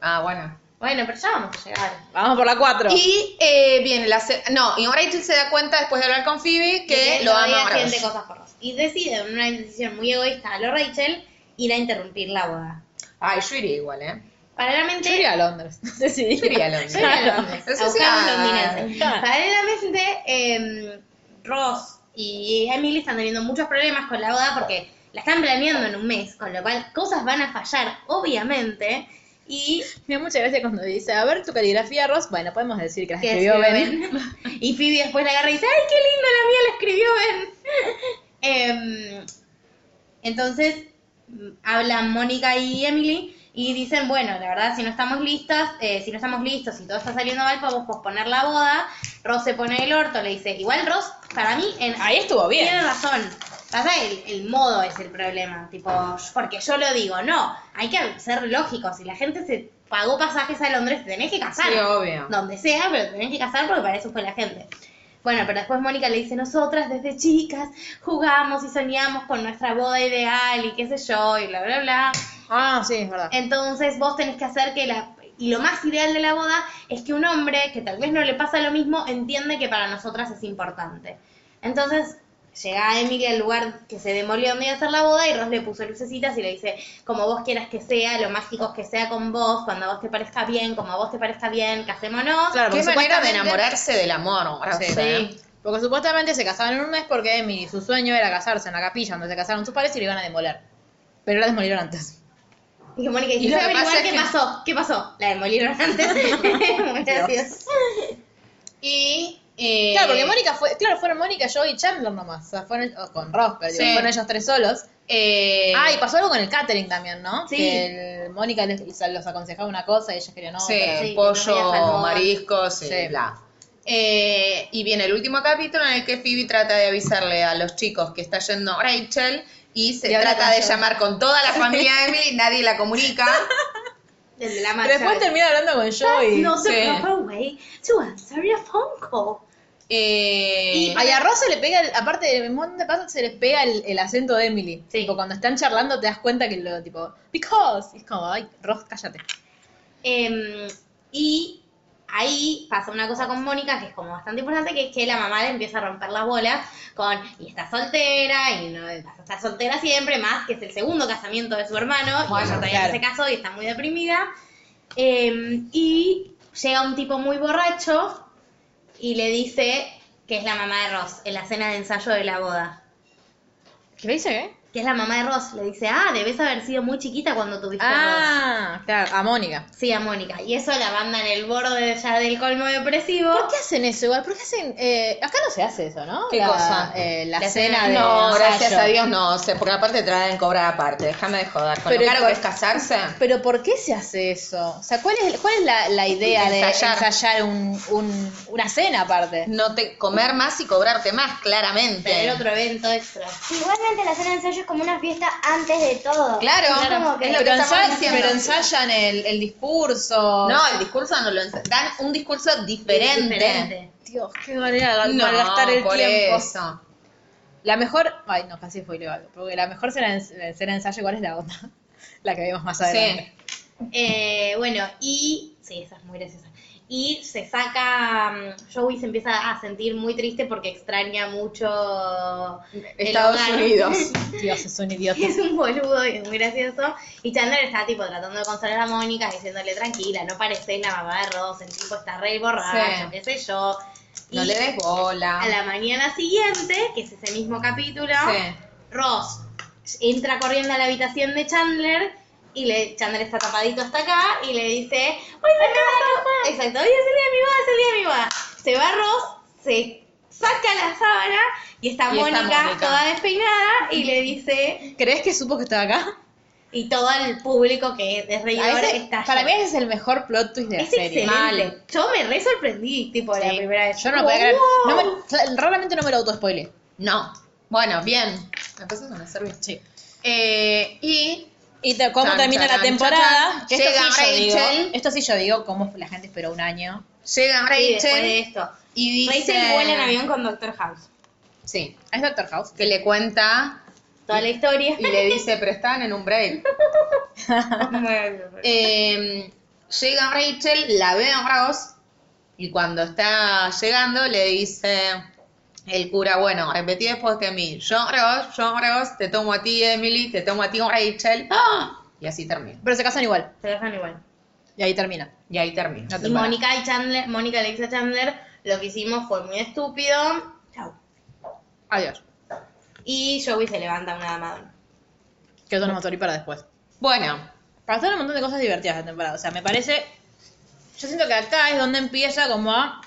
[SPEAKER 2] Ah, bueno.
[SPEAKER 3] Bueno, pero ya vamos a llegar.
[SPEAKER 1] Vamos por la 4.
[SPEAKER 2] Y eh, viene la... se- No, y Rachel se da cuenta después de hablar con Phoebe que lo ama
[SPEAKER 3] ama
[SPEAKER 2] a Ross.
[SPEAKER 3] siente cosas por Ross. Y decide una decisión muy egoísta a lo Rachel ir a interrumpir la boda.
[SPEAKER 2] Ay, yo iría igual, ¿eh?
[SPEAKER 3] Paralelamente,
[SPEAKER 1] Yo iría a Londres. Decidí.
[SPEAKER 2] Yo iría a Londres.
[SPEAKER 3] Yo iría a
[SPEAKER 1] Claro.
[SPEAKER 3] Londres,
[SPEAKER 2] Eso
[SPEAKER 3] a
[SPEAKER 2] sí,
[SPEAKER 3] buscar un
[SPEAKER 2] ah.
[SPEAKER 3] londinense. Paralelamente, em, Ross y Emily están teniendo muchos problemas con la boda porque la están planeando en un mes, con lo cual cosas van a fallar, obviamente. Y
[SPEAKER 1] Me da mucha gracia cuando dice, a ver tu caligrafía, Ross. Bueno, podemos decir que la
[SPEAKER 3] que
[SPEAKER 1] escribió Ben.
[SPEAKER 3] escribió Ben. Y Phoebe después la agarra y dice, ¡ay, qué lindo la mía la escribió Ben! Em, entonces, mm, hablan Mónica y Emily y dicen, bueno, la verdad, si no estamos listas, eh, si no estamos listos, si todo está saliendo mal, podemos posponer la boda. Ross se pone el orto, le dice, igual Ross, para mí, en,
[SPEAKER 1] Ahí estuvo bien.
[SPEAKER 3] tiene razón. Pasa el, el modo es el problema, tipo, porque yo lo digo, no, hay que ser lógicos, si la gente se pagó pasajes a Londres, te tenés que casar.
[SPEAKER 2] Sí, obvio.
[SPEAKER 3] Donde sea, pero te tenés que casar porque para eso fue la gente. Bueno, pero después Mónica le dice, nosotras desde chicas jugamos y soñamos con nuestra boda ideal y qué sé yo, y bla, bla, bla.
[SPEAKER 1] Ah, sí, es verdad.
[SPEAKER 3] Entonces vos tenés que hacer que la... Y lo más ideal de la boda es que un hombre que tal vez no le pasa lo mismo entiende que para nosotras es importante. Entonces llega Emily al lugar que se demolió donde iba a hacer la boda y Ross le puso lucecitas y le dice, como vos quieras que sea, lo mágico que sea con vos, cuando a vos te parezca bien, como a vos te parezca bien, casémonos.
[SPEAKER 1] Claro,
[SPEAKER 2] Qué
[SPEAKER 1] porque
[SPEAKER 2] manera de
[SPEAKER 1] supuestamente-
[SPEAKER 2] enamorarse del amor. Ross,
[SPEAKER 1] Sí.
[SPEAKER 2] ¿eh?
[SPEAKER 1] Porque supuestamente se casaron en un mes porque Emily, su sueño era casarse en la capilla donde se casaron sus padres y lo iban a demoler. Pero la demolieron antes.
[SPEAKER 3] Y que Mónica dice,
[SPEAKER 2] Y lo
[SPEAKER 3] "Voy a
[SPEAKER 2] que
[SPEAKER 3] averiguar
[SPEAKER 2] pasa
[SPEAKER 3] qué
[SPEAKER 2] es que-
[SPEAKER 3] pasó, qué pasó. La demolieron antes. Muchas gracias.
[SPEAKER 2] Y... eh,
[SPEAKER 1] Claro, porque Mónica fue, claro, fueron Mónica, yo y Chandler nomás. O sea, fueron o con Ross, pero digo,
[SPEAKER 2] Sí.
[SPEAKER 1] fueron ellos tres solos.
[SPEAKER 2] eh,
[SPEAKER 1] ah, y pasó algo con el catering también, ¿no?
[SPEAKER 3] Sí.
[SPEAKER 1] Que el- Mónica les, los aconsejaba una cosa y ellos querían otra.
[SPEAKER 2] Sí,
[SPEAKER 3] sí, que no había
[SPEAKER 2] pollo,
[SPEAKER 3] salmón.
[SPEAKER 2] mariscos, y
[SPEAKER 1] Sí.
[SPEAKER 2] bla. Eh, y viene el último capítulo en el que Phoebe trata de avisarle a los chicos que está yendo Rachel y se
[SPEAKER 1] Y habla
[SPEAKER 2] trata
[SPEAKER 1] con
[SPEAKER 2] de
[SPEAKER 1] yo.
[SPEAKER 2] llamar con toda la familia de Emily, nadie la comunica.
[SPEAKER 3] Desde la
[SPEAKER 1] Pero después termina hablando con Joey.
[SPEAKER 3] No
[SPEAKER 2] Sí.
[SPEAKER 3] the proper way to answer your phone call.
[SPEAKER 2] Eh,
[SPEAKER 1] Y ay, a Ross se le pega, el- aparte de un montón de pasos, se le pega el, el acento de Emily.
[SPEAKER 3] Sí.
[SPEAKER 1] Tipo, cuando están charlando te das cuenta que lo, tipo, because. Y es como, ay, Ross, cállate.
[SPEAKER 3] Em, y ahí pasa una cosa con Mónica que es como bastante importante, que es que la mamá le empieza a romper las bolas con, y está soltera, y no vas a estar soltera siempre, más que es el segundo casamiento de su hermano, y ella todavía
[SPEAKER 1] claro.
[SPEAKER 3] no se casó y está muy deprimida. Em, y llega un tipo muy borracho y le dice que es la mamá de Ross, en la cena de ensayo de la boda.
[SPEAKER 1] ¿Qué le dice eh? qué?
[SPEAKER 3] Que es la mamá de Ross, le dice, ah, debes haber sido muy chiquita cuando tuviste a Ross.
[SPEAKER 1] Ah, claro, a Mónica.
[SPEAKER 3] Sí, a Mónica. Y eso la banda en el borde ya del colmo depresivo.
[SPEAKER 1] ¿Por qué hacen eso igual? ¿Por qué hacen.? eh, acá no se hace eso, ¿no?
[SPEAKER 2] ¿Qué
[SPEAKER 1] La-
[SPEAKER 2] cosa?
[SPEAKER 1] eh, la,
[SPEAKER 3] La
[SPEAKER 1] cena,
[SPEAKER 3] cena-
[SPEAKER 1] de.
[SPEAKER 2] no,
[SPEAKER 1] ensayo.
[SPEAKER 2] gracias a Dios no sé, porque aparte traen cobrar aparte, déjame de joder. Con
[SPEAKER 1] Pero
[SPEAKER 2] lo caro
[SPEAKER 1] por-
[SPEAKER 2] que es casarse.
[SPEAKER 1] Pero ¿por qué se hace eso? O sea, ¿cuál es, cuál es la, la idea de
[SPEAKER 2] Ensayar.
[SPEAKER 1] ensayar un, un- una cena aparte?
[SPEAKER 2] No te comer más y cobrarte más, claramente.
[SPEAKER 3] Pero el otro evento extra.
[SPEAKER 4] Igualmente la cena de ensayo es como una fiesta antes de todo.
[SPEAKER 2] Claro,
[SPEAKER 4] como
[SPEAKER 2] es lo que
[SPEAKER 1] pero,
[SPEAKER 2] estamos
[SPEAKER 1] ensayan,
[SPEAKER 2] diciendo.
[SPEAKER 1] pero ensayan el, el discurso.
[SPEAKER 2] No, el discurso no lo ens- dan un discurso
[SPEAKER 3] Diferente.
[SPEAKER 1] Dios, qué manera de
[SPEAKER 2] No,
[SPEAKER 1] malgastar el
[SPEAKER 2] por
[SPEAKER 1] tiempo.
[SPEAKER 2] eso.
[SPEAKER 1] La mejor. Ay, no, casi fue algo. Porque la mejor cena de ens- cena de ensayo, ¿cuál es la otra? La que vemos más adelante.
[SPEAKER 2] Sí.
[SPEAKER 3] Eh, bueno, y. Sí, esa es muy graciosa. y se saca, mm, Joey se empieza a sentir muy triste porque extraña mucho el
[SPEAKER 2] Estados
[SPEAKER 3] hogar.
[SPEAKER 2] Unidos.
[SPEAKER 1] Dios, es un idiota.
[SPEAKER 3] Es un boludo y es muy gracioso. Y Chandler está tipo tratando de consolar a Mónica, diciéndole tranquila, no pareces la mamá de Ross, el tipo está re borracho,
[SPEAKER 2] Sí.
[SPEAKER 3] qué sé yo.
[SPEAKER 2] No
[SPEAKER 3] Y
[SPEAKER 2] le des bola.
[SPEAKER 3] a la mañana siguiente, que es ese mismo capítulo,
[SPEAKER 2] Sí.
[SPEAKER 3] Ross entra corriendo a la habitación de Chandler y le, Chandler está tapadito hasta acá y le dice, hoy me levanto". Exacto, hoy es el día de mi boda, es el día de mi boda. Se va Ross, se saca la sábana y está,
[SPEAKER 2] Y está
[SPEAKER 3] Mónica
[SPEAKER 2] Mónica.
[SPEAKER 3] toda despeinada y le dice,
[SPEAKER 1] ¿Crees que supo que estaba acá?
[SPEAKER 3] y todo el público que es
[SPEAKER 1] A
[SPEAKER 3] reidor
[SPEAKER 1] ese-
[SPEAKER 3] está
[SPEAKER 1] para mí ese es el mejor plot twist de la
[SPEAKER 3] es
[SPEAKER 1] serie.
[SPEAKER 3] excelente. Yo me re sorprendí, tipo, la
[SPEAKER 1] Sí.
[SPEAKER 3] primera vez.
[SPEAKER 1] Yo no lo
[SPEAKER 3] Como,
[SPEAKER 1] podía creer. No
[SPEAKER 3] wow.
[SPEAKER 1] me- realmente no me lo autospoilé.
[SPEAKER 2] No. Bueno, bien. Me pasas una cerveza.
[SPEAKER 1] Sí.
[SPEAKER 2] Eh, y
[SPEAKER 1] Y te- cómo
[SPEAKER 2] Chan,
[SPEAKER 1] termina
[SPEAKER 2] charan,
[SPEAKER 1] la temporada.
[SPEAKER 2] chan, chan.
[SPEAKER 1] que esto, sí
[SPEAKER 2] Llega
[SPEAKER 1] yo
[SPEAKER 2] Rachel.
[SPEAKER 1] digo, esto sí yo digo cómo la gente esperó un año.
[SPEAKER 2] llega
[SPEAKER 3] Sí,
[SPEAKER 2] Rachel
[SPEAKER 3] después de esto.
[SPEAKER 2] y dice...
[SPEAKER 3] Rachel vuela en avión con Doctor House.
[SPEAKER 2] Sí. Es Doctor House. Que le cuenta
[SPEAKER 3] Toda la historia.
[SPEAKER 2] y le dice, pero estaban en un break. Eh, llega Rachel, la ve a Ross y cuando está llegando le dice el cura, bueno, repetí después de mí, yo Ross, yo Ross, te tomo a ti Emily, te tomo a ti Rachel. ¡Ah! Y así termina.
[SPEAKER 1] Pero se casan igual.
[SPEAKER 3] Se dejan igual.
[SPEAKER 1] Y ahí termina.
[SPEAKER 2] Y ahí termina.
[SPEAKER 3] Y Mónica y Chandler, Mónica le dice a Chandler, lo que hicimos fue muy estúpido. Chau.
[SPEAKER 1] Adiós.
[SPEAKER 3] Y Joey se levanta una Madonna.
[SPEAKER 1] Que eso nos mató para después.
[SPEAKER 2] Bueno,
[SPEAKER 1] Pasaron un montón de cosas divertidas la temporada. O sea, me parece. Yo siento que acá es donde empieza como a.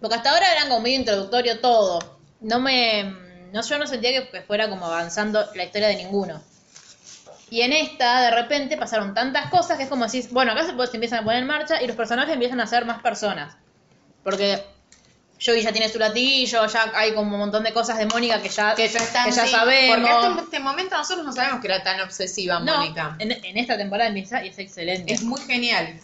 [SPEAKER 1] Porque hasta ahora eran como medio introductorio todo. No me. No, yo no sentía que, que fuera como avanzando la historia de ninguno. Y en esta, de repente, pasaron tantas cosas que es como si. Bueno, acá se, pues, se empiezan a poner en marcha y los personajes empiezan a ser más personas. Porque. Joey ya tiene su latillo, ya hay como un montón de cosas de Mónica que ya,
[SPEAKER 2] que ya están
[SPEAKER 1] que ya
[SPEAKER 2] sin-
[SPEAKER 1] sabemos.
[SPEAKER 2] Porque hasta este momento nosotros no sabemos que era tan obsesiva
[SPEAKER 1] No,
[SPEAKER 2] Mónica.
[SPEAKER 1] en, en esta temporada empieza y es excelente.
[SPEAKER 2] Es muy genial.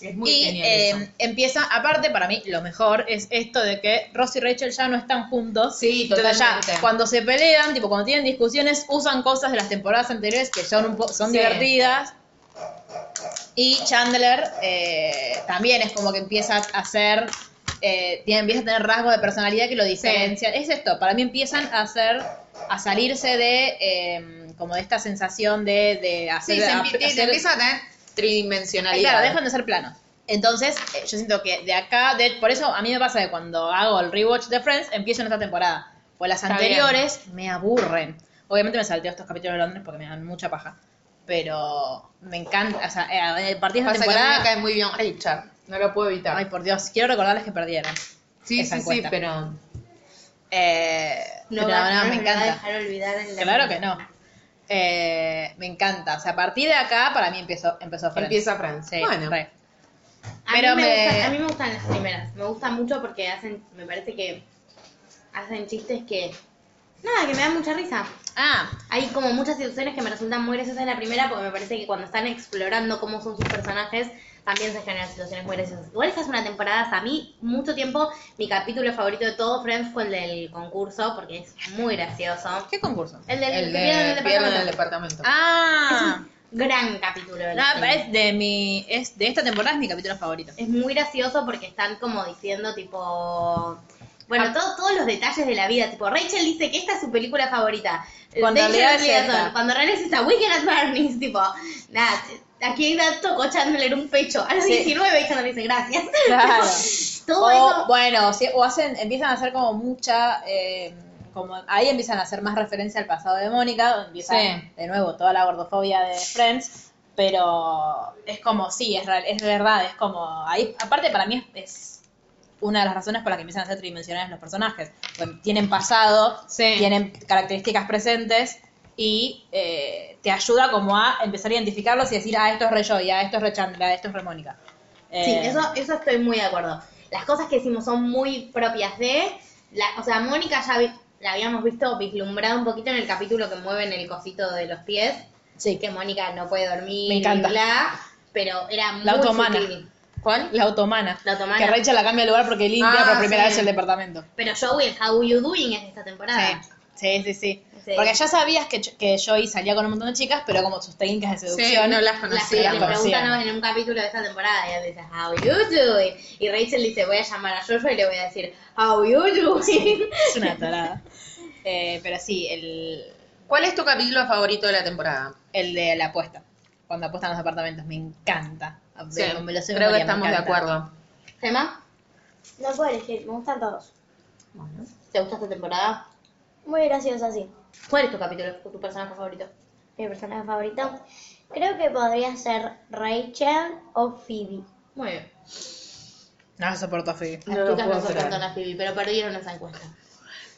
[SPEAKER 2] Es muy
[SPEAKER 1] y
[SPEAKER 2] genial.
[SPEAKER 1] eh,
[SPEAKER 2] eso.
[SPEAKER 1] empieza, aparte para mí, lo mejor es esto de que Ross y Rachel ya no están juntos.
[SPEAKER 2] Sí,
[SPEAKER 1] Entonces ya,
[SPEAKER 2] totalmente.
[SPEAKER 1] cuando se pelean, tipo cuando tienen discusiones, usan cosas de las temporadas anteriores que son, un po- son
[SPEAKER 2] Sí.
[SPEAKER 1] divertidas. Y Chandler eh, también es como que empieza a ser, eh, tiene- empieza a tener rasgos de personalidad que lo diferencian. Es esto, para mí empiezan a hacer, a salirse de, eh, como de esta sensación de, de hacer...
[SPEAKER 2] Sí, se,
[SPEAKER 1] a-
[SPEAKER 2] empi- se
[SPEAKER 1] hacer-
[SPEAKER 2] empieza a tener
[SPEAKER 1] Ay,
[SPEAKER 2] tridimensionalidad.
[SPEAKER 1] Claro, dejan de ser planos. Entonces, eh, yo siento que de acá, de- por eso a mí me pasa que cuando hago el rewatch de Friends, empiezo en esta temporada. Pues las
[SPEAKER 2] Está
[SPEAKER 1] anteriores me aburren. Obviamente me salteo estos capítulos de Londres porque me dan mucha paja. Pero me encanta, o sea, eh, a partir de
[SPEAKER 2] Pasa
[SPEAKER 1] esta
[SPEAKER 2] que a mí me
[SPEAKER 1] temporada...
[SPEAKER 2] cae muy bien Richard. No lo puedo evitar.
[SPEAKER 1] Ay, por Dios, quiero recordarles que perdieron.
[SPEAKER 2] sí,
[SPEAKER 1] esa
[SPEAKER 2] sí, sí,
[SPEAKER 1] encuesta.
[SPEAKER 2] pero.
[SPEAKER 1] Eh, pero no,
[SPEAKER 3] va- nos
[SPEAKER 1] me
[SPEAKER 3] la va a
[SPEAKER 1] encanta.
[SPEAKER 3] dejar olvidar en la
[SPEAKER 1] Claro que no. Eh, me encanta. O sea, a partir de acá, para mí empezó, empezó Friends.
[SPEAKER 2] Empieza Friends.
[SPEAKER 1] Sí,
[SPEAKER 2] bueno,
[SPEAKER 1] re.
[SPEAKER 3] A mí,
[SPEAKER 1] Pero
[SPEAKER 3] me...
[SPEAKER 1] me-
[SPEAKER 3] gustan, a mí me gustan las primeras. Me gustan mucho porque hacen, me parece que hacen chistes que. Nada, que me dan mucha risa.
[SPEAKER 1] Ah,
[SPEAKER 3] Hay como muchas situaciones que me resultan muy graciosas en la primera porque me parece que cuando están explorando cómo son sus personajes también se generan situaciones muy graciosas. Igual esta es una temporada, a mí mucho tiempo mi capítulo favorito de todo Friends fue el del concurso porque es muy gracioso.
[SPEAKER 1] ¿qué concurso?
[SPEAKER 3] El del
[SPEAKER 2] el
[SPEAKER 3] que
[SPEAKER 2] de
[SPEAKER 3] pierden el
[SPEAKER 2] pierden el
[SPEAKER 3] departamento.
[SPEAKER 2] departamento.
[SPEAKER 1] Ah,
[SPEAKER 3] Gran capítulo. de la
[SPEAKER 1] No,
[SPEAKER 3] serie.
[SPEAKER 1] es de mi. Es de esta temporada es mi capítulo favorito.
[SPEAKER 3] Es muy gracioso porque están como diciendo tipo... Bueno,
[SPEAKER 1] Ah.
[SPEAKER 3] todo- todos los detalles de la vida. Tipo, Rachel dice que esta es su película favorita.
[SPEAKER 1] Cuando
[SPEAKER 3] Danger
[SPEAKER 1] realidad
[SPEAKER 3] at
[SPEAKER 1] es
[SPEAKER 3] Liaison.
[SPEAKER 1] esta.
[SPEAKER 3] Cuando realidad es esta. Weekend at Bernie's. Tipo, nada, aquí hay dato cochándole un pecho. A los 19 y Chandler dice gracias.
[SPEAKER 1] Claro.
[SPEAKER 3] Todo
[SPEAKER 1] O,
[SPEAKER 3] eso...
[SPEAKER 1] bueno, sí, o hacen, empiezan a hacer como mucha. eh, como ahí empiezan a hacer más referencia al pasado de Mónica, donde empieza
[SPEAKER 2] Sí.
[SPEAKER 1] de nuevo toda la gordofobia de Friends, pero es como, sí, es, real- es verdad, es como, ahí, aparte para mí es, es una de las razones por las que empiezan a ser tridimensionales los personajes, porque tienen pasado,
[SPEAKER 2] Sí.
[SPEAKER 1] tienen características presentes y eh, te ayuda como a empezar a identificarlos y decir, ah, esto es re Joey, ah, esto es re Chandler, ah, esto es re Mónica.
[SPEAKER 3] Sí,
[SPEAKER 1] Eh,
[SPEAKER 3] eso, eso estoy muy de acuerdo. Las cosas que hicimos son muy propias de... La, o sea, Mónica ya vi- la habíamos visto vislumbrada un poquito en el capítulo que mueven el cosito de los pies.
[SPEAKER 1] sí,
[SPEAKER 3] que Mónica no puede dormir,
[SPEAKER 1] Me encanta.
[SPEAKER 3] y bla, pero era muy
[SPEAKER 1] La otomana.
[SPEAKER 3] sutil.
[SPEAKER 1] ¿Cuál? La otomana.
[SPEAKER 3] La otomana.
[SPEAKER 1] Que Rachel la cambia de lugar porque limpia
[SPEAKER 2] Ah,
[SPEAKER 1] por primera
[SPEAKER 2] sí.
[SPEAKER 1] vez el departamento.
[SPEAKER 2] Ah.
[SPEAKER 3] Pero Joey, el How You Doing es de esta temporada.
[SPEAKER 1] Sí, sí, sí. sí.
[SPEAKER 3] Sí.
[SPEAKER 1] Porque ya sabías que, Ch- que Joey salía con un montón de chicas, pero como sus técnicas de
[SPEAKER 2] Sí,
[SPEAKER 1] seducción.
[SPEAKER 2] no las
[SPEAKER 3] Las
[SPEAKER 2] conocía.
[SPEAKER 3] que le
[SPEAKER 1] la conocía.
[SPEAKER 3] preguntan en un capítulo de esta temporada y ella dice, How you doing? Y Rachel dice, voy a llamar a Jojo y le voy a decir, How you doing?
[SPEAKER 1] Es una tarada. Eh, pero sí, el,
[SPEAKER 2] ¿Cuál es tu capítulo favorito de la temporada?
[SPEAKER 1] el de la apuesta. Cuando apuestan los apartamentos, me encanta.
[SPEAKER 2] Sí,
[SPEAKER 1] Me- me lo sé de
[SPEAKER 2] creo que
[SPEAKER 1] memoria, me
[SPEAKER 2] estamos de
[SPEAKER 1] encanta.
[SPEAKER 2] acuerdo.
[SPEAKER 3] ¿Gemma?
[SPEAKER 4] No puedo elegir, me gustan todos.
[SPEAKER 3] ¿Te gusta esta temporada?
[SPEAKER 4] Muy graciosa, sí.
[SPEAKER 3] ¿Cuál es tu capítulo, tu personaje favorito?
[SPEAKER 4] Mi personaje favorito. Creo que podría ser Rachel o Phoebe.
[SPEAKER 3] Muy bien.
[SPEAKER 1] No, soporto a Phoebe.
[SPEAKER 3] Las chicas no soportan a Phoebe, pero perdieron esa encuesta.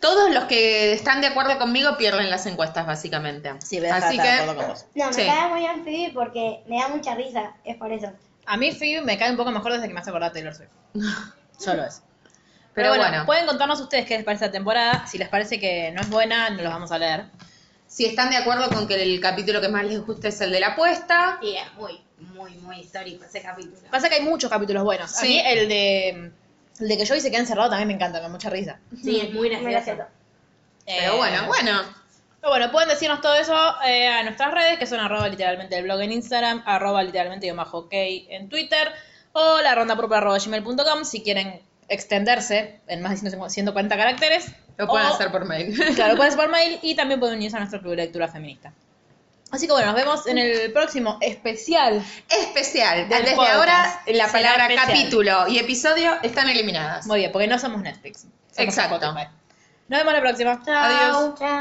[SPEAKER 2] Todos los que están de acuerdo conmigo pierden las encuestas, básicamente.
[SPEAKER 1] Sí, voy a dejar
[SPEAKER 2] Así
[SPEAKER 1] de estar de
[SPEAKER 2] que,
[SPEAKER 1] acuerdo con vos.
[SPEAKER 4] No, me
[SPEAKER 2] Sí.
[SPEAKER 4] cae muy bien Phoebe porque me da mucha risa, es por eso.
[SPEAKER 1] A mí Phoebe me cae un poco mejor desde que me hace acordar a Taylor Swift. Solo eso.
[SPEAKER 2] pero bueno,
[SPEAKER 1] pueden contarnos ustedes qué les parece la temporada. Si les parece que no es buena, no los vamos a leer.
[SPEAKER 2] si están de acuerdo con que el capítulo que más les gusta es el de la apuesta,
[SPEAKER 3] Y es muy, muy, muy histórico ese capítulo.
[SPEAKER 1] Pasa que hay muchos capítulos buenos. A
[SPEAKER 2] Sí.
[SPEAKER 1] mí el de, el de que Joey se queda encerrado también me encanta, con mucha risa.
[SPEAKER 3] Sí, es muy
[SPEAKER 4] Muy
[SPEAKER 3] gracioso.
[SPEAKER 4] gracioso.
[SPEAKER 2] pero
[SPEAKER 1] Eh,
[SPEAKER 2] bueno, bueno.
[SPEAKER 1] Pero bueno, pueden decirnos todo eso eh, a nuestras redes, que son arroba literalmente el blog en Instagram, arroba literalmente guión bajo ok en Twitter, o la ronda propia arroba gmail.com si quieren extenderse en más de 140 caracteres.
[SPEAKER 2] Lo pueden
[SPEAKER 1] O-
[SPEAKER 2] hacer por mail.
[SPEAKER 1] Claro, lo pueden hacer por mail y también pueden unirse a nuestro club de lectura feminista. Así que bueno, nos vemos en el próximo especial.
[SPEAKER 2] especial.
[SPEAKER 1] Del
[SPEAKER 2] Desde
[SPEAKER 1] podcast.
[SPEAKER 2] ahora, la
[SPEAKER 1] Será
[SPEAKER 2] palabra
[SPEAKER 1] especial.
[SPEAKER 2] capítulo y episodio están eliminadas.
[SPEAKER 1] Muy bien, porque no somos Netflix. somos
[SPEAKER 2] Exacto.
[SPEAKER 1] Spotify. Nos vemos la próxima.
[SPEAKER 4] Chao.
[SPEAKER 2] Adiós.
[SPEAKER 4] Chao.